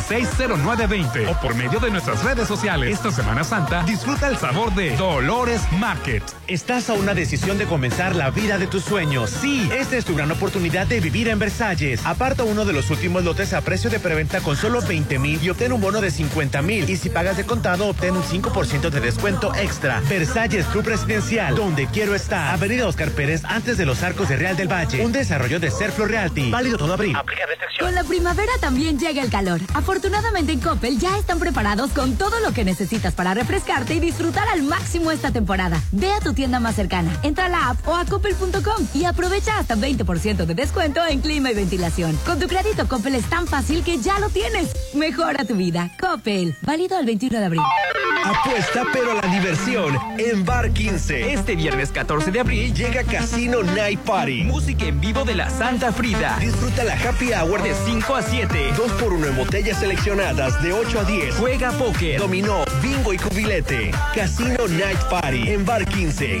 [SPEAKER 13] 6691-960920 o por medio de nuestras redes sociales. Esta Semana Santa, disfruta el sabor de Dolores Market.
[SPEAKER 9] Estás a una decisión de comenzar la vida de tus sueños. Sí, esta es tu gran oportunidad de vivir en Versalles. Aparta uno de los últimos lotes a precio de preventa con solo 20 mil y obtén un bono de 50 mil. Y si pagas de contado, obtén un 5% de descuento extra. Versalles Club Residencial, donde quiero estar. Avenida Oscar Pérez, antes de los arcos de Real del Valle. Un desarrollo de Serflo Realty. Válido todo abril. Aplica
[SPEAKER 21] Con la primavera también llega el calor. Afortunadamente en Coppel ya están preparados con todo lo que necesitas para refrescarte y disfrutar al máximo esta temporada. Ve a tu tienda más cercana, entra a la app o a coppel.com y aprovecha hasta 20% de descuento en clima y ventilación. Con tu crédito Coppel es tan fácil que ya lo tienes. Mejora tu vida. Coppel, válido el 21 de abril.
[SPEAKER 10] Apuesta pero a la diversión en Bar 15. Este viernes 14 de abril llega Casino Night Party. Música en vivo de la Santa Frida. Disfruta la happy hour de 5 a 7. 2 por 1 en botellas seleccionadas de 8 a 10. Juega póker, dominó, bingo y cubilete. Casino Night Party en Bar 15.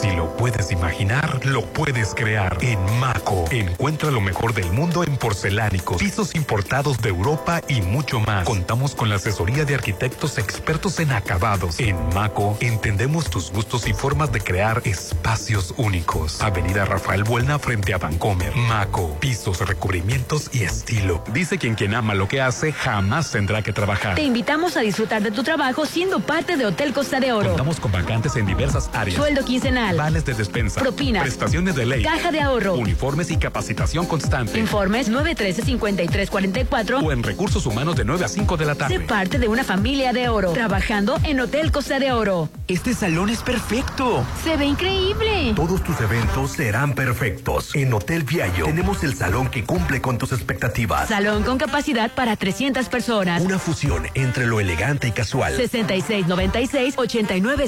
[SPEAKER 13] Si lo puedes imaginar, lo puedes crear. En Maco, encuentra lo mejor del mundo en porcelánicos, pisos importados de Europa y mucho más. Contamos con la asesoría de arquitectos expertos en acabados. En Maco, entendemos tus gustos y formas de crear espacios únicos. Avenida Rafael Buelna frente a Vancomer. Maco, pisos, recubrimientos y estilo. Dice quien quien ama lo que hace jamás tendrá que trabajar.
[SPEAKER 4] Te invitamos a disfrutar de tu trabajo siendo parte de Hotel Costa de Oro.
[SPEAKER 13] Contamos con vacantes en diversas áreas.
[SPEAKER 4] Sueldo quincenal.
[SPEAKER 13] Vales de despensa.
[SPEAKER 4] Propinas.
[SPEAKER 13] Prestaciones de ley.
[SPEAKER 4] Caja de ahorro.
[SPEAKER 13] Uniformes y capacitación constante.
[SPEAKER 4] Informes 913-5344.
[SPEAKER 13] O en recursos humanos de 9 a 5 de la
[SPEAKER 4] Sé
[SPEAKER 13] tarde.
[SPEAKER 4] parte de una familia de oro, trabajando en Hotel Costa de Oro.
[SPEAKER 22] Este salón es perfecto.
[SPEAKER 4] Se ve increíble.
[SPEAKER 10] Todos tus eventos serán perfectos. En Hotel Viallo tenemos el salón que cumple con tus expectativas.
[SPEAKER 4] Salón con capacidad para 300 personas.
[SPEAKER 10] Una fusión entre lo elegante y casual.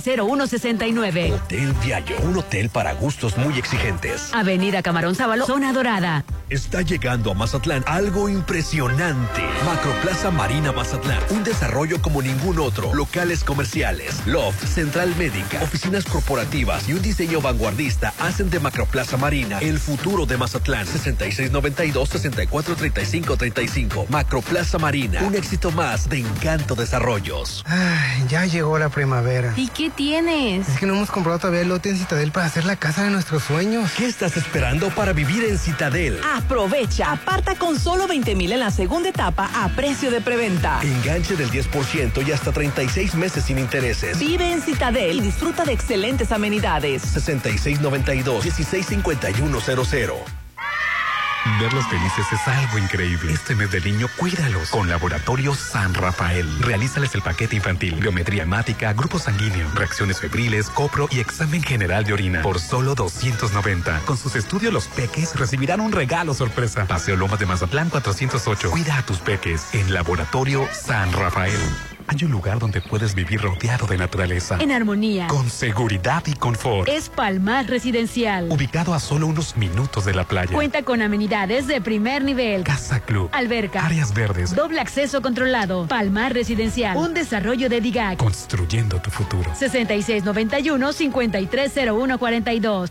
[SPEAKER 4] 6696-890169.
[SPEAKER 10] Hotel Viallo, un hotel para gustos muy exigentes.
[SPEAKER 4] Avenida Camarón Sábalo, zona dorada.
[SPEAKER 10] Está llegando a Mazatlán algo impresionante. Macroplaza Marina Mazatlán, un desarrollo como ningún otro. Locales comerciales, loft, central médica, oficinas corporativas y un diseño vanguardista hacen de Macroplaza Marina el futuro de Mazatlán. 6692-643535. Macroplaza Marina, un éxito más de Encanto Desarrollos.
[SPEAKER 3] Ay, ya llegó la primavera.
[SPEAKER 20] ¿Y qué tienes?
[SPEAKER 3] Es que no hemos comprado todavía el lote en Citadel para hacer la casa de nuestros sueños.
[SPEAKER 10] ¿Qué estás esperando para vivir en Citadel?
[SPEAKER 5] Aprovecha. Aparta con solo 20 mil en la segunda etapa a precio de preventa.
[SPEAKER 10] Enganche del 10% y hasta 36 meses sin intereses.
[SPEAKER 5] Vive en Citadel y disfruta de excelentes amenidades.
[SPEAKER 10] 6692-165100.
[SPEAKER 13] Verlos felices es algo increíble. Este mes de niño, cuídalos con Laboratorio San Rafael. Realízales el paquete infantil, biometría hemática, grupo sanguíneo, reacciones febriles, copro y examen general de orina por solo 290. Con sus estudios, los peques recibirán un regalo sorpresa. Paseo Lomas de Mazatlán 408. Cuida a tus peques en Laboratorio San Rafael. Hay un lugar donde puedes vivir rodeado de naturaleza.
[SPEAKER 4] En armonía.
[SPEAKER 13] Con seguridad y confort.
[SPEAKER 4] Es Palmar Residencial.
[SPEAKER 13] Ubicado a solo unos minutos de la playa.
[SPEAKER 4] Cuenta con amenidades de primer nivel.
[SPEAKER 13] Casa Club.
[SPEAKER 4] Alberca.
[SPEAKER 13] Áreas verdes.
[SPEAKER 4] Doble acceso controlado. Palmar Residencial. Un desarrollo de DIGAC.
[SPEAKER 13] Construyendo tu futuro.
[SPEAKER 4] 6691-530142.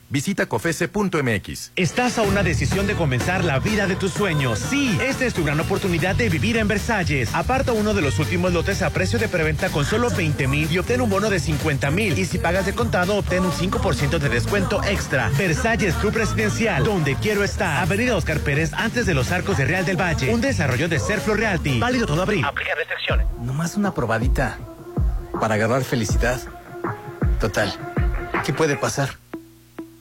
[SPEAKER 3] Visita cofese.mx.
[SPEAKER 17] Estás a una decisión de comenzar la vida de tus sueños. Sí, esta es tu gran oportunidad de vivir en Versalles. Aparta uno de los últimos lotes a precio de preventa con solo 20 mil y obtén un bono de 50 mil. Y si pagas de contado, obtén un 5% de descuento extra. Versalles Club Residencial, donde quiero estar. Avenida Oscar Pérez, antes de los arcos de Real del Valle. Un desarrollo de Serflo Realty. Válido todo abril. Aplica restricciones.
[SPEAKER 23] Nomás una probadita. Para agarrar felicidad. Total. ¿Qué puede pasar?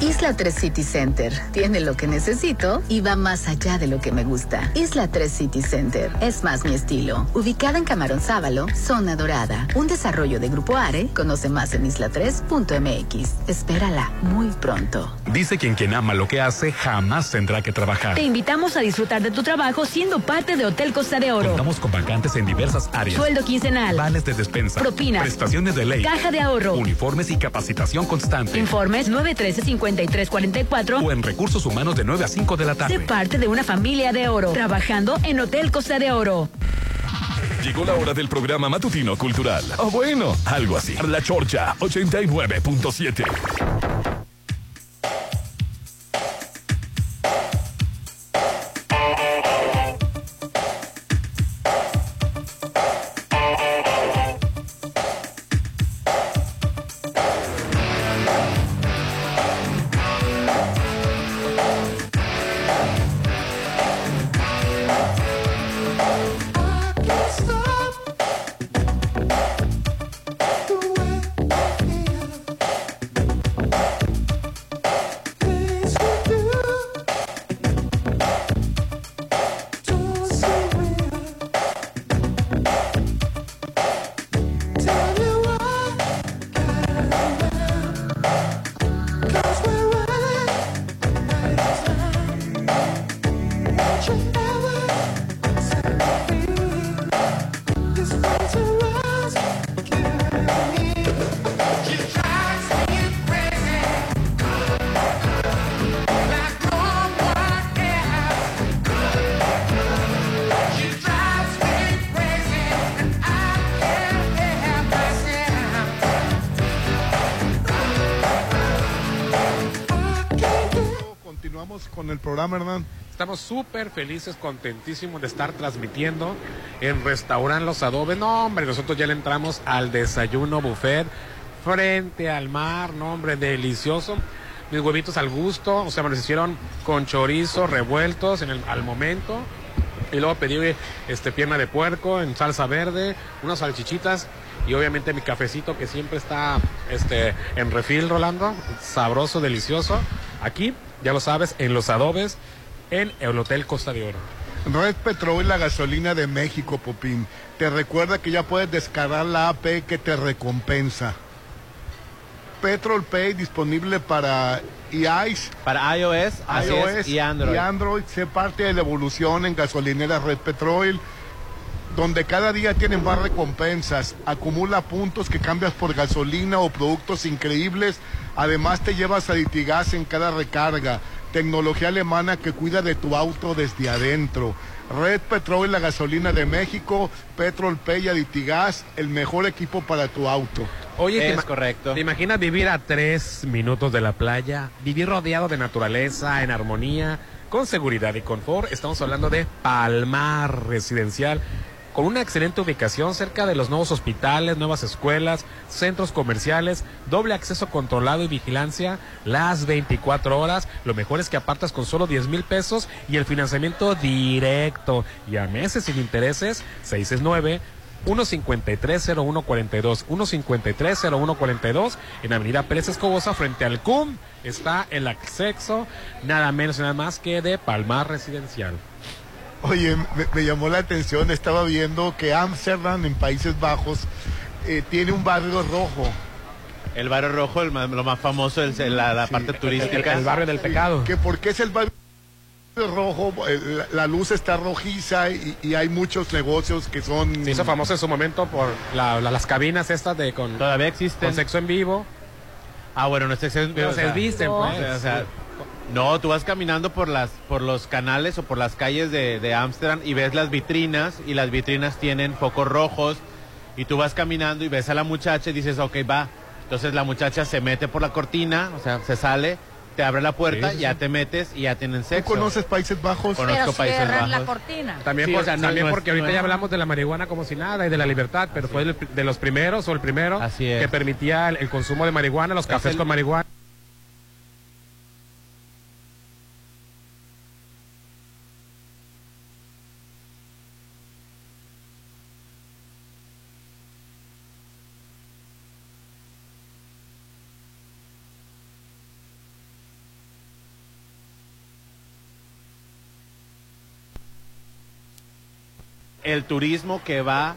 [SPEAKER 24] Isla 3 City Center tiene lo que necesito y va más allá de lo que me gusta. Isla 3 City Center es más mi estilo. Ubicada en Camarón Sábalo, Zona Dorada, un desarrollo de Grupo Are, conoce más en isla3.mx. Espérala muy pronto.
[SPEAKER 13] Dice quien quien ama lo que hace jamás tendrá que trabajar.
[SPEAKER 4] Ah. Te invitamos a disfrutar de tu trabajo siendo parte de Hotel Costa de Oro.
[SPEAKER 13] Contamos con vacantes en diversas áreas.
[SPEAKER 4] Sueldo quincenal,
[SPEAKER 13] Vales de despensa.
[SPEAKER 4] Propinas.
[SPEAKER 13] Prestaciones de ley.
[SPEAKER 4] Caja de ahorro.
[SPEAKER 13] Uniformes y capacitación constante.
[SPEAKER 4] informes 913-5344.
[SPEAKER 13] o en recursos humanos de 9 a 5 de la
[SPEAKER 4] Sé
[SPEAKER 13] tarde.
[SPEAKER 4] parte de una familia de oro, trabajando en Hotel Costa de Oro.
[SPEAKER 1] Llegó la hora del programa matutino cultural. O bueno, algo así. La Chorcha 89.7.
[SPEAKER 6] Continuamos con el programa, Hernán.
[SPEAKER 7] Estamos súper felices, contentísimos de estar transmitiendo en Restaurant Los Adobes. No, hombre, nosotros ya le entramos al desayuno buffet frente al mar. No, hombre, delicioso. Mis huevitos al gusto, o sea, me los hicieron con chorizo, revueltos en el, al momento. Y luego pedí este, pierna de puerco en salsa verde, unas salchichitas y obviamente mi cafecito que siempre está este, en refil, Rolando. Sabroso, delicioso. Aquí, ya lo sabes, en los adobes, en el Hotel Costa de Oro.
[SPEAKER 6] Red Petrol, la gasolina de México, Popín. Te recuerda que ya puedes descargar la AP que te recompensa. Petrol Pay disponible para iIce.
[SPEAKER 9] Para iOS, así es, y Android.
[SPEAKER 6] Y Android, sé parte de la evolución en gasolineras Red Petrol, donde cada día tienen más recompensas. Acumula puntos que cambias por gasolina o productos increíbles. Además, te llevas a litigas en cada recarga. Tecnología alemana que cuida de tu auto desde adentro. Red Petrol, la gasolina de México, Petrol Pay y Aditigas, el mejor equipo para tu auto.
[SPEAKER 7] Oye, es correcto. ¿Te imaginas vivir a tres minutos de la playa? Vivir rodeado de naturaleza, en armonía, con seguridad y confort. Estamos hablando de Palmar Residencial, con una excelente ubicación cerca de los nuevos hospitales, nuevas escuelas, centros comerciales, doble acceso controlado y vigilancia las 24 horas. Lo mejor es que apartas con solo 10 mil pesos y el financiamiento directo y a meses sin intereses, 669 1530142, 1530142 en Avenida Pérez Escobosa frente al CUM está el acceso nada menos y nada más que de Palmar Residencial.
[SPEAKER 6] Oye, me, me llamó la atención, estaba viendo que Ámsterdam en Países Bajos eh, tiene un barrio rojo.
[SPEAKER 9] El barrio rojo, el más- lo más famoso, el- la, la parte turística.
[SPEAKER 6] Sí, Que porque es el barrio rojo, eh, la, la luz está rojiza y, y hay muchos negocios que son...
[SPEAKER 7] Se hizo famoso en su momento por la- la- las cabinas estas de con...
[SPEAKER 9] Todavía existen.
[SPEAKER 7] Con sexo en vivo.
[SPEAKER 9] Ah, bueno, no es sexo en
[SPEAKER 7] Pero se visten, pues.
[SPEAKER 9] O sea, no, tú vas caminando por las por los canales o por las calles de de Ámsterdam y ves las vitrinas y las vitrinas tienen focos rojos y tú vas caminando y ves a la muchacha y dices, ok, va. Entonces la muchacha se mete por la cortina, o sea, se sale, te abre la puerta,
[SPEAKER 6] Sí, sí,
[SPEAKER 9] ya
[SPEAKER 6] sí.
[SPEAKER 9] te metes y ya tienen sexo.
[SPEAKER 6] conoces Países Bajos?
[SPEAKER 9] Conozco Países Bajos.
[SPEAKER 8] cortina.
[SPEAKER 7] También,
[SPEAKER 9] Sí,
[SPEAKER 7] por-
[SPEAKER 9] o sea, no-
[SPEAKER 7] también
[SPEAKER 9] no es-
[SPEAKER 7] porque ahorita
[SPEAKER 9] no es-
[SPEAKER 7] ya hablamos de la marihuana como si nada y de la libertad, pero fue el- de los primeros o el primero que permitía el, el consumo de marihuana, los cafés con marihuana.
[SPEAKER 9] El turismo que va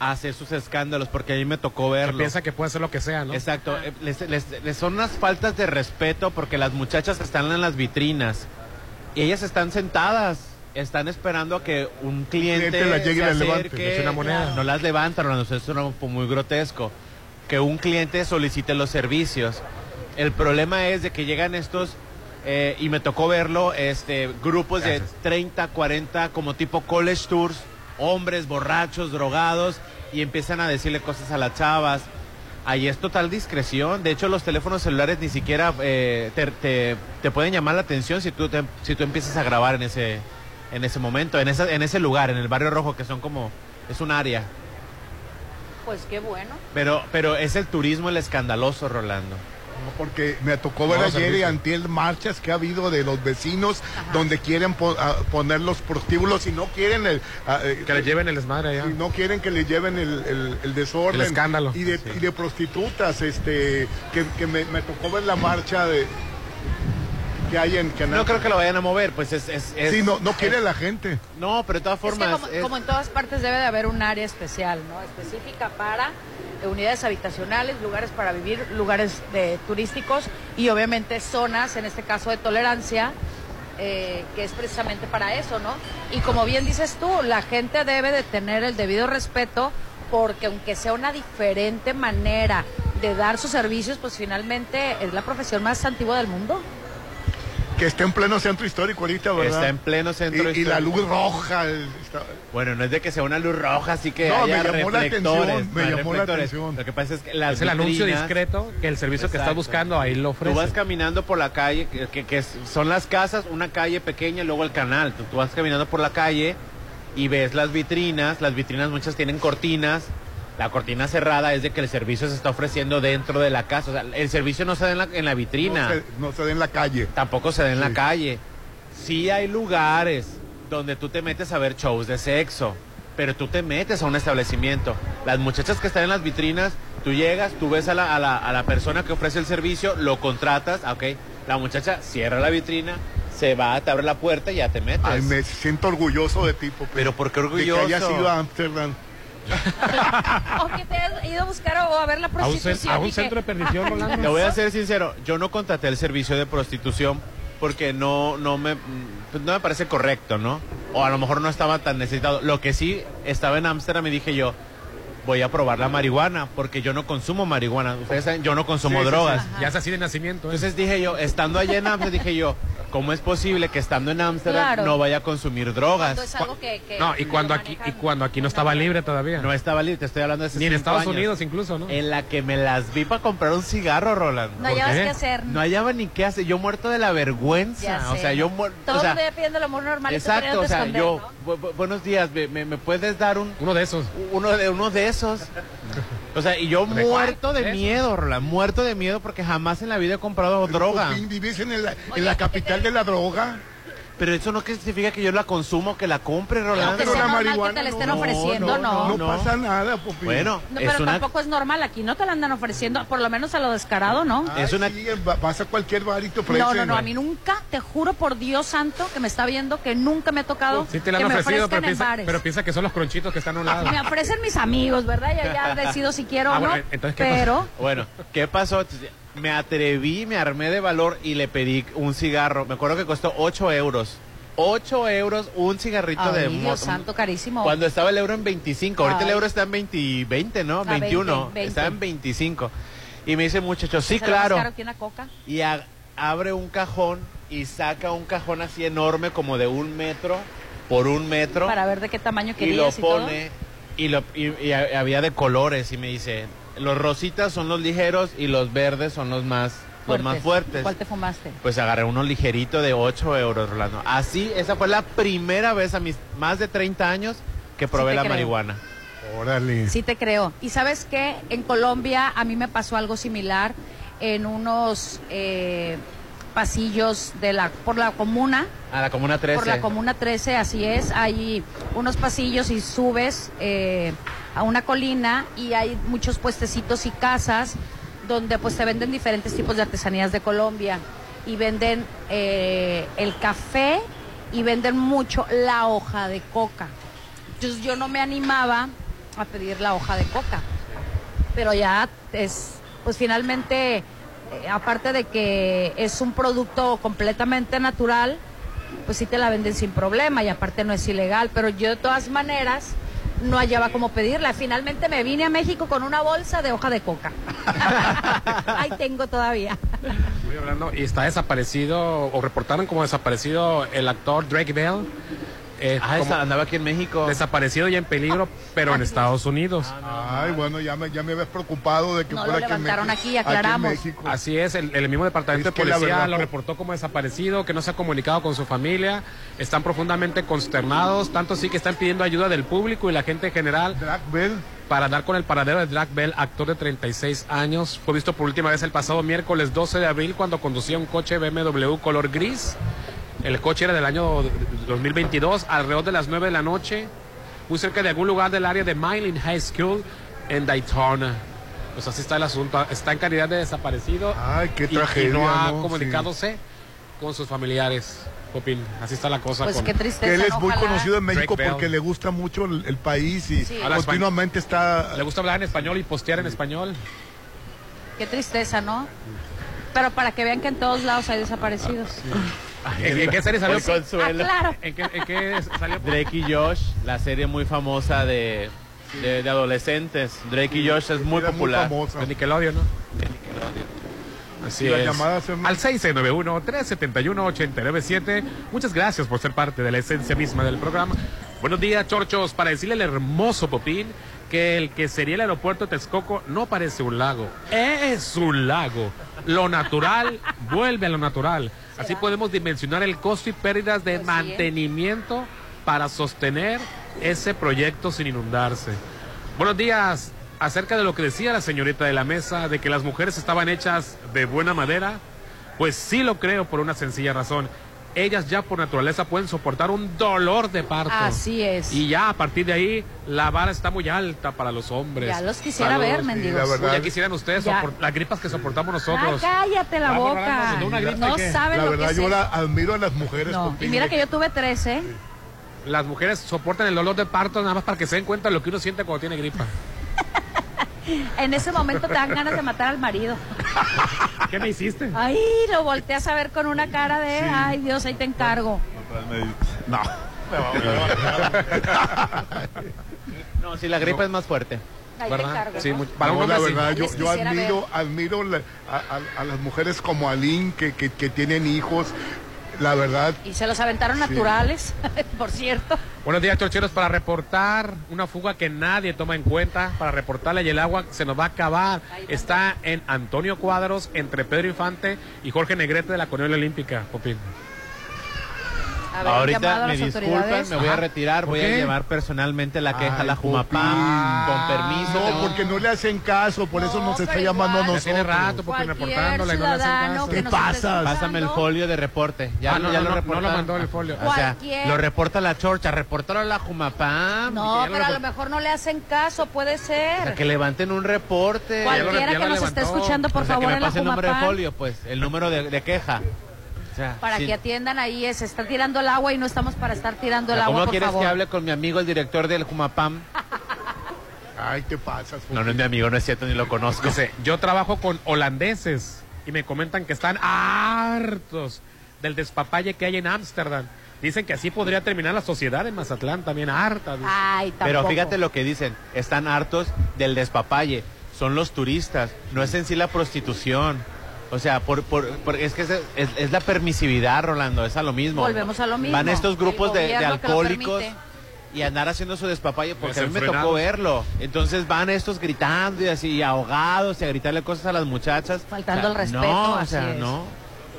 [SPEAKER 9] a hacer sus escándalos, porque a mí me tocó verlo.
[SPEAKER 7] piensa que puede ser lo que sea, ¿no?
[SPEAKER 9] Exacto. Eh, Les, les- les son unas faltas de respeto porque las muchachas están en las vitrinas y ellas están sentadas. Están esperando a que un cliente,
[SPEAKER 6] Cliente las llegue y
[SPEAKER 9] se
[SPEAKER 6] las levante.
[SPEAKER 9] acerque,
[SPEAKER 6] Le eche una moneda.
[SPEAKER 9] No las levantan, no, eso es una- muy grotesco. Que un cliente solicite los servicios. El problema es de que llegan estos, eh, y me tocó verlo, este grupos de 30, 40, como tipo college tours, hombres borrachos, drogados, y empiezan a decirle cosas a las chavas. Ahí es total discreción. De hecho, los teléfonos celulares ni siquiera eh, te, te- te pueden llamar la atención si tú, te- si tú empiezas a grabar en ese, en ese momento, en, esa- en ese lugar, en el barrio rojo, que son como, es un área.
[SPEAKER 8] Pues qué bueno.
[SPEAKER 9] Pero, pero es el turismo el escandaloso, Rolando.
[SPEAKER 6] Porque me tocó ver
[SPEAKER 9] No,
[SPEAKER 6] ayer y
[SPEAKER 9] servicio.
[SPEAKER 6] antier marchas que ha habido de los vecinos donde quieren po- a- poner los prostíbulos y no quieren el, ah, eh,
[SPEAKER 7] que le lleven el desmadre allá.
[SPEAKER 6] Y no quieren que le lleven el, el- el desorden.
[SPEAKER 7] El escándalo.
[SPEAKER 6] Y de, y de prostitutas, este, que, que me, me tocó ver la marcha de que hay en Canadá.
[SPEAKER 9] No creo que lo vayan a mover, pues es... es, es-
[SPEAKER 6] Sí, no, no quiere
[SPEAKER 9] es-
[SPEAKER 6] la gente.
[SPEAKER 9] No, pero de todas
[SPEAKER 8] Es que
[SPEAKER 9] formas...
[SPEAKER 8] como,
[SPEAKER 9] es-
[SPEAKER 8] como en todas partes debe de haber un área especial, ¿no? Específica para eh, unidades habitacionales, lugares para vivir, lugares de, turísticos y obviamente zonas, en este caso de tolerancia, eh, que es precisamente para eso, ¿no? Y como bien dices tú, la gente debe de tener el debido respeto porque aunque sea una diferente manera de dar sus servicios, pues finalmente es la profesión más antigua del mundo.
[SPEAKER 6] Que está en pleno centro histórico ahorita, ¿verdad?
[SPEAKER 9] Está en pleno centro
[SPEAKER 6] Y- Y la
[SPEAKER 9] histórico.
[SPEAKER 6] luz roja. el- está-
[SPEAKER 9] Bueno, no es de que sea una luz roja, así que
[SPEAKER 6] No,
[SPEAKER 9] haya
[SPEAKER 6] me llamó la
[SPEAKER 9] reflectores.
[SPEAKER 6] atención, me
[SPEAKER 9] no hay
[SPEAKER 6] llamó la
[SPEAKER 9] reflectores.
[SPEAKER 6] atención.
[SPEAKER 9] Lo que pasa es que las
[SPEAKER 7] Es el anuncio
[SPEAKER 9] vitrinas-
[SPEAKER 7] discreto que el servicio que estás
[SPEAKER 9] Exacto.
[SPEAKER 7] buscando ahí lo
[SPEAKER 9] Tú vas
[SPEAKER 7] ofrece.
[SPEAKER 9] caminando por la calle, que, que- que es- son las casas, una calle pequeña y luego el canal. Tú, tú vas caminando por la calle y ves las vitrinas. Las vitrinas muchas tienen cortinas. La cortina cerrada es de que el servicio se está ofreciendo dentro de la casa. O sea, el servicio no se da en la, en la vitrina.
[SPEAKER 6] No se- no se da en la calle.
[SPEAKER 9] Tampoco se da en la calle. Sí hay lugares donde tú te metes a ver shows de sexo, pero tú te metes a un establecimiento. Las muchachas que están en las vitrinas, tú llegas, tú ves a la, a la, a la persona que ofrece el servicio, lo contratas, ah, ok, la muchacha cierra la vitrina, se va, te abre la puerta y ya te metes.
[SPEAKER 6] Ay, me siento orgulloso de tipo. Pero
[SPEAKER 9] Pues, ¿por qué
[SPEAKER 6] De que hayas
[SPEAKER 9] orgulloso?
[SPEAKER 6] ido a Ámsterdam.
[SPEAKER 8] O que te has ido a buscar o a ver la prostitución. y que- Ay, no.
[SPEAKER 9] Te voy a ser sincero, yo no contraté el servicio de prostitución porque no, no, me, pues no me parece correcto, ¿no? O a lo mejor no estaba tan necesitado. Lo que sí, estaba en Ámsterdam y dije yo, voy a probar la marihuana porque yo no consumo marihuana. Ustedes saben, yo no consumo
[SPEAKER 7] Sí, sí,
[SPEAKER 9] drogas.
[SPEAKER 7] sí. Ya es así de nacimiento. ¿eh?
[SPEAKER 9] Entonces dije yo, estando allá en Ámsterdam, dije yo, ¿cómo es posible que estando en Ámsterdam
[SPEAKER 8] Claro.
[SPEAKER 9] no vaya a consumir drogas?
[SPEAKER 8] Cuando es algo que- que-
[SPEAKER 7] No, y cuando aquí y cuando aquí no estaba libre todavía.
[SPEAKER 9] No estaba libre, te estoy hablando de
[SPEAKER 7] Ni en
[SPEAKER 9] 65
[SPEAKER 7] Estados
[SPEAKER 9] años.
[SPEAKER 7] Unidos incluso, ¿no?
[SPEAKER 9] En la que me las vi para comprar un cigarro, Rolando.
[SPEAKER 8] No hallabas qué hacer.
[SPEAKER 9] No hallaba ni qué hacer. Yo muerto de la vergüenza.
[SPEAKER 8] Ya
[SPEAKER 9] O
[SPEAKER 8] sé.
[SPEAKER 9] sea, yo muerto.
[SPEAKER 8] Todo el día pidiendo el amor normal. y tú
[SPEAKER 9] Exacto,
[SPEAKER 8] queriéndote
[SPEAKER 9] o sea,
[SPEAKER 8] esconder,
[SPEAKER 9] yo,
[SPEAKER 8] ¿no?
[SPEAKER 9] bu- bu- buenos días, ¿me, me, me puedes dar un...
[SPEAKER 7] Uno de esos.
[SPEAKER 9] Uno de, uno de esos. O sea, y yo
[SPEAKER 6] ¿De cuál?
[SPEAKER 9] muerto de
[SPEAKER 6] ¿De esos?
[SPEAKER 9] miedo, Roland, muerto de miedo porque jamás en la vida he comprado droga.
[SPEAKER 6] Popín, ¿Vives en, la- en la capital de la droga?
[SPEAKER 9] Pero eso no significa que yo la consumo, que la compre, Rolando.
[SPEAKER 8] Aunque sea normal que te la estén ofreciendo, no.
[SPEAKER 6] No pasa nada, Popín.
[SPEAKER 9] Bueno,
[SPEAKER 8] No,
[SPEAKER 9] es
[SPEAKER 8] pero
[SPEAKER 9] una
[SPEAKER 8] tampoco es normal, aquí no te la andan ofreciendo, por lo menos a lo descarado, ¿no?
[SPEAKER 9] Ah,
[SPEAKER 6] es una... vas a cualquier bar y te ofrecen.
[SPEAKER 8] No, no, no, a mí nunca, te juro por Dios santo que me está viendo que nunca me ha tocado
[SPEAKER 7] Sí te la
[SPEAKER 8] que
[SPEAKER 7] han
[SPEAKER 8] me
[SPEAKER 7] ofrecido,
[SPEAKER 8] ofrezcan
[SPEAKER 7] pero
[SPEAKER 8] en
[SPEAKER 7] piensa,
[SPEAKER 8] bares.
[SPEAKER 7] pero piensa que son los cronchitos que están a un lado.
[SPEAKER 8] Me ofrecen mis amigos, ¿verdad? Ya, ya decido si quiero
[SPEAKER 9] Ah,
[SPEAKER 8] o no.
[SPEAKER 9] bueno, entonces, ¿qué
[SPEAKER 8] pero
[SPEAKER 9] pasó? Bueno, ¿qué pasó? Me atreví, me armé de valor y le pedí un cigarro. Me acuerdo que costó 8 euros. 8 euros un cigarrito
[SPEAKER 8] Ay,
[SPEAKER 9] de
[SPEAKER 8] Dios
[SPEAKER 9] mota.
[SPEAKER 8] santo, carísimo.
[SPEAKER 9] Cuando estaba el euro en 25, ahorita el
[SPEAKER 8] Ay.
[SPEAKER 9] euro está en 20, 20 ¿no?
[SPEAKER 8] Ah,
[SPEAKER 9] 21,
[SPEAKER 8] 20, 20.
[SPEAKER 9] está en 25. Y me dice el muchacho, sí,
[SPEAKER 8] ¿Es el más
[SPEAKER 9] claro.
[SPEAKER 8] caro que una coca?
[SPEAKER 9] Y a- abre un cajón y saca un cajón así enorme como de un metro por un metro
[SPEAKER 8] Para ver de qué tamaño
[SPEAKER 9] y lo
[SPEAKER 8] querías y, todo.
[SPEAKER 9] pone y, lo, y, y ha- había de colores y me dice, los rositas son los ligeros y los verdes son los más, los más fuertes.
[SPEAKER 8] ¿Cuál te fumaste?
[SPEAKER 9] Pues agarré uno ligerito de 8 euros, Rolando. Así, esa fue la primera vez a mis más de 30 años que probé
[SPEAKER 8] te
[SPEAKER 9] la
[SPEAKER 8] creo.
[SPEAKER 9] marihuana.
[SPEAKER 6] Órale.
[SPEAKER 8] Sí te creo. Y sabes qué, en Colombia a mí me pasó algo similar en unos eh, pasillos de la por la comuna,
[SPEAKER 9] A la Comuna 13.
[SPEAKER 8] por la comuna 13, así es, hay unos pasillos y subes eh, a una colina y hay muchos puestecitos y casas donde pues te venden diferentes tipos de artesanías de Colombia y venden eh, el café y venden mucho la hoja de coca. Entonces yo no me animaba a pedir la hoja de coca. Pero ya es, pues finalmente, eh, aparte de que es un producto completamente natural, pues sí te la venden sin problema y aparte no es ilegal. Pero yo de todas maneras no hallaba cómo pedirla. Finalmente me vine a México con una bolsa de hoja de coca. Ahí tengo todavía.
[SPEAKER 7] Estoy hablando y está desaparecido, o reportaron como desaparecido el actor Drake Bell. eh,
[SPEAKER 9] Ah, esa- andaba aquí en México.
[SPEAKER 7] Desaparecido y en peligro, pero en Estados Unidos.
[SPEAKER 6] Ay, bueno, ya me, ya me habías preocupado de que
[SPEAKER 8] No, lo
[SPEAKER 6] fuera que en
[SPEAKER 8] levantaron
[SPEAKER 6] México-
[SPEAKER 8] aquí, aclaramos.
[SPEAKER 6] aquí en México.
[SPEAKER 7] Así es, el, el mismo departamento
[SPEAKER 6] Es que
[SPEAKER 7] de
[SPEAKER 6] la
[SPEAKER 7] policía
[SPEAKER 6] verdad,
[SPEAKER 7] lo
[SPEAKER 6] po-
[SPEAKER 7] reportó como desaparecido, que no se ha comunicado con su familia, están profundamente consternados, tanto sí que están pidiendo ayuda del público y la gente en general. Para dar con el paradero de Drag Bell, actor de 36 años, fue visto por última vez el pasado miércoles 12 de abril cuando conducía un coche BMW color gris. El coche era del año 2022, alrededor de las 9 de la noche, muy cerca de algún lugar del área de Miley High School en Daytona. Pues así está el asunto. Está en calidad de desaparecido.
[SPEAKER 6] Ay, qué
[SPEAKER 7] y-
[SPEAKER 6] tragedia,
[SPEAKER 7] Y no ha
[SPEAKER 6] ¿no?
[SPEAKER 7] comunicado con sus familiares. Popín, así está la
[SPEAKER 8] Pues,
[SPEAKER 6] Pues
[SPEAKER 7] cosa. con-
[SPEAKER 6] Que Él es muy conocido en México
[SPEAKER 7] Drake Bell.
[SPEAKER 6] porque le gusta mucho el, el país y
[SPEAKER 7] Sí. Habla español.
[SPEAKER 6] continuamente está...
[SPEAKER 7] Le gusta hablar en español y postear en español.
[SPEAKER 8] Qué tristeza, ¿no? Pero para que vean que en todos lados hay desaparecidos.
[SPEAKER 7] Ah,
[SPEAKER 8] Ah,
[SPEAKER 7] ¿En, en qué serie salió?
[SPEAKER 9] Por consuelo.
[SPEAKER 8] Claro.
[SPEAKER 7] ¿En qué, en qué salió?
[SPEAKER 9] Drake y Josh, la serie muy famosa de, de- de adolescentes. Drake y Josh es muy
[SPEAKER 7] Era muy
[SPEAKER 9] popular.
[SPEAKER 7] famosa. De Nickelodeon, ¿no? Así
[SPEAKER 9] La
[SPEAKER 7] es.
[SPEAKER 9] llamada
[SPEAKER 7] Al 691-371-897. Muchas gracias por ser parte de la esencia misma del programa. Buenos días, chorchos. Para decirle al hermoso Popín que el que sería el aeropuerto de Texcoco no parece un lago, es un lago. Lo natural vuelve a lo natural. Así podemos dimensionar el costo y pérdidas de mantenimiento para sostener ese proyecto sin inundarse. Buenos días. Acerca de lo que decía la señorita de la mesa, de que las mujeres estaban hechas de buena madera, pues sí lo creo por una sencilla razón. Ellas ya por naturaleza pueden soportar un dolor de parto.
[SPEAKER 8] Así es.
[SPEAKER 7] Y ya a partir de ahí, la vara está muy alta para los hombres.
[SPEAKER 8] Ya los quisiera ver, mendigos.
[SPEAKER 7] la verdad.
[SPEAKER 8] Uy,
[SPEAKER 7] ya quisieran ustedes
[SPEAKER 8] Ya.
[SPEAKER 7] sopor- las gripas que soportamos
[SPEAKER 8] Ay,
[SPEAKER 7] nosotros.
[SPEAKER 8] Ah,
[SPEAKER 7] Ah,
[SPEAKER 8] cállate la
[SPEAKER 7] Vamos,
[SPEAKER 8] boca.
[SPEAKER 7] vamos, una gripe,
[SPEAKER 8] no
[SPEAKER 7] ¿qué?
[SPEAKER 8] saben
[SPEAKER 6] La
[SPEAKER 8] lo
[SPEAKER 6] verdad,
[SPEAKER 8] que es
[SPEAKER 6] yo
[SPEAKER 8] eso.
[SPEAKER 6] la admiro a las mujeres.
[SPEAKER 8] No, Y mira que yo tuve tres, ¿eh?
[SPEAKER 7] Las mujeres soportan el dolor de parto nada más para que se den cuenta de lo que uno siente cuando tiene gripa.
[SPEAKER 8] En ese momento te dan ganas de matar al marido.
[SPEAKER 7] ¿Qué me hiciste?
[SPEAKER 8] Ay, lo volteas a ver con una cara de, ay Dios, ahí te encargo.
[SPEAKER 13] No.
[SPEAKER 9] No, si la gripa es más fuerte.
[SPEAKER 8] Ahí te
[SPEAKER 9] ¿Verdad?
[SPEAKER 8] encargo,
[SPEAKER 9] Sí,
[SPEAKER 8] ¿no?
[SPEAKER 9] mucho-
[SPEAKER 6] No, la
[SPEAKER 9] hombre, sí.
[SPEAKER 6] verdad, yo,
[SPEAKER 8] les
[SPEAKER 6] yo
[SPEAKER 8] quisiera
[SPEAKER 6] admiro, admiro la- a, a- a las mujeres como Aline, que, que, que tienen hijos. La verdad,
[SPEAKER 8] Y se los aventaron naturales, por cierto.
[SPEAKER 7] Buenos días, chorcheros. Para reportar una fuga que nadie toma en cuenta, para reportarla y el agua se nos va a acabar. Está en Antonio Cuadros, entre Pedro Infante y Jorge Negrete de la Cornelio Olímpica, Popín.
[SPEAKER 8] A ver, llamado
[SPEAKER 9] Ahorita
[SPEAKER 8] a
[SPEAKER 9] me
[SPEAKER 8] las
[SPEAKER 9] disculpan,
[SPEAKER 8] autoridades.
[SPEAKER 9] me voy a
[SPEAKER 8] Ajá.
[SPEAKER 9] retirar, voy
[SPEAKER 6] ¿Por
[SPEAKER 9] a
[SPEAKER 6] qué?
[SPEAKER 9] llevar personalmente la queja a la
[SPEAKER 6] Popín.
[SPEAKER 9] Jumapá, con permiso.
[SPEAKER 6] no, porque no le hacen caso, por eso nos está
[SPEAKER 8] pero
[SPEAKER 6] llamando a
[SPEAKER 8] igual.
[SPEAKER 6] nosotros.
[SPEAKER 8] Ya tiene rato, Popín, Cualquier reportándola y no le hacen ciudadano caso. que
[SPEAKER 6] ¿Qué
[SPEAKER 8] nos esté
[SPEAKER 6] pasa?
[SPEAKER 9] Pásame el folio de reporte. Ya,
[SPEAKER 7] Ah, no,
[SPEAKER 9] ya
[SPEAKER 7] no,
[SPEAKER 9] lo
[SPEAKER 7] no, no
[SPEAKER 9] reportaron.
[SPEAKER 7] lo mandó el folio.
[SPEAKER 9] O sea,
[SPEAKER 8] Cualquier-
[SPEAKER 9] lo reporta la chorcha, reportalo a la Jumapá.
[SPEAKER 8] No, pero a lo mejor no le hacen caso, puede ser.
[SPEAKER 9] Que levanten un reporte.
[SPEAKER 8] Cualquiera Ya lo- ya que lo nos esté levantó. escuchando, por
[SPEAKER 9] O sea,
[SPEAKER 8] favor,
[SPEAKER 9] que
[SPEAKER 8] en
[SPEAKER 9] me
[SPEAKER 8] la
[SPEAKER 9] pase el número de
[SPEAKER 8] Jumapá.
[SPEAKER 9] folio, pues, el número de, de queja. O sea,
[SPEAKER 8] Para
[SPEAKER 9] si-
[SPEAKER 8] que atiendan ahí, eh, se está tirando el agua y no estamos para estar tirando el
[SPEAKER 9] ¿Cómo
[SPEAKER 8] agua, por
[SPEAKER 9] quieres
[SPEAKER 8] favor.
[SPEAKER 9] que hable con mi amigo, el director del Jumapam?
[SPEAKER 6] Ay, te pasas.
[SPEAKER 9] No, no es mi amigo, no es cierto, ni lo conozco.
[SPEAKER 7] Dice, yo trabajo con holandeses y me comentan que están hartos del despapalle que hay en Ámsterdam. Dicen que así podría terminar la sociedad en Mazatlán, también harta. dice.
[SPEAKER 8] Ay,
[SPEAKER 9] Pero
[SPEAKER 8] tampoco.
[SPEAKER 9] fíjate lo que dicen, están hartos del despapalle, son los turistas, no es en sí la prostitución. O sea, por, por, por- es que es, es- es la permisividad, Rolando, es a lo mismo.
[SPEAKER 8] Volvemos a lo mismo.
[SPEAKER 9] Van estos grupos
[SPEAKER 8] El
[SPEAKER 9] de- de
[SPEAKER 8] gobierno que lo
[SPEAKER 9] alcohólicos.
[SPEAKER 8] permite.
[SPEAKER 9] y andar haciendo su despapalle porque a mí me
[SPEAKER 7] Desenfrenados.
[SPEAKER 9] tocó verlo. Entonces van estos gritando y así y ahogados y a gritarle cosas a las muchachas.
[SPEAKER 8] Faltando
[SPEAKER 9] O sea,
[SPEAKER 8] el respeto,
[SPEAKER 9] No, o
[SPEAKER 8] así
[SPEAKER 9] sea,
[SPEAKER 8] es.
[SPEAKER 9] no.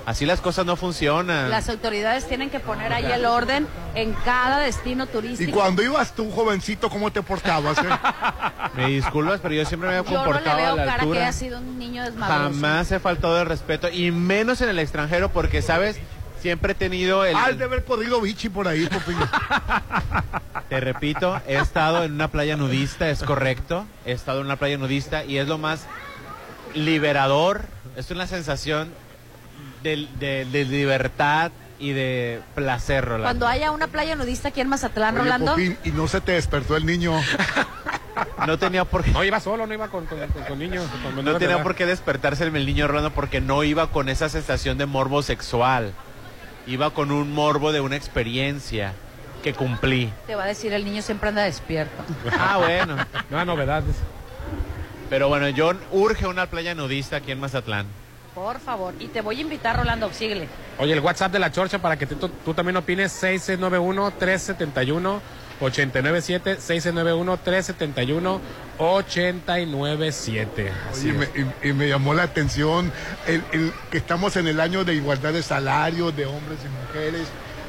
[SPEAKER 9] Así las cosas no funcionan.
[SPEAKER 8] Las autoridades tienen que poner ahí el orden en cada destino
[SPEAKER 6] Y
[SPEAKER 8] turístico.
[SPEAKER 6] cuando ibas tú, jovencito, ¿cómo te portabas? eh?
[SPEAKER 9] Me disculpas, pero yo siempre me
[SPEAKER 8] Yo
[SPEAKER 9] he
[SPEAKER 8] no le
[SPEAKER 9] comportado
[SPEAKER 8] veo
[SPEAKER 9] a la
[SPEAKER 8] cara que
[SPEAKER 9] altura.
[SPEAKER 8] haya sido un niño desmadroso.
[SPEAKER 9] Jamás he faltado el respeto y menos en el extranjero porque sabes siempre he tenido el.
[SPEAKER 6] Has de haber corrido bichi por ahí, Popín.
[SPEAKER 9] Te repito, he estado en una playa nudista, es correcto. He estado en una playa nudista y es lo más liberador. Es una sensación de, de- de libertad y de placer, Rolando.
[SPEAKER 8] Cuando haya una playa nudista aquí en Mazatlán,
[SPEAKER 6] Oye,
[SPEAKER 8] Rolando.
[SPEAKER 6] Popín, y no se te despertó el niño.
[SPEAKER 9] No tenía por qué.
[SPEAKER 7] No iba solo, no iba con, con, con- con niños. con menores
[SPEAKER 9] No
[SPEAKER 7] de
[SPEAKER 9] tenía
[SPEAKER 7] edad.
[SPEAKER 9] por qué despertarse el niño Rolando porque no iba con esa sensación de morbo sexual. Iba con un morbo de una experiencia que cumplí.
[SPEAKER 8] Te va a decir, el niño siempre anda despierto.
[SPEAKER 9] Ah, bueno.
[SPEAKER 7] No novedades.
[SPEAKER 9] Pero bueno, yo urge una playa nudista aquí en Mazatlán.
[SPEAKER 8] Por favor. Y te voy a invitar, Rolando, sigle.
[SPEAKER 7] Oye, el WhatsApp de la Chorcha para que te- tú, tú también opines: 6691-371-897. 6691-371-897. Así
[SPEAKER 6] Y me,
[SPEAKER 7] es.
[SPEAKER 6] y- y me llamó la atención el, el que estamos en el año de igualdad de salarios de hombres y mujeres.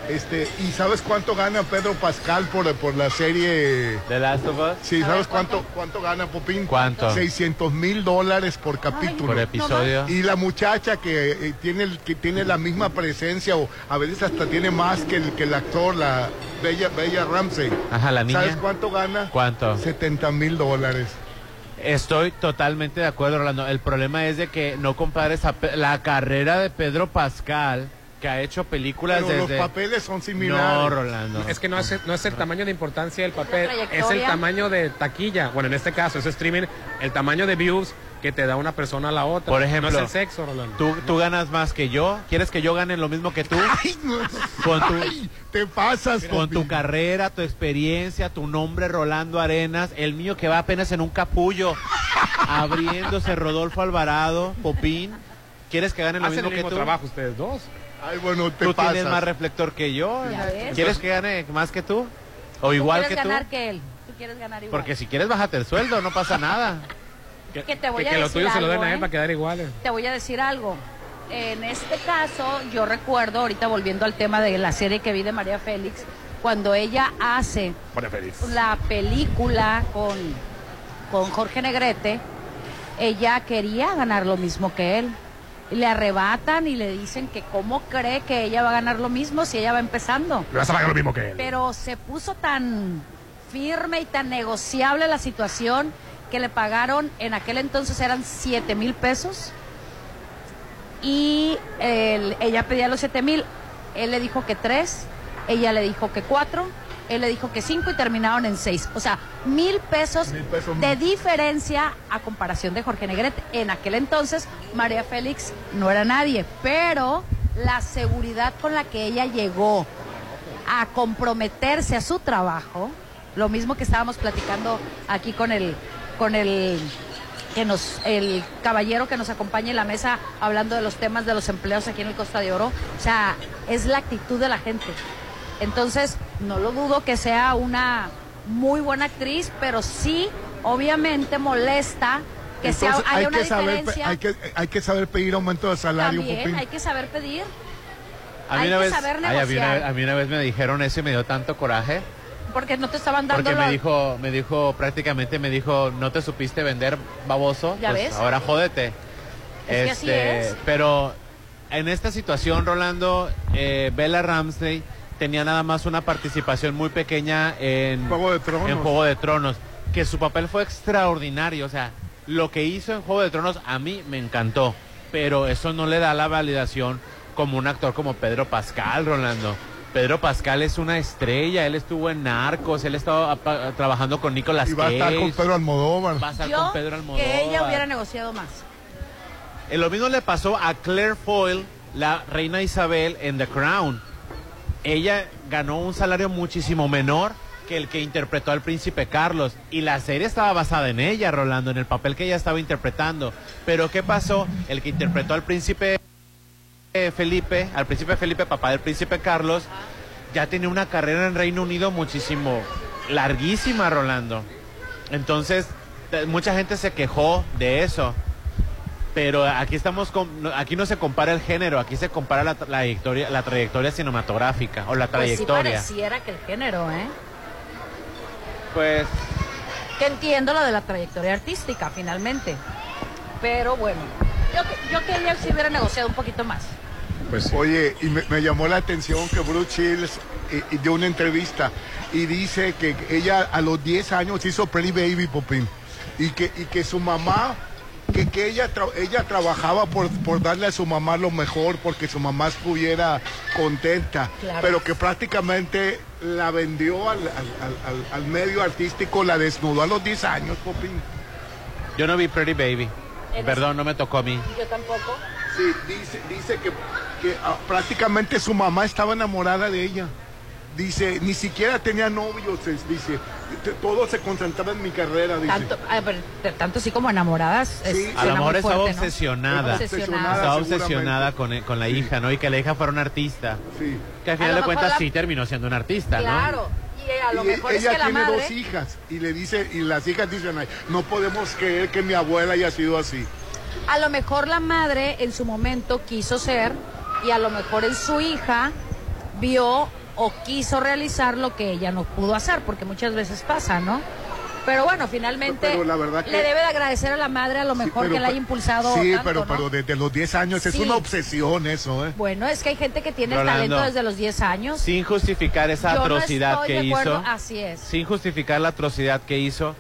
[SPEAKER 6] Este, ¿Y sabes cuánto gana Pedro Pascal por, por la serie?
[SPEAKER 9] ¿The Last of Us?
[SPEAKER 6] Sí, ¿sabes cuánto, cuánto gana Popín?
[SPEAKER 9] ¿Cuánto?
[SPEAKER 6] 600 mil dólares por capítulo.
[SPEAKER 9] Por episodio.
[SPEAKER 6] Y la muchacha que, eh, tiene, el- que tiene la misma presencia o a veces hasta tiene más que el, que el actor, la Bella, Bella Ramsey.
[SPEAKER 9] Ajá, la niña.
[SPEAKER 6] ¿Sabes cuánto gana?
[SPEAKER 9] ¿Cuánto?
[SPEAKER 6] 70 mil dólares.
[SPEAKER 9] Estoy totalmente de acuerdo, Rolando. El problema es de que no compares a Pe- la carrera de Pedro Pascal, que ha hecho películas
[SPEAKER 6] Pero
[SPEAKER 9] desde...
[SPEAKER 6] los papeles son similares.
[SPEAKER 9] No, Rolando.
[SPEAKER 7] Es que no es, el- no es el tamaño de importancia del papel,
[SPEAKER 8] trayectoria.
[SPEAKER 7] es el tamaño de taquilla. Bueno, en este caso es streaming, el tamaño de views que te da una persona a la otra.
[SPEAKER 9] Por ejemplo,
[SPEAKER 7] no es el sexo, Rolando.
[SPEAKER 9] ¿Tú, tú ganas más que yo. ¿Quieres que yo gane lo mismo que tú? Con tu,
[SPEAKER 6] te pasas
[SPEAKER 9] con tu carrera, tu experiencia, tu nombre Rolando Arenas, el mío que va apenas en un capullo, abriéndose Rodolfo Alvarado, Popín. ¿Quieres que gane lo
[SPEAKER 7] Hacen
[SPEAKER 9] mismo
[SPEAKER 7] el
[SPEAKER 9] que
[SPEAKER 7] mismo
[SPEAKER 9] tú?
[SPEAKER 7] trabajo ustedes dos.
[SPEAKER 6] Ay, bueno, te
[SPEAKER 9] Tú
[SPEAKER 6] pasas.
[SPEAKER 9] tienes más reflector que yo.
[SPEAKER 8] Ya ves.
[SPEAKER 9] ¿Quieres que gane más que tú? O
[SPEAKER 8] ¿Tú
[SPEAKER 9] igual que
[SPEAKER 8] quieres
[SPEAKER 9] tú.
[SPEAKER 8] ganar que él. Tú quieres ganar igual.
[SPEAKER 9] Porque si quieres bájate el sueldo, no pasa nada.
[SPEAKER 8] Que te voy
[SPEAKER 7] que
[SPEAKER 8] a
[SPEAKER 7] que lo
[SPEAKER 8] decir
[SPEAKER 7] tuyo se lo den
[SPEAKER 8] algo,
[SPEAKER 7] a él
[SPEAKER 8] ¿eh?
[SPEAKER 7] para quedar iguales.
[SPEAKER 8] Te voy a decir algo. En este caso, yo recuerdo, ahorita volviendo al tema de la serie que vi de María Félix, cuando ella hace
[SPEAKER 7] Pone feliz.
[SPEAKER 8] la película con, con Jorge Negrete, ella quería ganar lo mismo que él. Y Le arrebatan y le dicen que cómo cree que ella va a ganar lo mismo si ella va empezando.
[SPEAKER 7] Le vas a pagar lo mismo que él.
[SPEAKER 8] Pero se puso tan firme y tan negociable la situación que le pagaron, en aquel entonces eran 7 mil pesos y él- ella pedía los 7 mil, él le dijo que 3, ella le dijo que 4, él le dijo que 5 y terminaron en 6. O sea, mil pesos, de diferencia a comparación de Jorge Negrete. En aquel entonces María Félix no era nadie, pero la seguridad con la que ella llegó a comprometerse a su trabajo, lo mismo que estábamos platicando aquí con el con el que nos el caballero que nos acompaña en la mesa hablando de los temas de los empleos aquí en el Costa de Oro, o sea, es la actitud de la gente. Entonces, no lo dudo que sea una muy buena actriz, pero sí obviamente molesta que
[SPEAKER 6] Entonces,
[SPEAKER 8] sea haya una
[SPEAKER 6] que saber, pe-
[SPEAKER 8] diferencia.
[SPEAKER 6] hay, que, hay que saber pedir aumento de salario,
[SPEAKER 8] también
[SPEAKER 6] Popín.
[SPEAKER 8] hay que saber pedir.
[SPEAKER 9] A mí,
[SPEAKER 8] Hay
[SPEAKER 9] una
[SPEAKER 8] que
[SPEAKER 9] vez,
[SPEAKER 8] saber
[SPEAKER 9] ay, a, mí una,
[SPEAKER 8] negociar.
[SPEAKER 9] a mí una vez me dijeron eso y me dio tanto coraje
[SPEAKER 8] porque no te estaban dando
[SPEAKER 9] porque me
[SPEAKER 8] lo-
[SPEAKER 9] dijo, me dijo prácticamente me dijo no te supiste vender baboso,
[SPEAKER 8] Ya
[SPEAKER 9] pues
[SPEAKER 8] ves.
[SPEAKER 9] ahora jódete. Este,
[SPEAKER 8] Es que así es.
[SPEAKER 9] Pero en esta situación, Rolando, eh, Bella Ramsey tenía nada más una participación muy pequeña en Juego de Tronos. En Juego de Tronos, que su papel fue extraordinario, o sea, lo que hizo en Juego de Tronos a mí me encantó, pero eso no le da la validación como un actor como Pedro Pascal, Rolando. Pedro Pascal es una estrella, él estuvo en Narcos, él estaba apa- trabajando con Nicolas
[SPEAKER 6] Y va a estar
[SPEAKER 9] Cage.
[SPEAKER 6] con Pedro Almodóvar.
[SPEAKER 9] Va a estar
[SPEAKER 8] Yo,
[SPEAKER 9] con Pedro Almodóvar.
[SPEAKER 8] que ella hubiera negociado más. Pues
[SPEAKER 9] Eh, lo mismo le pasó a Claire Foyle, la reina Isabel en The Crown. ella ganó un salario muchísimo menor que el que interpretó al príncipe Carlos. Y la serie estaba basada en ella, Rolando, en el papel que ella estaba interpretando. Pero ¿qué pasó? El que interpretó al príncipe eh, Felipe, al príncipe Felipe, papá del príncipe Carlos, ya tenía una carrera en Reino Unido muchísimo larguísima, Rolando. Entonces, te- mucha gente se quejó de eso. Pero aquí estamos con- no- aquí no se compara el género, aquí se compara la, tra- la trayectoria, la trayectoria cinematográfica o la
[SPEAKER 8] Pues sí
[SPEAKER 9] trayectoria.
[SPEAKER 8] pareciera que el género, ¿eh?
[SPEAKER 9] Pues
[SPEAKER 8] Que entiendo lo de la trayectoria artística, finalmente. Pero bueno, yo, que- yo quería si hubiera negociado un poquito más.
[SPEAKER 6] Oye, y me, me llamó la atención que Bruce Shields eh, eh, dio una entrevista y dice que ella a los 10 años hizo Pretty Baby Popín y que, y que su mamá, que, que ella, tra- ella trabajaba por, por darle a su mamá lo mejor, porque su mamá estuviera contenta,
[SPEAKER 25] Claro.
[SPEAKER 6] pero que prácticamente la vendió al, al- al- al- al medio artístico, la desnudó a los 10 años, Popín.
[SPEAKER 9] yo no vi Pretty Baby.
[SPEAKER 6] Eres-
[SPEAKER 9] Perdón, no me tocó a mí.
[SPEAKER 8] Yo tampoco.
[SPEAKER 6] Sí, dice, dice que, que, ah, prácticamente su mamá estaba enamorada de ella. Dice, ni siquiera tenía novios, es- dice, t- todo se concentraba en mi carrera, dice.
[SPEAKER 8] Tanto, a ver, de- tanto así como enamoradas. es-
[SPEAKER 9] A lo
[SPEAKER 8] suena
[SPEAKER 9] mejor
[SPEAKER 8] muy
[SPEAKER 9] estaba
[SPEAKER 8] fuerte, ¿no?
[SPEAKER 9] obsesionada.
[SPEAKER 8] Obsesionada.
[SPEAKER 9] Estaba
[SPEAKER 6] seguramente.
[SPEAKER 9] obsesionada con, el- con la hija, ¿no? Y que la hija fuera una artista. Que al
[SPEAKER 8] A
[SPEAKER 9] final
[SPEAKER 8] lo
[SPEAKER 9] de
[SPEAKER 8] mejor
[SPEAKER 9] cuentas
[SPEAKER 8] la-
[SPEAKER 9] sí terminó siendo una artista, ¿no?
[SPEAKER 8] Claro. Y a lo
[SPEAKER 6] Y
[SPEAKER 8] mejor es
[SPEAKER 6] ella
[SPEAKER 8] que la
[SPEAKER 6] tiene
[SPEAKER 8] madre.
[SPEAKER 6] dos hijas y le dice, y las hijas dicen, "Ay, no podemos creer que mi abuela haya sido así.
[SPEAKER 8] A lo mejor la madre en su momento quiso ser y a lo mejor en su hija vio o quiso realizar lo que ella no pudo hacer, porque muchas veces pasa, ¿no? Pero bueno, finalmente
[SPEAKER 6] Pero la verdad que-
[SPEAKER 8] le debe de agradecer a la madre a lo mejor
[SPEAKER 6] Pero
[SPEAKER 8] que la
[SPEAKER 6] pe-
[SPEAKER 8] haya impulsado.
[SPEAKER 6] Sí,
[SPEAKER 8] tanto,
[SPEAKER 6] pero,
[SPEAKER 8] ¿no?
[SPEAKER 6] pero desde los 10 años es
[SPEAKER 8] Sí.
[SPEAKER 6] una obsesión eso, ¿eh?
[SPEAKER 8] Bueno, es que hay gente que tiene
[SPEAKER 9] Rolando.
[SPEAKER 8] talento desde los 10 años.
[SPEAKER 9] Sin justificar
[SPEAKER 8] Yo
[SPEAKER 9] esa
[SPEAKER 8] no
[SPEAKER 9] atrocidad
[SPEAKER 8] estoy
[SPEAKER 9] que
[SPEAKER 8] de
[SPEAKER 9] hizo.
[SPEAKER 8] acuerdo, ah. Así es.
[SPEAKER 9] sin justificar la atrocidad que hizo,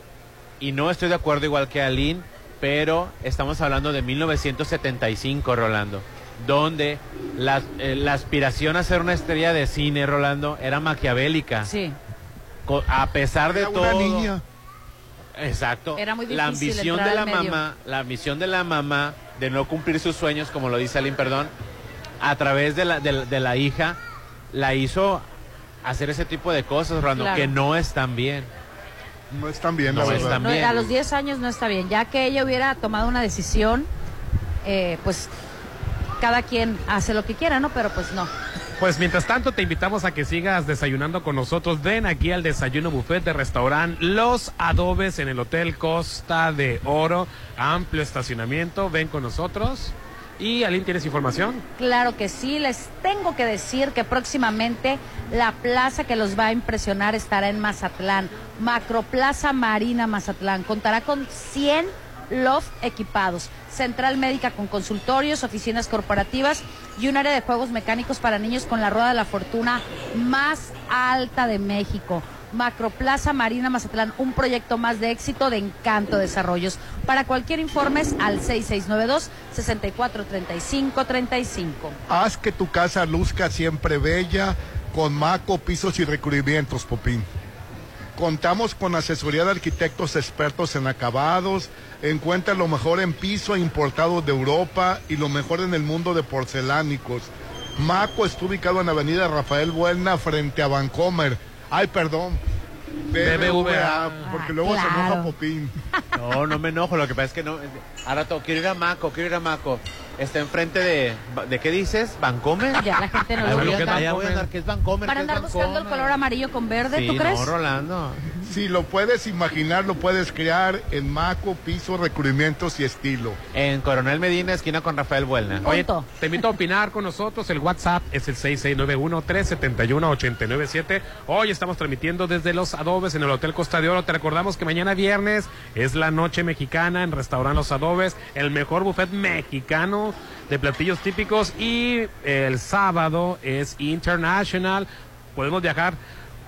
[SPEAKER 9] y no estoy de acuerdo igual que Aline, pero estamos hablando de 1975, Rolando, donde la, eh, la aspiración a ser una estrella de cine, Rolando, era maquiavélica.
[SPEAKER 8] Sí.
[SPEAKER 9] a pesar de
[SPEAKER 6] Era
[SPEAKER 9] todo.
[SPEAKER 6] una niña.
[SPEAKER 9] Exacto.
[SPEAKER 8] Era muy
[SPEAKER 9] la
[SPEAKER 8] difícil
[SPEAKER 9] ambición
[SPEAKER 8] entrar
[SPEAKER 9] de la
[SPEAKER 8] al medio.
[SPEAKER 9] mamá, la ambición de la mamá de no cumplir sus sueños, como lo dice Aline, perdón, a través de la, de, la- de la hija, la hizo hacer ese tipo de cosas, Rolando,
[SPEAKER 8] Claro.
[SPEAKER 9] que no están bien.
[SPEAKER 6] No están bien,
[SPEAKER 9] no
[SPEAKER 6] la verdad.
[SPEAKER 9] Están
[SPEAKER 8] No,
[SPEAKER 9] bien.
[SPEAKER 8] a los 10 años no está bien. Ya que ella hubiera tomado una decisión, eh, pues cada quien hace lo que quiera, ¿no? Pero pues no.
[SPEAKER 7] Pues mientras tanto te invitamos a que sigas desayunando con nosotros. Ven aquí al desayuno buffet de restaurante Los Adobes en el Hotel Costa de Oro. Amplio estacionamiento. Ven con nosotros. Y Aline, ¿tienes información?
[SPEAKER 8] Claro que sí, les tengo que decir que próximamente la plaza que los va a impresionar estará en Mazatlán, Macroplaza Marina Mazatlán. Contará con 100 loft equipados, central médica con consultorios, oficinas corporativas y un área de juegos mecánicos para niños con la rueda de la fortuna más alta de México. Macroplaza Marina Mazatlán, un proyecto más de éxito de Encanto Desarrollos. Para cualquier informe es al 6692-643535.
[SPEAKER 6] Haz que tu casa luzca siempre bella, con maco, pisos y recubrimientos, Popín. Contamos con asesoría de arquitectos expertos en acabados, encuentra lo mejor en piso e importado de Europa y lo mejor en el mundo de porcelánicos. Maco está ubicado en Avenida Rafael Buena frente a Vancomer. Ay, perdón. BBVA, porque luego se enoja Popín.
[SPEAKER 9] No, no me enojo, lo que pasa es que no. Ahora todo, quiero ir a Maco, quiero ir a Maco. Está enfrente de. ¿De qué dices? ¿Vancomer?
[SPEAKER 8] Ya la gente no
[SPEAKER 9] Ahí
[SPEAKER 8] lo
[SPEAKER 9] voy a
[SPEAKER 8] ubica.
[SPEAKER 9] andar, ahí voy a andar, que es Vancomer.
[SPEAKER 8] Para
[SPEAKER 9] que es
[SPEAKER 8] andar buscando el
[SPEAKER 9] Vancomer.
[SPEAKER 8] color amarillo con verde,
[SPEAKER 9] Sí,
[SPEAKER 8] ¿tú crees?
[SPEAKER 9] no, Rolando.
[SPEAKER 6] Si lo puedes imaginar, lo puedes crear en maco, piso, recubrimientos y estilo.
[SPEAKER 9] En Coronel Medina, esquina con Rafael Buelna.
[SPEAKER 7] Oye, te invito a opinar con nosotros. El WhatsApp es el 6691-371-897. Hoy estamos transmitiendo desde Los Adobes en el Hotel Costa de Oro. Te recordamos que mañana viernes es la noche mexicana en Restaurant Los Adobes, el mejor buffet mexicano de platillos típicos. Y el sábado es International. Podemos viajar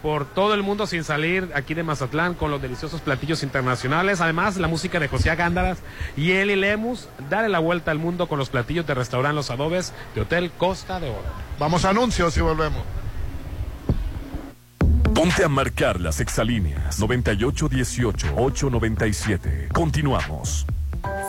[SPEAKER 7] por todo el mundo sin salir aquí de Mazatlán con los deliciosos platillos internacionales. Además, la música de José Agándaras y Eli Lemus. Dale la vuelta al mundo con los platillos de restaurante Los Adobes de Hotel Costa de Oro.
[SPEAKER 6] Vamos a anuncios y volvemos.
[SPEAKER 1] Ponte a marcar las exalíneas 9818-897. Continuamos.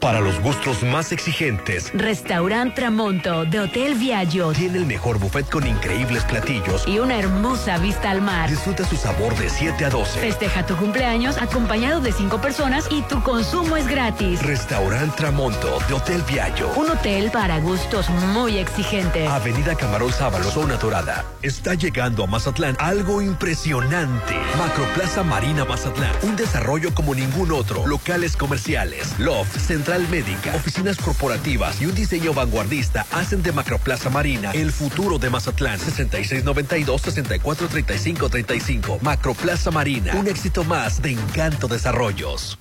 [SPEAKER 10] Para los gustos más exigentes,
[SPEAKER 4] Restaurant Tramonto de Hotel Viaggio
[SPEAKER 10] tiene el mejor buffet con increíbles platillos.
[SPEAKER 4] y una hermosa vista al mar.
[SPEAKER 10] Disfruta su sabor de 7 a 12.
[SPEAKER 4] Festeja tu cumpleaños acompañado de cinco personas y tu consumo es gratis.
[SPEAKER 10] Restaurant Tramonto de Hotel Viallo.
[SPEAKER 4] Un hotel para gustos muy exigentes.
[SPEAKER 10] Avenida Camarón Sábalo, zona dorada. Está llegando a Mazatlán algo impresionante. Macroplaza Marina Mazatlán. Un desarrollo como ningún otro. Locales comerciales, loft, central médica, oficinas corporativas y un diseño vanguardista hacen de Macroplaza Marina el futuro de Mazatlán. 6692-643535. Macroplaza Marina. Un éxito más de Encanto Desarrollos.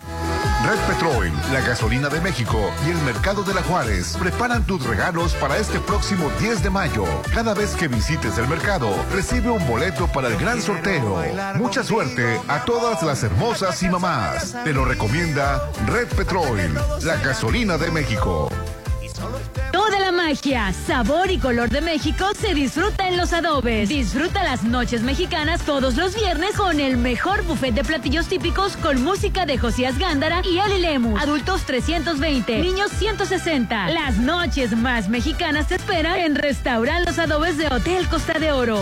[SPEAKER 25] Red Petrol, la gasolina de México y el mercado de la Juárez preparan tus regalos para este próximo 10 de mayo. Cada vez que visites el mercado, recibe un boleto para el gran sorteo. Mucha suerte a todas las hermosas y mamás. Te lo recomienda Red Petrol, la gasolina de México.
[SPEAKER 4] Toda la magia, sabor y color de México se disfruta en los adobes. Disfruta las noches mexicanas todos los viernes con el mejor buffet de platillos típicos con música de Josías Gándara y Ali Lemus. Adultos 320, niños 160. Las noches más mexicanas te esperan en Restaurant Los Adobes de Hotel Costa de Oro.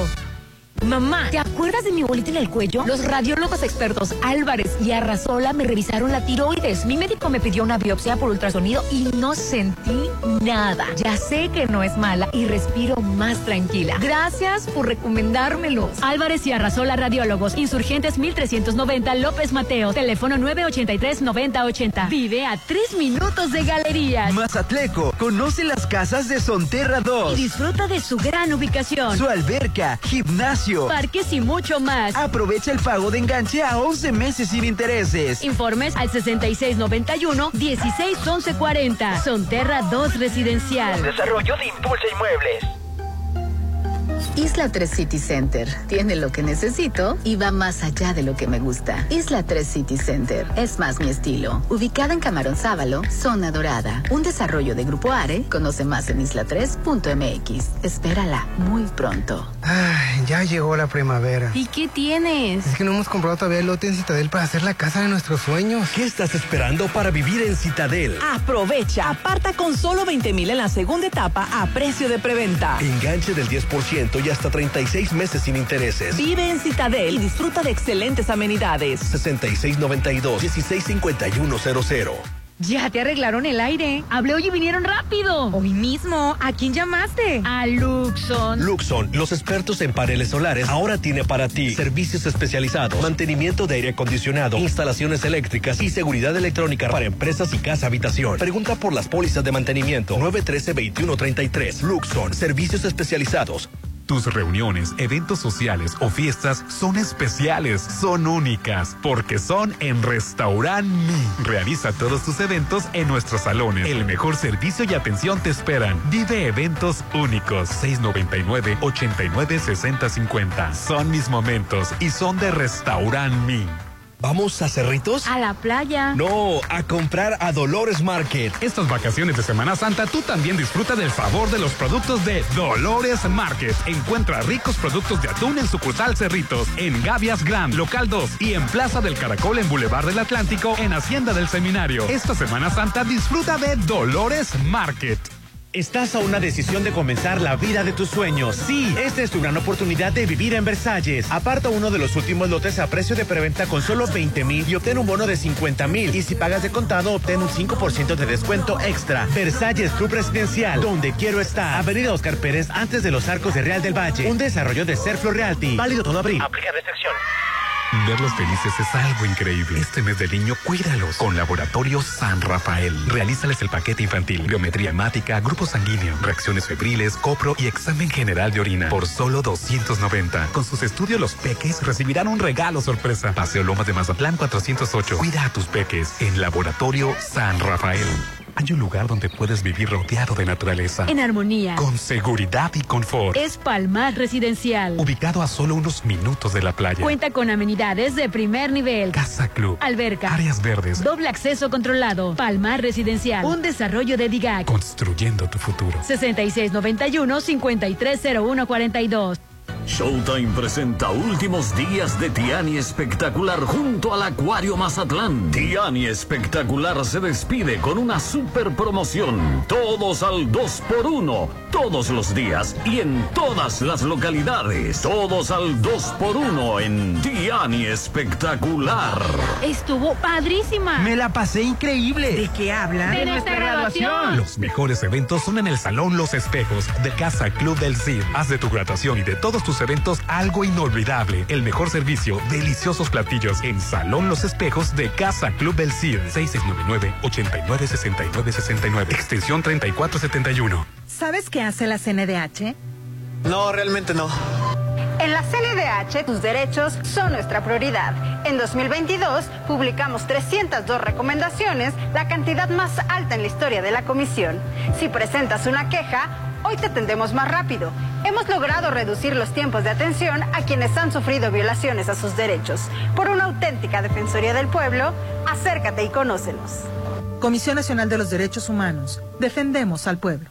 [SPEAKER 25] Mamá, ¿te acuerdas de mi bolita en el cuello? Los radiólogos expertos Álvarez y Arrazola me revisaron la tiroides. Mi médico me pidió una biopsia por ultrasonido y no sentí nada. Ya sé que no es mala y respiro más tranquila. Gracias por recomendármelos.
[SPEAKER 4] Álvarez y Arrasola Radiólogos, Insurgentes 1390 López Mateo, teléfono 983-9080. Vive a tres minutos de galerías.
[SPEAKER 15] Mazatleco, conoce las casas de Sonterra
[SPEAKER 4] Y
[SPEAKER 15] 2,
[SPEAKER 4] disfruta de su gran ubicación.
[SPEAKER 15] su alberca, gimnasio,
[SPEAKER 4] parques y mucho más.
[SPEAKER 15] Aprovecha el pago de enganche a 11 meses sin intereses.
[SPEAKER 4] Informes al 6691-161140. Sonterra 2 Residencial.
[SPEAKER 15] Desarrollo de Impulsa Inmuebles.
[SPEAKER 12] Isla 3 City Center tiene lo que necesito y va más allá de lo que me gusta. Isla 3 City Center es más mi estilo. Ubicada en Camarón Sábalo, zona dorada. Un desarrollo de Grupo Are. Conoce más en isla3.mx. Espérala muy pronto.
[SPEAKER 3] Ay, ya llegó la primavera.
[SPEAKER 25] ¿Y qué tienes?
[SPEAKER 3] Es que no hemos comprado todavía el lote en Citadel para hacer la casa de nuestros sueños.
[SPEAKER 10] ¿Qué estás esperando para vivir en Citadel?
[SPEAKER 5] Aprovecha. Aparta con solo 20 mil en la segunda etapa a precio de preventa.
[SPEAKER 10] Enganche del 10% y hasta 36 meses sin intereses.
[SPEAKER 5] Vive en Citadel y disfruta de excelentes amenidades.
[SPEAKER 10] 6692-165100.
[SPEAKER 25] Ya te arreglaron el aire.
[SPEAKER 4] Hablé hoy y vinieron rápido.
[SPEAKER 25] Hoy mismo. ¿A quién llamaste?
[SPEAKER 4] A Luxon.
[SPEAKER 10] Luxon, los expertos en paneles solares, ahora tiene para ti servicios especializados, mantenimiento de aire acondicionado, instalaciones eléctricas y seguridad electrónica para empresas y casa habitación. Pregunta por las pólizas de mantenimiento 913-2133. Luxon, servicios especializados.
[SPEAKER 13] Tus reuniones, eventos sociales o fiestas son especiales, son únicas, porque son en Restaurant Mi. Realiza todos tus eventos en nuestros salones. El mejor servicio y atención te esperan. Vive eventos únicos. 699-896050. Son mis momentos y son de Restaurant Mi.
[SPEAKER 10] ¿Vamos a Cerritos?
[SPEAKER 25] A la playa.
[SPEAKER 10] No, a comprar a Dolores Market.
[SPEAKER 13] Estas vacaciones de Semana Santa tú también disfruta del favor de los productos de Dolores Market. Encuentra ricos productos de atún en sucursal Cerritos, en Gavias Gran, local 2 y en Plaza del Caracol en Boulevard del Atlántico, en Hacienda del Seminario. Esta Semana Santa disfruta de Dolores Market.
[SPEAKER 9] Estás a una decisión de comenzar la vida de tus sueños. Sí, esta es tu gran oportunidad de vivir en Versalles. Aparta uno de los últimos lotes a precio de preventa con solo 20 mil y obtén un bono de 50 mil. Y si pagas de contado, obtén un 5% de descuento extra. Versalles Club Residencial, donde quiero estar. Avenida Oscar Pérez, antes de los arcos de Real del Valle. Un desarrollo de Serflo Realty. Válido todo abril. Aplica restricción.
[SPEAKER 13] Verlos felices es algo increíble. Este mes del niño, cuídalos con Laboratorio San Rafael. Realízales el paquete infantil, biometría hemática, grupo sanguíneo, reacciones febriles, copro y examen general de orina por solo 290. Con sus estudios, los peques recibirán un regalo sorpresa. Paseo Lomas de Mazatlán 408. Cuida a tus peques en Laboratorio San Rafael. Hay un lugar donde puedes vivir rodeado de naturaleza.
[SPEAKER 4] En Eh- armonía.
[SPEAKER 13] Ah. Con seguridad y confort.
[SPEAKER 4] Es Palmar Residencial.
[SPEAKER 13] Ubicado a solo unos minutos de la playa.
[SPEAKER 4] Cuenta con amenidades de primer nivel.
[SPEAKER 13] Casa Club.
[SPEAKER 4] Alberca.
[SPEAKER 13] Áreas verdes.
[SPEAKER 4] Doble acceso controlado. Palmar Residencial. Un desarrollo de DIGAC.
[SPEAKER 13] Construyendo tu futuro.
[SPEAKER 4] 6691-530142.
[SPEAKER 26] Showtime presenta últimos días de Tiani Espectacular junto al Acuario Mazatlán. Tiani Espectacular se despide con una super promoción. Todos al 2x1, todos los días y en todas las localidades. Todos al 2x1 en Tiani Espectacular.
[SPEAKER 4] Estuvo padrísima.
[SPEAKER 15] Me la pasé increíble.
[SPEAKER 27] ¿De qué hablan?
[SPEAKER 4] De, nuestra graduación.
[SPEAKER 13] Los mejores eventos son en el Salón Los Espejos de Casa Club del CID. Haz de tu graduación y de todos tus eventos algo inolvidable. El mejor servicio, deliciosos platillos en Salón Los Espejos de Casa Club del CID. 6699-896969. Extensión 3471.
[SPEAKER 18] ¿Sabes qué hace la CNDH?
[SPEAKER 28] No, realmente no.
[SPEAKER 18] En la CNDH, tus derechos son nuestra prioridad. En 2022, publicamos 302 recomendaciones, la cantidad más alta en la historia de la Comisión. Si presentas una queja, hoy te atendemos más rápido. Hemos logrado reducir los tiempos de atención a quienes han sufrido violaciones a sus derechos. Por una auténtica Defensoría del Pueblo, acércate y conócenos.
[SPEAKER 29] Comisión Nacional de los Derechos Humanos. Defendemos al pueblo.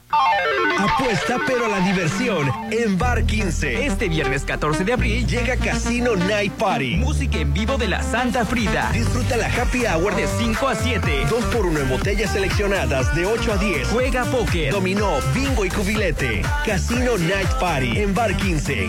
[SPEAKER 10] Apuesta pero a la diversión en Bar 15. Este viernes 14 de abril llega Casino Night Party. Música en vivo de la Santa Frida. Disfruta la happy hour de 5 a 7. 2 por 1 en botellas seleccionadas de 8 a 10. Juega póker, dominó, bingo y cubilete. Casino Night Party en Bar 15.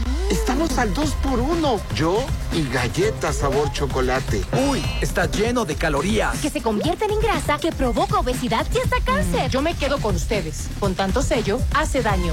[SPEAKER 30] Estamos al 2 por 1
[SPEAKER 6] Yo y galletas sabor chocolate.
[SPEAKER 23] Uy, está lleno de calorías.
[SPEAKER 31] Que se convierten en grasa, que provoca obesidad y hasta cáncer.
[SPEAKER 5] Yo me quedo con ustedes. Con tanto sello, hace daño.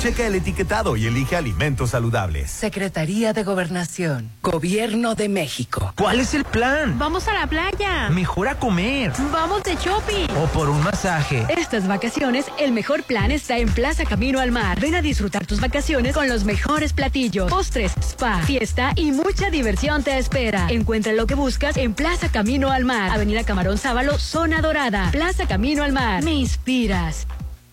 [SPEAKER 32] Checa el etiquetado y elige alimentos saludables.
[SPEAKER 27] Secretaría de Gobernación. Gobierno de México.
[SPEAKER 15] ¿Cuál es el plan?
[SPEAKER 31] Vamos a la playa.
[SPEAKER 15] Mejor a comer.
[SPEAKER 31] Vamos de shopping.
[SPEAKER 15] O por un masaje.
[SPEAKER 4] Estas vacaciones, el mejor plan está en Plaza Camino al Mar. Ven a disfrutar tus vacaciones con los mejores platillos, postres, spa, fiesta y mucha diversión te espera. Encuentra lo que buscas en Plaza Camino al Mar. Avenida Camarón Sábalo, Zona Dorada. Plaza Camino al Mar. Me inspiras.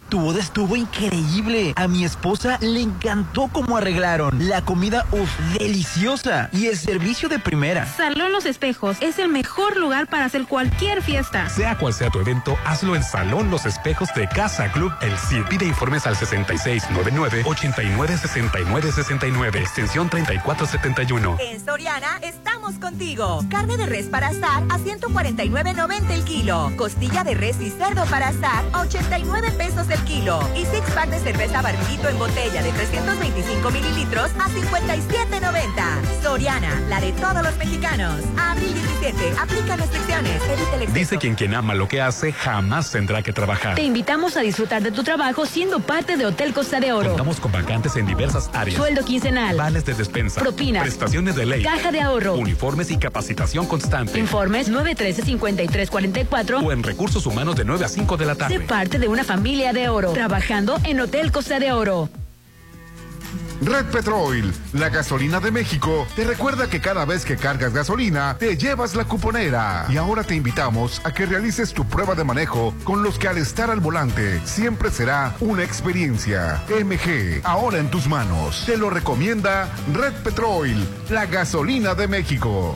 [SPEAKER 15] Tu boda estuvo increíble. A mi esposa le encantó cómo arreglaron. La comida, uff, deliciosa. Y el servicio de primera.
[SPEAKER 31] Salón Los Espejos es el mejor lugar para hacer cualquier fiesta.
[SPEAKER 13] Sea cual sea tu evento, hazlo en Salón Los Espejos de Casa Club El Cid. Pide informes al 6699-896969, extensión 3471.
[SPEAKER 33] En Soriana estamos contigo. Carne de res para asar a 149.90 el kilo. Costilla de res y cerdo para asar a 89 pesos el kilo. Y six pack de cerveza barrilito en botella de 325 mililitros a 57.90. Soriana, la de todos los mexicanos. A abril 17, aplica restricciones.
[SPEAKER 13] Dice quien quien ama lo que hace jamás tendrá que
[SPEAKER 24] Ah.
[SPEAKER 13] trabajar.
[SPEAKER 4] Te invitamos a disfrutar de tu trabajo siendo parte de Hotel Costa de Oro.
[SPEAKER 13] Contamos con vacantes en diversas áreas.
[SPEAKER 4] Sueldo quincenal.
[SPEAKER 13] Vales de despensa.
[SPEAKER 4] Propinas.
[SPEAKER 13] Prestaciones de ley.
[SPEAKER 4] Caja de ahorro.
[SPEAKER 13] Uniformes y capacitación constante.
[SPEAKER 4] Informes 913-5344.
[SPEAKER 13] O en recursos humanos de 9 a 5 de la tarde.
[SPEAKER 4] Sé parte de una familia de Oro, trabajando en Hotel Costa de Oro.
[SPEAKER 25] Red Petrol, la gasolina de México, te recuerda que cada vez que cargas gasolina, te llevas la cuponera. Y ahora te invitamos a que realices tu prueba de manejo con los que al estar al volante siempre será una experiencia. MG, ahora en tus manos. Te lo recomienda Red Petrol, la gasolina de México.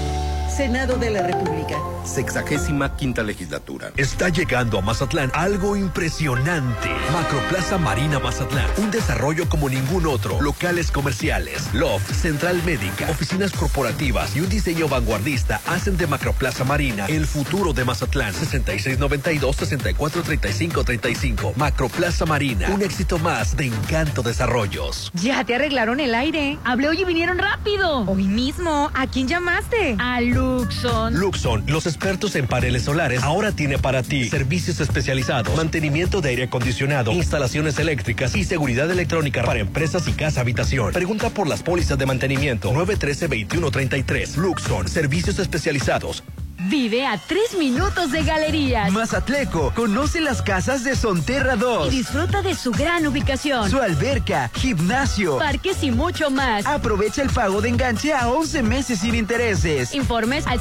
[SPEAKER 34] Senado de la República.
[SPEAKER 10] Sexagésima quinta legislatura. Está llegando a Mazatlán algo impresionante. Macroplaza Marina Mazatlán. Un desarrollo como ningún otro. Locales comerciales, loft, central médica, oficinas corporativas y un diseño vanguardista hacen de Macroplaza Marina el futuro de Mazatlán. 6692-643535. Macroplaza Marina. Un éxito más de Encanto Desarrollos.
[SPEAKER 1] Ya te arreglaron el aire. Hablé hoy y vinieron rápido.
[SPEAKER 35] Hoy mismo. ¿A quién llamaste?
[SPEAKER 1] A Luxon.
[SPEAKER 10] Luxon, los expertos en paneles solares, ahora tiene para ti servicios especializados, mantenimiento de aire acondicionado, instalaciones eléctricas y seguridad electrónica para empresas y casa habitación. Pregunta por las pólizas de mantenimiento 913-2133. Luxon, servicios especializados.
[SPEAKER 4] Vive a tres minutos de galerías.
[SPEAKER 15] Mazatleco, conoce las casas de Sonterra 2.
[SPEAKER 4] Y disfruta de su gran ubicación.
[SPEAKER 15] Su alberca, gimnasio,
[SPEAKER 4] parques y mucho más.
[SPEAKER 15] Aprovecha el pago de enganche a 11 meses sin intereses.
[SPEAKER 4] Informes al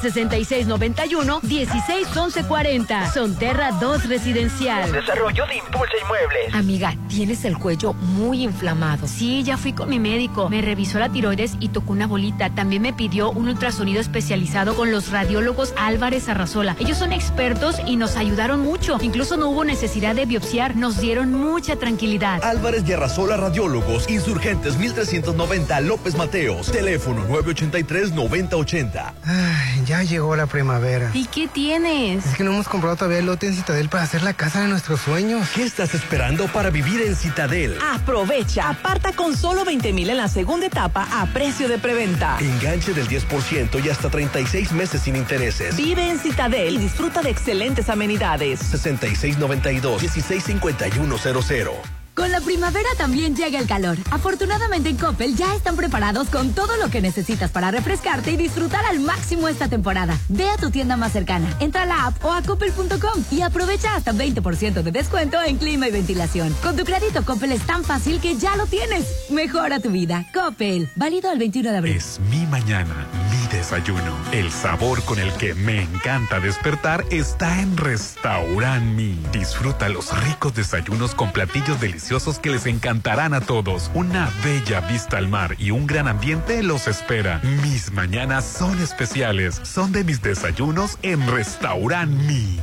[SPEAKER 4] 6691-161140. Sonterra 2 Residencial.
[SPEAKER 2] Desarrollo de Impulsa Inmuebles.
[SPEAKER 36] Amiga, tienes el cuello muy inflamado.
[SPEAKER 1] Sí, ya fui con mi médico. Me revisó la tiroides y tocó una bolita. También me pidió un ultrasonido especializado con los radiólogos Álvarez Arrazola. Ellos son expertos y nos ayudaron mucho. Incluso no hubo necesidad de biopsiar, nos dieron mucha tranquilidad.
[SPEAKER 10] Álvarez y Arrazola Radiólogos, Insurgentes 1390 López Mateos, teléfono 983-9080.
[SPEAKER 3] Ay, ya llegó la primavera.
[SPEAKER 1] ¿Y qué tienes?
[SPEAKER 3] Es que no hemos comprado todavía el lote en Citadel para hacer la casa de nuestros sueños.
[SPEAKER 10] ¿Qué estás esperando para vivir en Citadel?
[SPEAKER 5] Aprovecha, aparta con solo 20 mil en la segunda etapa a precio de preventa.
[SPEAKER 10] Enganche del 10% y hasta 36 meses sin intereses.
[SPEAKER 5] Vive en Citadel y disfruta de excelentes amenidades.
[SPEAKER 10] 6692-165100.
[SPEAKER 6] Con la primavera también llega el calor. Afortunadamente en Coppel ya están preparados con todo lo que necesitas para refrescarte y disfrutar al máximo esta temporada. Ve a tu tienda más cercana, entra a la app o a coppel.com y aprovecha hasta 20% de descuento en clima y ventilación. Con tu crédito Coppel es tan fácil que ya lo tienes. Mejora tu vida. Coppel, válido el 21 de abril.
[SPEAKER 13] Es mi mañana, mi desayuno. El sabor con el que me encanta despertar está en Restaurant Mi. Disfruta los ricos desayunos con platillos deliciosos que les encantarán a todos. Una bella vista al mar y un gran ambiente los espera. Mis mañanas son especiales. Son de mis desayunos en Restaurant Mi.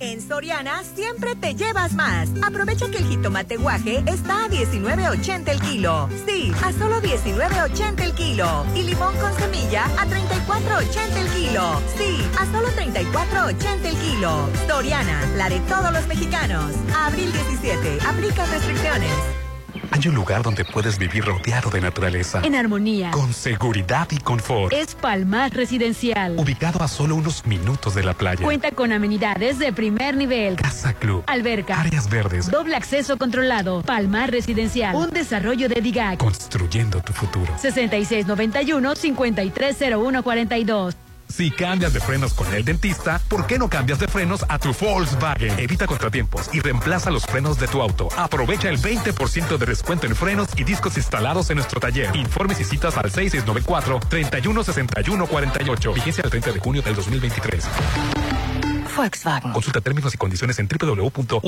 [SPEAKER 33] En Soriana siempre te llevas más. Aprovecha que el jitomate guaje está a 19.80 el kilo. Sí, a solo 19.80 el kilo. Y limón con semilla a 34.80 el kilo. Sí, a solo 34.80 el kilo. Soriana, la de todos los mexicanos. A abril 17. Aplica restricciones.
[SPEAKER 13] Hay un lugar donde puedes vivir rodeado de naturaleza.
[SPEAKER 4] En armonía.
[SPEAKER 13] Con seguridad y confort.
[SPEAKER 4] Es Palmar Residencial.
[SPEAKER 13] Ubicado a solo unos minutos de la playa.
[SPEAKER 4] Cuenta con amenidades de primer nivel.
[SPEAKER 13] Casa Club.
[SPEAKER 4] Alberca.
[SPEAKER 13] Áreas verdes.
[SPEAKER 4] Doble acceso controlado. Palmar Residencial. Un desarrollo de DIGAC.
[SPEAKER 13] Construyendo tu futuro.
[SPEAKER 4] 6691-530142.
[SPEAKER 13] Si cambias de frenos con el dentista, ¿por qué no cambias de frenos a tu Volkswagen? Evita contratiempos y reemplaza los frenos de tu auto. Aprovecha el 20% de descuento en frenos y discos instalados en nuestro taller. Informes y citas al 6694-316148. Vigencia al 30 de junio del 2023.
[SPEAKER 6] Volkswagen.
[SPEAKER 13] Consulta términos y condiciones en www.ww.com.mx.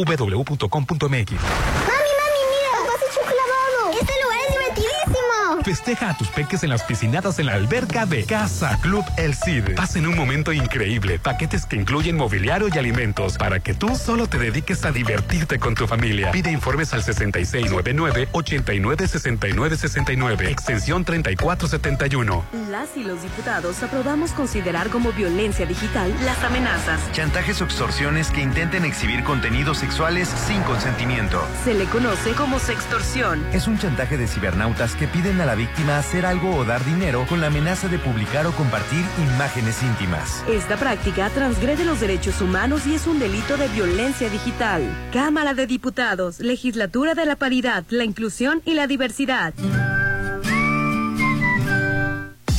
[SPEAKER 13] Festeja a tus peques en las piscinadas en la alberca de Casa Club El Cid. Pasen un momento increíble. Paquetes que incluyen mobiliario y alimentos para que tú solo te dediques a divertirte con tu familia. Pide informes al 6699-896969, extensión 3471.
[SPEAKER 7] Las y los diputados aprobamos considerar como violencia digital las amenazas,
[SPEAKER 9] chantajes o extorsiones que intenten exhibir contenidos sexuales sin consentimiento.
[SPEAKER 7] Se le conoce como sextorsión.
[SPEAKER 9] Es un chantaje de cibernautas que piden a la víctima hacer algo o dar dinero con la amenaza de publicar o compartir imágenes íntimas.
[SPEAKER 7] Esta práctica transgrede los derechos humanos y es un delito de violencia digital. Cámara de Diputados, Legislatura de la Paridad, la Inclusión y la Diversidad.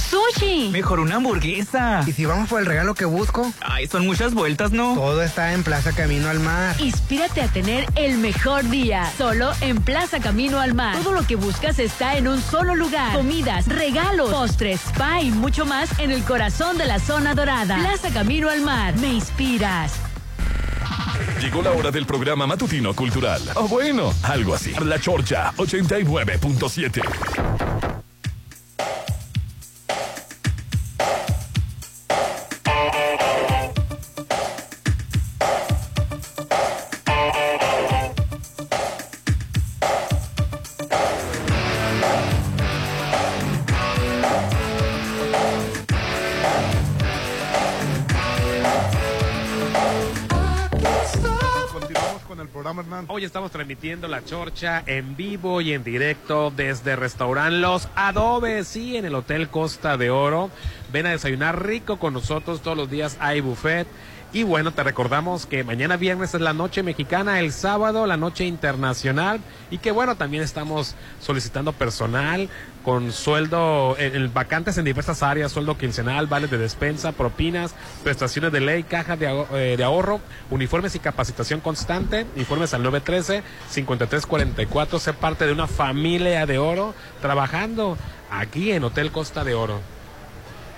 [SPEAKER 4] Sushi.
[SPEAKER 15] Mejor una hamburguesa.
[SPEAKER 3] ¿Y si vamos por el regalo que busco?
[SPEAKER 15] Ay, son muchas vueltas, ¿no?
[SPEAKER 3] Todo está en Plaza Camino al Mar.
[SPEAKER 4] Inspírate a tener el mejor día. Solo en Plaza Camino al Mar. Todo lo que buscas está en un solo lugar. Comidas, regalos, postres, spa y mucho más en el corazón de la zona dorada. Plaza Camino al Mar. Me inspiras.
[SPEAKER 10] Llegó la hora del programa matutino cultural. O oh, bueno, algo así. La Chorcha 89.7.
[SPEAKER 37] programa, Hernán?
[SPEAKER 7] Hoy estamos transmitiendo la chorcha en vivo y en directo desde Restaurant Los Adobes, sí, en el Hotel Costa de Oro. Ven a desayunar rico con nosotros todos los días. Hay buffet. Y bueno, te recordamos que mañana viernes es la noche mexicana, el sábado la noche internacional y que bueno, también estamos solicitando personal con sueldo, en, en vacantes en diversas áreas, sueldo quincenal, vales de despensa, propinas, prestaciones de ley, cajas de, eh, de, ahorro, uniformes y capacitación constante, informes al 913-5344, sé parte de una familia de oro trabajando aquí en Hotel Costa de Oro.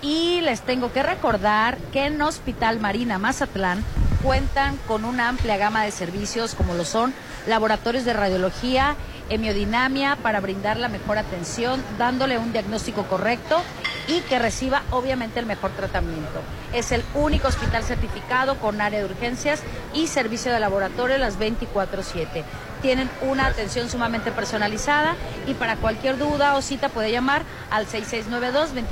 [SPEAKER 8] Y les tengo que recordar que en Hospital Marina Mazatlán cuentan con una amplia gama de servicios como lo son laboratorios de radiología, hemiodinamia para brindar la mejor atención, dándole un diagnóstico correcto y que reciba obviamente el mejor tratamiento. Es el único hospital certificado con área de urgencias y servicio de laboratorio las 24/7. Tienen una atención sumamente personalizada y para cualquier duda o cita puede llamar al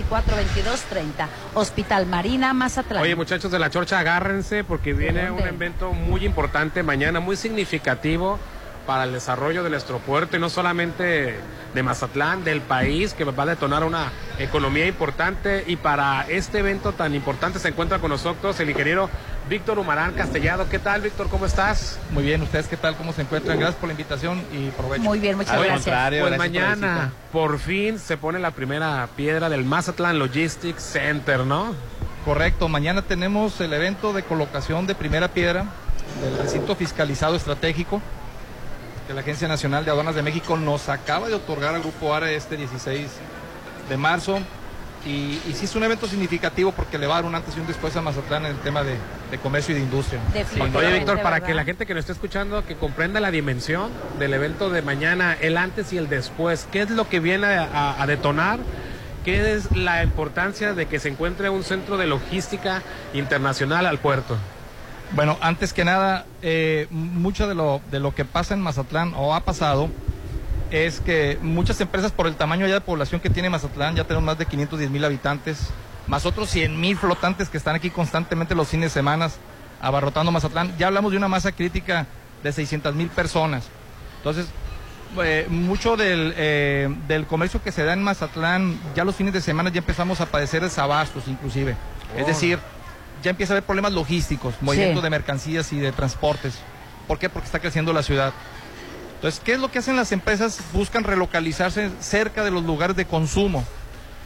[SPEAKER 8] 6692-242230. Hospital Marina Mazatlán.
[SPEAKER 7] Oye muchachos de la Chorcha, agárrense porque viene un evento muy importante mañana, muy significativo para el desarrollo de nuestro puerto y no solamente de Mazatlán, del país, que va a detonar una economía importante. Y para este evento tan importante se encuentra con nosotros el ingeniero Víctor Humarán Castellado. ¿Qué tal, Víctor? ¿Cómo estás?
[SPEAKER 38] Muy bien, ¿ustedes qué tal? ¿Cómo se encuentran? Gracias por la invitación y provecho.
[SPEAKER 8] Muy bien, muchas Al gracias.
[SPEAKER 7] Contrario, pues gracias mañana, por, por fin, se pone la primera piedra del Mazatlán Logistics Center, ¿no?
[SPEAKER 38] Correcto, mañana tenemos el evento de colocación de primera piedra del recinto fiscalizado estratégico que la Agencia Nacional de Aduanas de México nos acaba de otorgar al Grupo ARE este 16 de marzo. Y, y sí es un evento significativo porque le va a dar un antes y un después a Mazatlán en el tema de, de comercio y de industria.
[SPEAKER 7] Sí, Oye, Víctor, para que la gente que nos esté escuchando que comprenda la dimensión del evento de mañana, el antes y el después, ¿qué es lo que viene a, a, a detonar? ¿Qué es la importancia de que se encuentre un centro de logística internacional al puerto?
[SPEAKER 38] Bueno, antes que nada, eh, mucho de lo, de lo que pasa en Mazatlán o ha pasado es que muchas empresas por el tamaño ya de población que tiene Mazatlán, ya tenemos más de 510 mil habitantes, más otros 100 mil flotantes que están aquí constantemente los fines de semana abarrotando Mazatlán, ya hablamos de una masa crítica de 600 mil personas. Entonces, eh, mucho del, eh, del comercio que se da en Mazatlán, ya los fines de semana ya empezamos a padecer desabastos inclusive. Oh. Es decir, ya empieza a haber problemas logísticos, movimiento sí. de mercancías y de transportes. ¿Por qué? Porque está creciendo la ciudad. Entonces, ¿qué es lo que hacen las empresas? Buscan relocalizarse cerca de los lugares de consumo.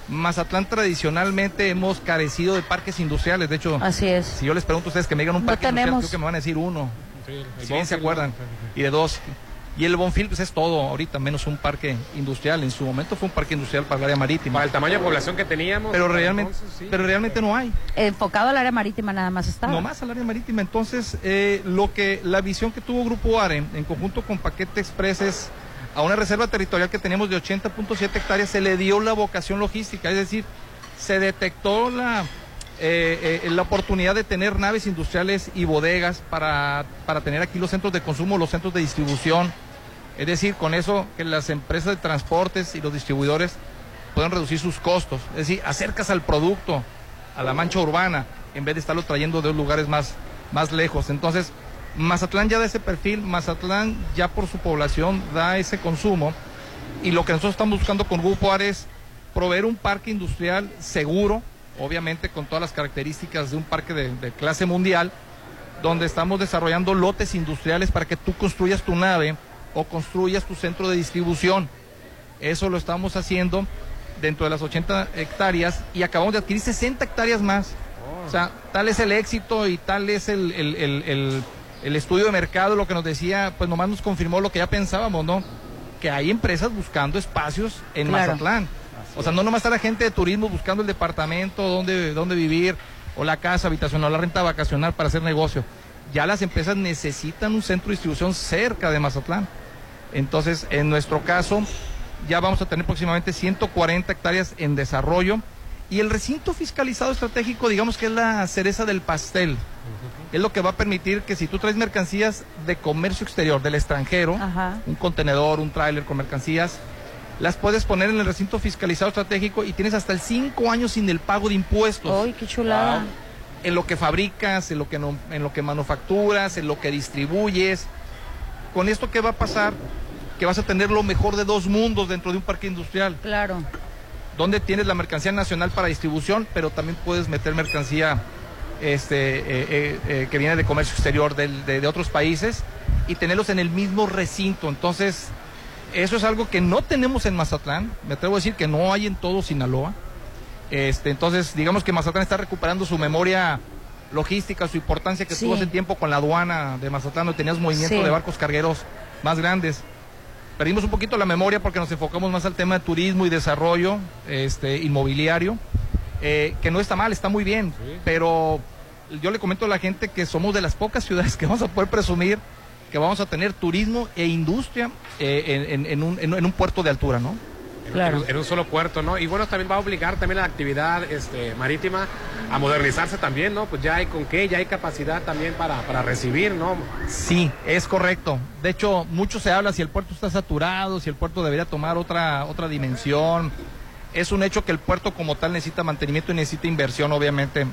[SPEAKER 38] Mazatlán tradicionalmente hemos carecido de parques industriales. De hecho,
[SPEAKER 8] Así es.
[SPEAKER 38] si yo les pregunto a ustedes que me digan un parque
[SPEAKER 8] no
[SPEAKER 38] industrial, creo que me van a decir uno. Sí, si bien se acuerdan. Y de dos. Y el Bonfil pues es todo ahorita, menos un parque industrial. En su momento fue un parque industrial para el área marítima.
[SPEAKER 7] Para el tamaño de población que teníamos.
[SPEAKER 38] Pero realmente, entonces, sí, pero realmente pero... no hay.
[SPEAKER 8] Enfocado al área marítima nada más estaba.
[SPEAKER 38] No más al área marítima. Entonces, eh, lo que la visión que tuvo Grupo ARE en conjunto con Paquete Express es a una reserva territorial que teníamos de 80.7 hectáreas se le dio la vocación logística, es decir, se detectó la, eh, eh, la oportunidad de tener naves industriales y bodegas para, para, tener aquí los centros de consumo, los centros de distribución. Es decir, con eso que las empresas de transportes y los distribuidores puedan reducir sus costos. Es decir, acercas al producto a la mancha urbana en vez de estarlo trayendo de los lugares más, más lejos. Entonces, Mazatlán ya da ese perfil, Mazatlán ya por su población da ese consumo. Y lo que nosotros estamos buscando con Grupo Ares es proveer un parque industrial seguro, obviamente con todas las características de un parque de, de, clase mundial, donde estamos desarrollando lotes industriales para que tú construyas tu nave o construyas tu centro de distribución. Eso lo estamos haciendo dentro de las 80 hectáreas y acabamos de adquirir 60 hectáreas más. O sea, tal es el éxito y tal es el, el, el, el estudio de mercado, lo que nos decía, pues nomás nos confirmó lo que ya pensábamos, ¿no? Que hay empresas buscando espacios en claro. Mazatlán. O sea, no nomás está la gente de turismo buscando el departamento, dónde, dónde vivir, o la casa habitacional, o la renta vacacional para hacer negocio. Ya las empresas necesitan un centro de distribución cerca de Mazatlán. Entonces, en nuestro caso, ya vamos a tener aproximadamente 140 hectáreas en desarrollo. Y el recinto fiscalizado estratégico, digamos que es la cereza del pastel. Es lo que va a permitir que si tú traes mercancías de comercio exterior, del extranjero, Ajá. un contenedor, un tráiler con mercancías, las puedes poner en el recinto fiscalizado estratégico y tienes hasta el cinco años sin el pago de impuestos.
[SPEAKER 8] ¡Ay, qué chulada! Wow.
[SPEAKER 38] En lo que fabricas, en lo que, no, en lo que manufacturas, en lo que distribuyes. ¿Con esto qué va a pasar? Que vas a tener lo mejor de dos mundos dentro de un parque industrial.
[SPEAKER 16] Claro.
[SPEAKER 38] Donde tienes la mercancía nacional para distribución, pero también puedes meter mercancía este, eh, eh, eh, que viene de comercio exterior del- de, de otros países y tenerlos en el mismo recinto. Entonces, eso es algo que no tenemos en Mazatlán. Me atrevo a decir que no hay en todo Sinaloa. Este, entonces, digamos que Mazatlán está recuperando su memoria logística, su importancia que
[SPEAKER 16] Sí.
[SPEAKER 38] tuvo hace tiempo con la aduana de Mazatlán, donde tenías movimiento
[SPEAKER 16] Sí.
[SPEAKER 38] de barcos cargueros más grandes. Perdimos un poquito la memoria porque nos enfocamos más al tema de turismo y desarrollo este, inmobiliario, eh, que no está mal, está muy bien, pero yo le comento a la gente que somos de las pocas ciudades que vamos a poder presumir que vamos a tener turismo e industria eh, en, en- en un, en- en un puerto de altura, ¿no?
[SPEAKER 26] en, un- en un solo puerto, ¿no? Y bueno, también va a obligar también a la actividad este, marítima a modernizarse también, ¿no? Pues ya hay con qué, ya hay capacidad también para, para recibir, ¿no?
[SPEAKER 38] Sí, es correcto. De hecho, mucho se habla si el puerto está saturado, si el puerto debería tomar otra, otra dimensión. Es un hecho que el puerto como tal necesita mantenimiento y necesita inversión, obviamente,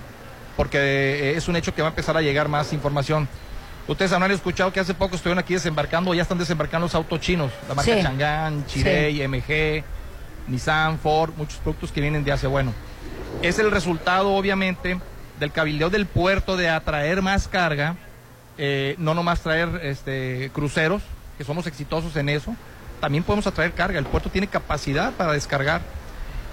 [SPEAKER 38] porque eh, es un hecho que va a empezar a llegar más información. Ustedes habrán escuchado que hace poco estuvieron aquí desembarcando, ya están desembarcando los autos chinos, la marca
[SPEAKER 23] Sí.
[SPEAKER 38] Chang'an, Chirei, MG, Nissan, Ford, muchos productos que vienen de Asia. Bueno, es el resultado, obviamente, del cabildeo del puerto de atraer más carga, eh, no nomás traer este, cruceros, que somos exitosos en eso, también podemos atraer carga. El puerto tiene capacidad para descargar.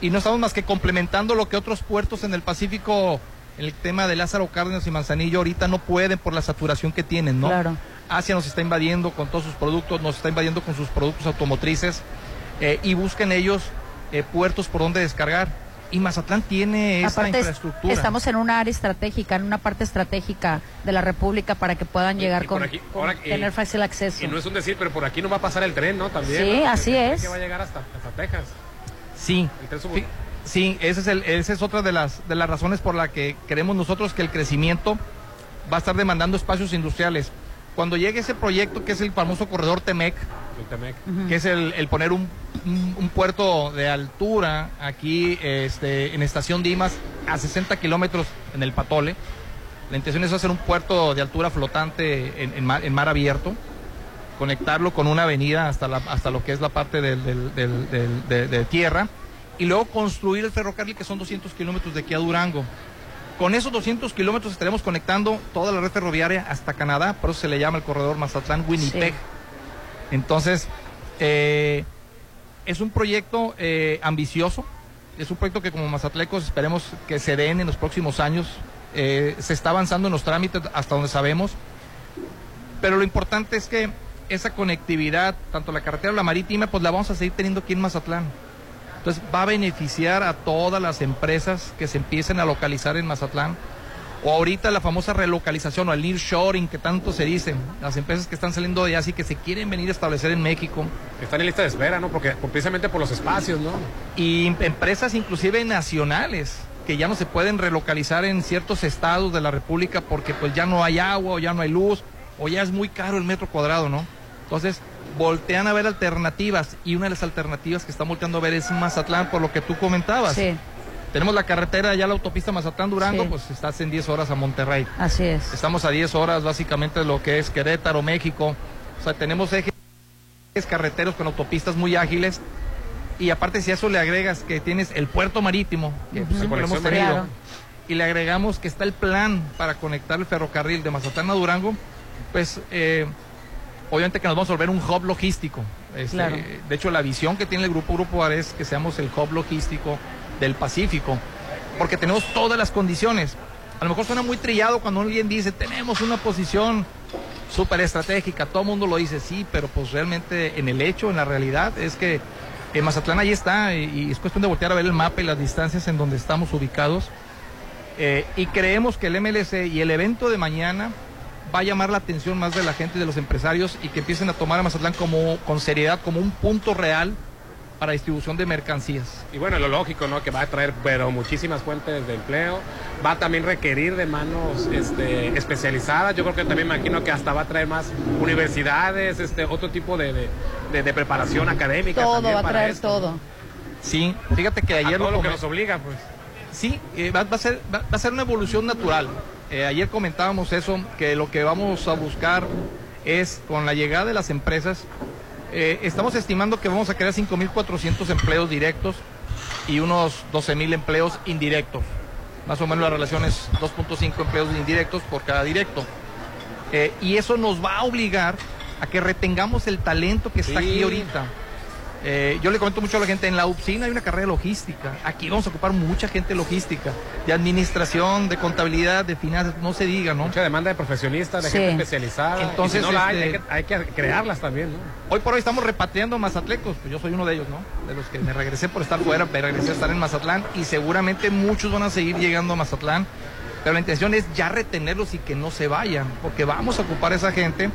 [SPEAKER 38] Y no estamos más que complementando lo que otros puertos en el Pacífico, en el tema de Lázaro Cárdenas y Manzanillo, ahorita no pueden por la saturación que tienen, ¿no?
[SPEAKER 16] Claro.
[SPEAKER 38] Asia nos está invadiendo con todos sus productos, nos está invadiendo con sus productos automotrices eh, y buscan ellos eh, puertos por donde descargar. Y Mazatlán tiene esta
[SPEAKER 16] Aparte, es-
[SPEAKER 38] infraestructura.
[SPEAKER 16] estamos en una área estratégica, en una parte estratégica de la República para que puedan llegar
[SPEAKER 26] por
[SPEAKER 16] con,
[SPEAKER 26] aquí-
[SPEAKER 16] con
[SPEAKER 26] ahora- y-
[SPEAKER 16] tener fácil acceso.
[SPEAKER 26] Y no es un decir, pero por aquí no va a pasar el tren, ¿no? También.
[SPEAKER 16] Sí,
[SPEAKER 26] ¿no?
[SPEAKER 16] así
[SPEAKER 26] El tren
[SPEAKER 16] es.
[SPEAKER 26] Que va a llegar hasta, hasta Texas.
[SPEAKER 38] Sí.
[SPEAKER 26] El tren subu-
[SPEAKER 38] Sí, sí, ese es el, esa es otra de las, de las razones por la que creemos nosotros que el crecimiento va a estar demandando espacios industriales. Cuando llegue ese proyecto que es el famoso corredor Temec,
[SPEAKER 26] el Temec.
[SPEAKER 38] que es el, el poner un, un- un puerto de altura aquí este, en Estación Dimas a 60 kilómetros en el Patole. La intención es hacer un puerto de altura flotante en, en mar, en mar abierto, conectarlo con una avenida hasta, la- hasta lo que es la parte del- del- del- del- de, de tierra y luego construir el ferrocarril que son 200 kilómetros de aquí a Durango. Con esos 200 kilómetros estaremos conectando toda la red ferroviaria hasta Canadá, por eso se le llama el corredor Mazatlán-Winnipeg. Entonces, eh, es un proyecto eh, ambicioso, es un proyecto que como mazatlecos esperemos que se den en los próximos años. Eh, se está avanzando en los trámites hasta donde sabemos, pero lo importante es que esa conectividad, tanto la carretera o la marítima, pues la vamos a seguir teniendo aquí en Mazatlán. Entonces va a beneficiar a todas las empresas que se empiecen a localizar en Mazatlán. O ahorita la famosa relocalización o el nearshoring que tanto se dice. Las empresas que están saliendo de Asia y que se quieren venir a establecer en México.
[SPEAKER 26] Están en lista de espera, ¿no? Porque por- precisamente por los espacios, ¿no?
[SPEAKER 38] Y em- empresas inclusive nacionales que ya no se pueden relocalizar en ciertos estados de la República porque pues ya no hay agua o ya no hay luz o ya es muy caro el metro cuadrado, ¿no? Entonces voltean a ver alternativas y una de las alternativas que están volteando a ver es Mazatlán por lo que tú comentabas.
[SPEAKER 16] Sí.
[SPEAKER 38] Tenemos la carretera, ya la autopista Mazatlán-Durango,
[SPEAKER 16] Sí.
[SPEAKER 38] pues estás en 10 horas a Monterrey.
[SPEAKER 16] Así es.
[SPEAKER 38] Estamos a 10 horas básicamente de lo que es Querétaro, México. O sea, tenemos ejes carreteros con autopistas muy ágiles. Y aparte si a eso le agregas que tienes el puerto marítimo, que pues,
[SPEAKER 26] Ujú.
[SPEAKER 38] siempre lo hemos
[SPEAKER 26] Conexión
[SPEAKER 38] tenido,
[SPEAKER 26] marítima.
[SPEAKER 38] y le agregamos que está el plan para conectar el ferrocarril de Mazatlán a Durango, pues eh, obviamente que nos vamos a volver un hub logístico. Este,
[SPEAKER 16] Claro.
[SPEAKER 38] De hecho, la visión que tiene el Grupo Grupo Ares es que seamos el hub logístico del Pacífico, porque tenemos todas las condiciones. A lo mejor suena muy trillado cuando alguien dice, tenemos una posición súper estratégica, todo el mundo lo dice, sí, pero pues realmente en el hecho, en la realidad, es que eh, Mazatlán ahí está y, y es cuestión de voltear a ver el mapa y las distancias en donde estamos ubicados. Eh, y creemos que el MLC y el evento de mañana va a llamar la atención más de la gente y de los empresarios y que empiecen a tomar a Mazatlán como, con seriedad como un punto real para distribución de mercancías.
[SPEAKER 26] Y bueno, lo lógico, ¿no? Que va a traer, pero muchísimas fuentes de empleo. Va a también requerir de manos este, especializadas. Yo creo que también me imagino que hasta va a traer más universidades, este, otro tipo de, de- de- de preparación académica.
[SPEAKER 16] Todo,
[SPEAKER 26] también
[SPEAKER 16] va a
[SPEAKER 26] para
[SPEAKER 16] traer
[SPEAKER 26] esto.
[SPEAKER 16] todo.
[SPEAKER 38] Sí, fíjate que ayer
[SPEAKER 26] A todo lo que
[SPEAKER 38] comen-
[SPEAKER 26] nos obliga, pues.
[SPEAKER 38] Sí, eh, va, va a ser, va, va a ser una evolución natural. Eh, ayer comentábamos eso, que lo que vamos a buscar es con la llegada de las empresas, eh, estamos estimando que vamos a crear 5.400 empleos directos y unos 12.000 empleos indirectos. Más o menos la relación es 2.5 empleos indirectos por cada directo. Eh, y eso nos va a obligar a que retengamos el talento que está sí. aquí ahorita. Eh, yo le comento mucho a la gente, en la UPSINA hay una carrera de logística. Aquí vamos a ocupar mucha gente de logística, de administración, de contabilidad, de finanzas, no se diga, ¿no?
[SPEAKER 7] Mucha demanda de profesionistas, de sí. gente especializada.
[SPEAKER 38] Entonces,
[SPEAKER 7] si
[SPEAKER 38] no
[SPEAKER 7] la hay, este, hay, que, hay, que, crearlas también, ¿no?
[SPEAKER 38] Hoy por hoy estamos repatriando mazatlecos, pues yo soy uno de ellos, ¿no? De los que me regresé por estar fuera, me regresé a estar en Mazatlán y seguramente muchos van a seguir llegando a Mazatlán. Pero la intención es ya retenerlos y que no se vayan, porque vamos a ocupar a esa gente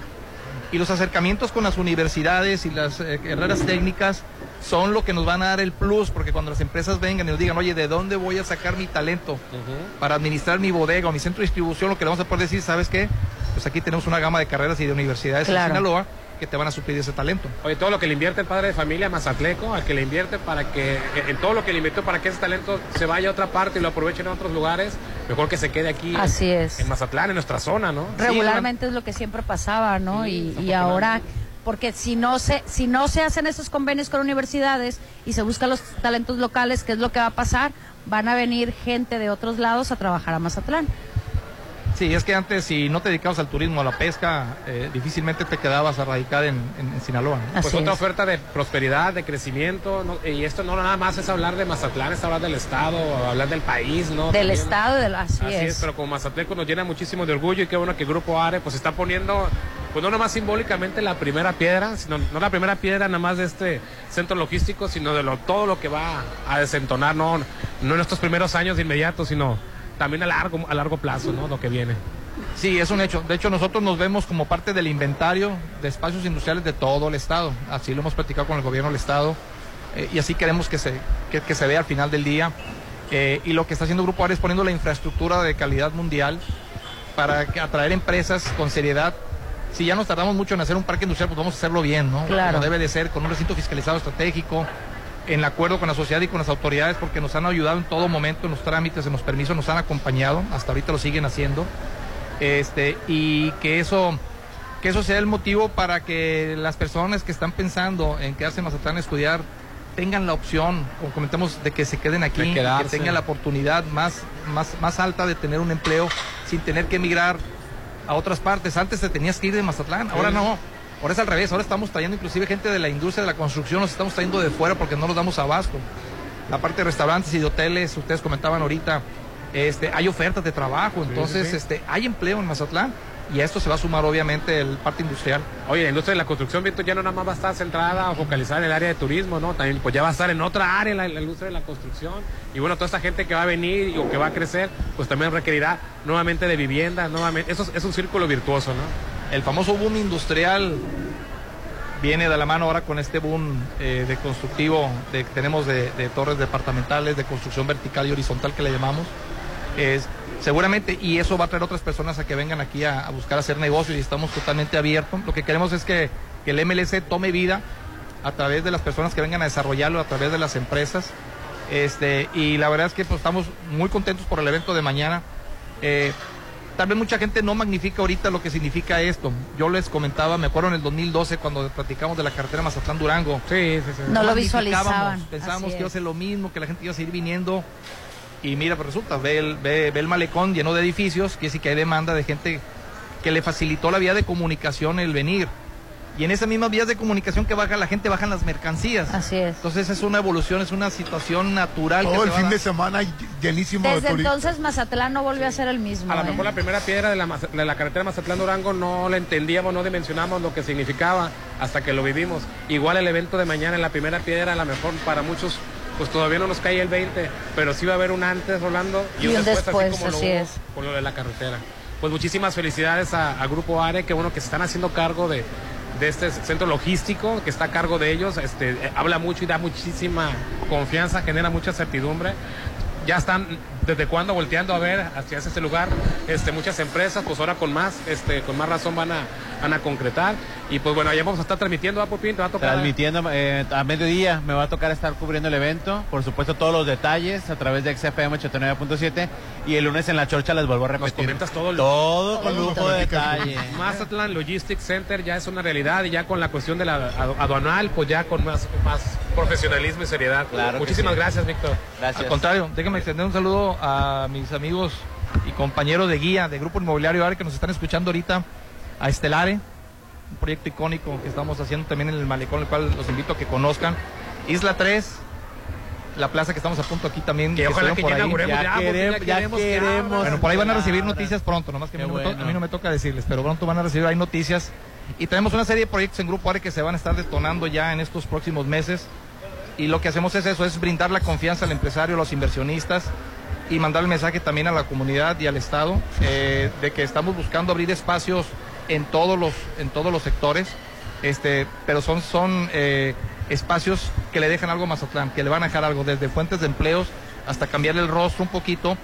[SPEAKER 38] y los acercamientos con las universidades y las eh, carreras técnicas son lo que nos van a dar el plus, porque cuando las empresas vengan y nos digan, oye, ¿de dónde voy a sacar mi talento uh -huh. para administrar mi bodega o mi centro de distribución? Lo que le vamos a poder decir, ¿sabes qué? Pues aquí tenemos una gama de carreras y de universidades claro. en Sinaloa que te van a suplir ese talento.
[SPEAKER 7] Oye, todo lo que le invierte el padre de familia Mazatleco, al que le invierte para que, eh, en todo lo que le invirtió para que ese talento se vaya a otra parte y lo aprovechen en otros lugares, mejor que se quede aquí.
[SPEAKER 8] Así es.
[SPEAKER 7] En Mazatlán, en nuestra zona, ¿no?
[SPEAKER 8] Regularmente sí, es lo que siempre pasaba, ¿no? Sí, y, y ahora porque si no se si no se hacen esos convenios con universidades y se buscan los talentos locales, ¿qué es lo que va a pasar? Van a venir gente de otros lados a trabajar a Mazatlán.
[SPEAKER 38] Sí, es que antes si no te dedicabas al turismo, a la pesca, eh, difícilmente te quedabas a radicar en, en, en Sinaloa.
[SPEAKER 7] ¿no? Pues otra es. oferta de prosperidad, de crecimiento, no, y esto no nada más es hablar de Mazatlán, es hablar del Estado, hablar del país, ¿no?
[SPEAKER 8] Del También, Estado, del, así,
[SPEAKER 7] así es. es. Pero como Mazatleco nos llena muchísimo de orgullo y qué bueno que Grupo Are pues está poniendo, pues no nada más simbólicamente la primera piedra, sino no la primera piedra nada más de este centro logístico, sino de lo, todo lo que va a desentonar, no, no en estos primeros años de inmediato, sino también a largo, a largo plazo, ¿no? Lo que viene.
[SPEAKER 38] Sí, es un hecho. De hecho, nosotros nos vemos como parte del inventario de espacios industriales de todo el Estado. Así lo hemos platicado con el gobierno del Estado eh, y así queremos que se, que, que se vea al final del día. Eh, y lo que está haciendo Grupo Ares es poniendo la infraestructura de calidad mundial para atraer empresas con seriedad. Si ya nos tardamos mucho en hacer un parque industrial, pues vamos a hacerlo bien, ¿no?
[SPEAKER 8] Claro.
[SPEAKER 38] Como debe de ser, con un recinto fiscalizado estratégico, en acuerdo con la sociedad y con las autoridades porque nos han ayudado en todo momento en los trámites, en los permisos, nos han acompañado, hasta ahorita lo siguen haciendo. Este, y que eso, que eso sea el motivo para que las personas que están pensando en quedarse en Mazatlán a estudiar tengan la opción, como comentamos, de que se queden aquí, que tengan la oportunidad más, más, más alta de tener un empleo sin tener que emigrar a otras partes. Antes te tenías que ir de Mazatlán, ahora sí. no. Ahora es al revés, ahora estamos trayendo inclusive gente de la industria de la construcción, nos estamos trayendo de fuera porque no nos damos abasto. La parte de restaurantes y de hoteles, ustedes comentaban ahorita, este, hay ofertas de trabajo, entonces sí, sí. este, hay empleo en Mazatlán. Y a esto se va a sumar obviamente el parte industrial.
[SPEAKER 7] Oye, la industria de la construcción, Víctor, ya no nada más va a estar centrada o focalizada en el área de turismo, ¿no? También pues ya va a estar en otra área la, la industria de la construcción. Y bueno, toda esta gente que va a venir o que va a crecer, pues también requerirá nuevamente de vivienda, nuevamente. Eso es un círculo virtuoso, ¿no?
[SPEAKER 38] el famoso boom industrial viene de la mano ahora con este boom eh, de constructivo de, que tenemos de, de, torres departamentales, de construcción vertical y horizontal que le llamamos. Es, seguramente, y eso va a traer otras personas a que vengan aquí a, a buscar hacer negocios y estamos totalmente abiertos. Lo que queremos es que, que, el MLC tome vida a través de las personas que vengan a desarrollarlo, a través de las empresas. Este, y la verdad es que pues, estamos muy contentos por el evento de mañana. Eh, tal vez mucha gente no magnifica ahorita lo que significa esto. Yo les comentaba, me acuerdo en el 2012 cuando platicamos de la carretera Mazatlán-Durango.
[SPEAKER 8] Sí, sí, sí. No lo visualizaban.
[SPEAKER 38] Pensábamos es. que iba a ser lo mismo, que la gente iba a seguir viniendo. Y mira, pues resulta, ve el, ve, ve el malecón lleno de edificios, que sí que hay demanda de gente que le facilitó la vía de comunicación el venir. Y en esas mismas vías de comunicación que baja la gente, bajan las mercancías.
[SPEAKER 8] Así es.
[SPEAKER 38] Entonces es una evolución, es una situación natural.
[SPEAKER 39] Todo oh, el fin a... de semana llenísimo
[SPEAKER 8] Desde de entonces Mazatlán no volvió sí. a ser el mismo.
[SPEAKER 7] A lo mejor
[SPEAKER 8] ¿eh?
[SPEAKER 7] la primera piedra de la, de la carretera Mazatlán-Durango no la entendíamos, no dimensionamos lo que significaba hasta que lo vivimos. Igual el evento de mañana en la primera piedra, a lo mejor para muchos pues todavía no nos cae el 20, pero sí va a haber un antes, Rolando,
[SPEAKER 8] y, y un, después, después, así, como así
[SPEAKER 7] lo hubo
[SPEAKER 8] es.
[SPEAKER 7] con lo de la carretera. Pues muchísimas felicidades a, a Grupo ARE, que bueno que se están haciendo cargo de, de este centro logístico que está a cargo de ellos, este, habla mucho y da muchísima confianza, genera mucha certidumbre. Ya están desde cuándo volteando a ver hacia ese lugar, este, muchas empresas, pues ahora con más, este, con más razón van a, van a concretar. Y pues bueno, allá vamos a estar transmitiendo a Popín, va a tocar.
[SPEAKER 9] Transmitiendo eh, a mediodía, me va a tocar estar cubriendo el evento. Por supuesto, todos los detalles a través de XFM 89.7. Y el lunes en la chorcha les vuelvo a repetir.
[SPEAKER 7] Nos comentas todo, el...
[SPEAKER 9] todo con lujo de detalle.
[SPEAKER 7] Mazatlán Logistics Center ya es una realidad y ya con la cuestión de la aduanal, pues ya con más, más profesionalismo y seriedad.
[SPEAKER 9] Claro
[SPEAKER 7] Muchísimas
[SPEAKER 9] que sí.
[SPEAKER 7] gracias, Víctor.
[SPEAKER 9] Gracias.
[SPEAKER 38] Al contrario, déjame extender un saludo a mis amigos y compañeros de guía de Grupo Inmobiliario ARE que nos están escuchando ahorita, a Estelare, un proyecto icónico que estamos haciendo también en el malecón, el cual los invito a que conozcan. Isla 3, la plaza que estamos a punto aquí también.
[SPEAKER 7] Que ojalá
[SPEAKER 38] estuvieron
[SPEAKER 7] que
[SPEAKER 38] por
[SPEAKER 7] ya inauguremos,
[SPEAKER 38] ahí.
[SPEAKER 7] ya, porque ya queremos que abran.
[SPEAKER 38] Bueno, por ahí van a
[SPEAKER 7] que
[SPEAKER 38] recibir
[SPEAKER 7] abran.
[SPEAKER 38] noticias pronto, nomás que a mí,
[SPEAKER 7] Qué
[SPEAKER 38] no me to-
[SPEAKER 7] bueno.
[SPEAKER 38] a mí no me toca decirles, pero pronto van a recibir ahí noticias. Y tenemos una serie de proyectos en Grupo ARE que se van a estar detonando ya en estos próximos meses. Y lo que hacemos es eso, es brindar la confianza al empresario, a los inversionistas y mandar el mensaje también a la comunidad y al Estado eh, de que estamos buscando abrir espacios en todos los, en todos los sectores, este, pero son, son eh, espacios que le dejan algo a Mazatlán, que le van a dejar algo, desde fuentes de empleos hasta cambiarle el rostro un poquito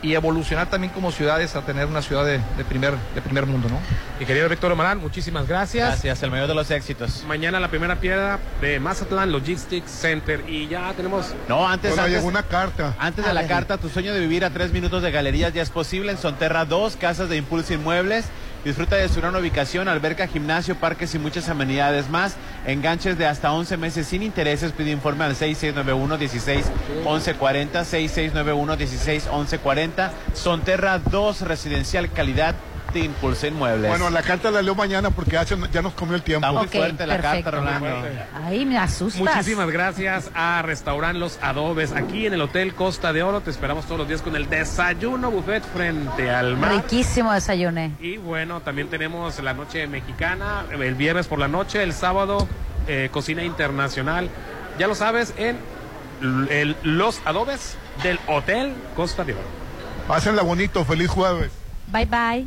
[SPEAKER 38] y evolucionar también como ciudades a tener una ciudad de, de primer, de primer mundo, ¿no?
[SPEAKER 7] Ingeniero Víctor Omarán, muchísimas gracias.
[SPEAKER 9] Gracias, el mayor de los éxitos.
[SPEAKER 7] Mañana la primera piedra de Mazatlán Logistics Center y ya tenemos...
[SPEAKER 9] No, antes,
[SPEAKER 7] Bueno,
[SPEAKER 9] antes
[SPEAKER 7] llegó
[SPEAKER 9] una carta. Antes de la carta, tu sueño de vivir a tres minutos de galerías ya es posible en Sonterra 2, casas de impulso inmuebles. Disfruta de su gran ubicación, alberca, gimnasio, parques y muchas amenidades más. Enganches de hasta 11 meses sin intereses. Pide informe al 6691-16-1140. 6691-16-1140. Sonterra 2, residencial calidad de impulso inmuebles.
[SPEAKER 6] Bueno, la carta la leo mañana porque ya, se- ya nos comió el tiempo.
[SPEAKER 9] Está muy fuerte la carta, Rolando.
[SPEAKER 8] Ahí me asustas.
[SPEAKER 7] Muchísimas gracias a Restaurant Los Adobes aquí en el Hotel Costa de Oro. Te esperamos todos los días con el desayuno buffet frente al mar.
[SPEAKER 8] Riquísimo desayuné.
[SPEAKER 7] Y bueno, también tenemos la noche mexicana, el viernes por la noche, el sábado, eh, cocina internacional. Ya lo sabes, en l- el- los adobes del Hotel Costa de Oro.
[SPEAKER 6] Pásenla bonito, feliz jueves.
[SPEAKER 8] Bye bye.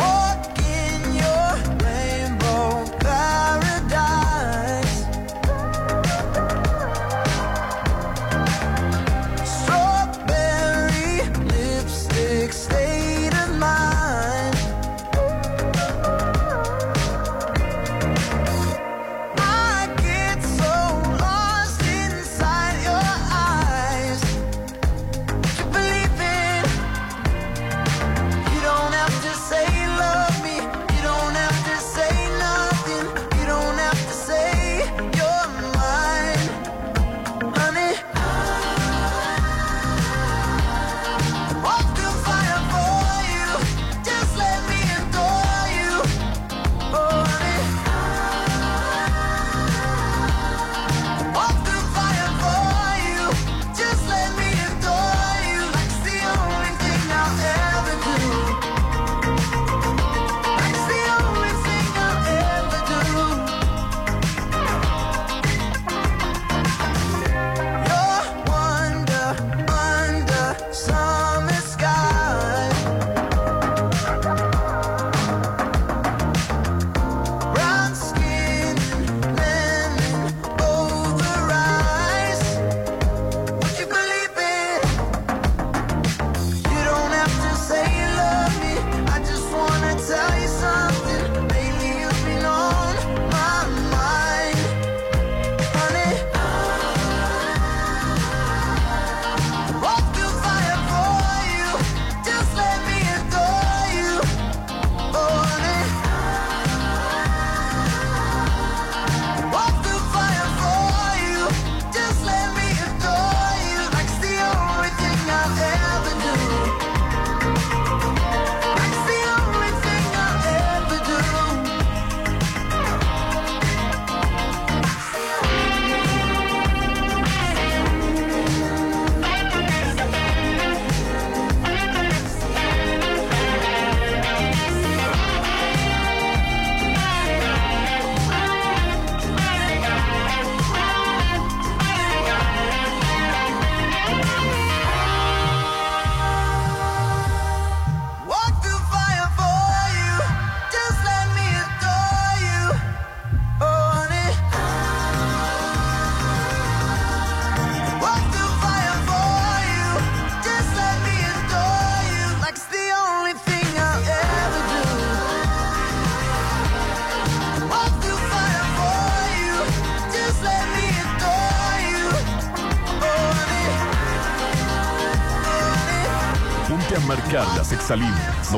[SPEAKER 17] Walk in your rainbow paradise. Strawberry lipstick state of mind. Oh, Oh, Oh, Oh,
[SPEAKER 1] Ponte a marcar las exalíneas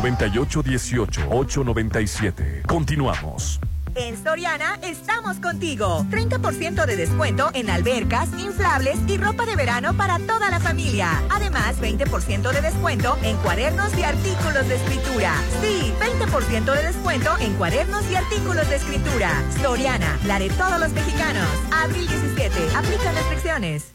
[SPEAKER 1] 9818-897. Continuamos.
[SPEAKER 33] En Soriana estamos contigo. 30% de descuento en albercas, inflables y ropa de verano para toda la familia. Además, 20% de descuento en cuadernos y artículos de escritura. Sí, 20% de descuento en cuadernos y artículos de escritura. Soriana, la de todos los mexicanos. Abril 17. Aplica restricciones.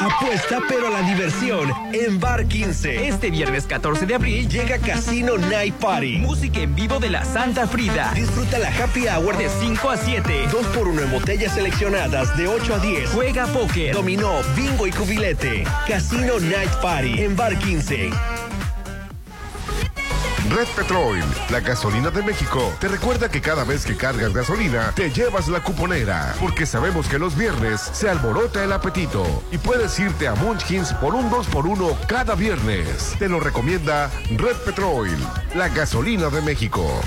[SPEAKER 10] Apuesta pero a la diversión en Bar 15.
[SPEAKER 40] Este viernes 14 de abril llega Casino Night Party. Música en vivo de la Santa Frida.
[SPEAKER 10] Disfruta la happy hour de 5 a 7. 2 por 1 en botellas seleccionadas de 8 a 10.
[SPEAKER 40] Juega póker,
[SPEAKER 10] dominó, bingo y cubilete. Casino Night Party en Bar 15.
[SPEAKER 25] Red Petrol, la gasolina de México, te recuerda que cada vez que cargas gasolina, te llevas la cuponera, porque sabemos que los viernes se alborota el apetito y puedes irte a Munchkins por un 2x1 cada viernes. Te lo recomienda Red Petrol, la gasolina de México.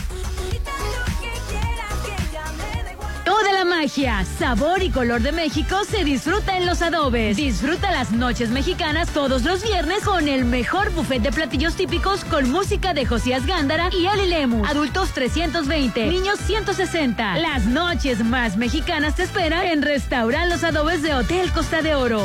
[SPEAKER 4] Toda la magia, sabor y color de México se disfruta en los adobes. Disfruta las noches mexicanas todos los viernes con el mejor buffet de platillos típicos con música de Josías Gándara y Ali Lemus. Adultos 320, niños 160. Las noches más mexicanas te esperan en Restaurar los Adobes de Hotel Costa de Oro.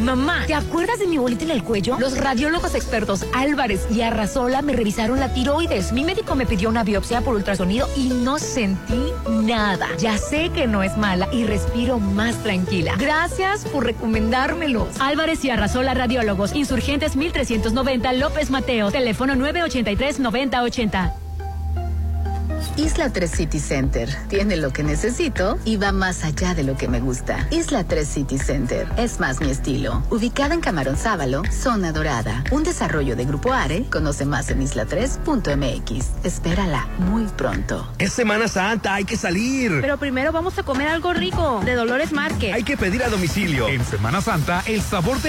[SPEAKER 41] Mamá, ¿te acuerdas de mi bolita en el cuello? Los radiólogos expertos Álvarez y Arrazola me revisaron la tiroides. Mi médico me pidió una biopsia por ultrasonido y no sentí nada. Ya sé que no es mala y respiro más tranquila. Gracias por recomendármelos.
[SPEAKER 4] Álvarez y Arrazola Radiólogos, Insurgentes 1390 López Mateo, teléfono 983 9080.
[SPEAKER 12] Isla 3 City Center tiene lo que necesito y va más allá de lo que me gusta. Isla 3 City Center es más mi estilo. Ubicada en Camarón Sábalo, zona dorada. Un desarrollo de Grupo Are. Conoce más en isla3.mx. Espérala muy pronto.
[SPEAKER 10] Es Semana Santa, hay que salir.
[SPEAKER 42] Pero primero vamos a comer algo rico de Dolores Market.
[SPEAKER 10] Hay que pedir a domicilio.
[SPEAKER 43] En Semana Santa, el sabor de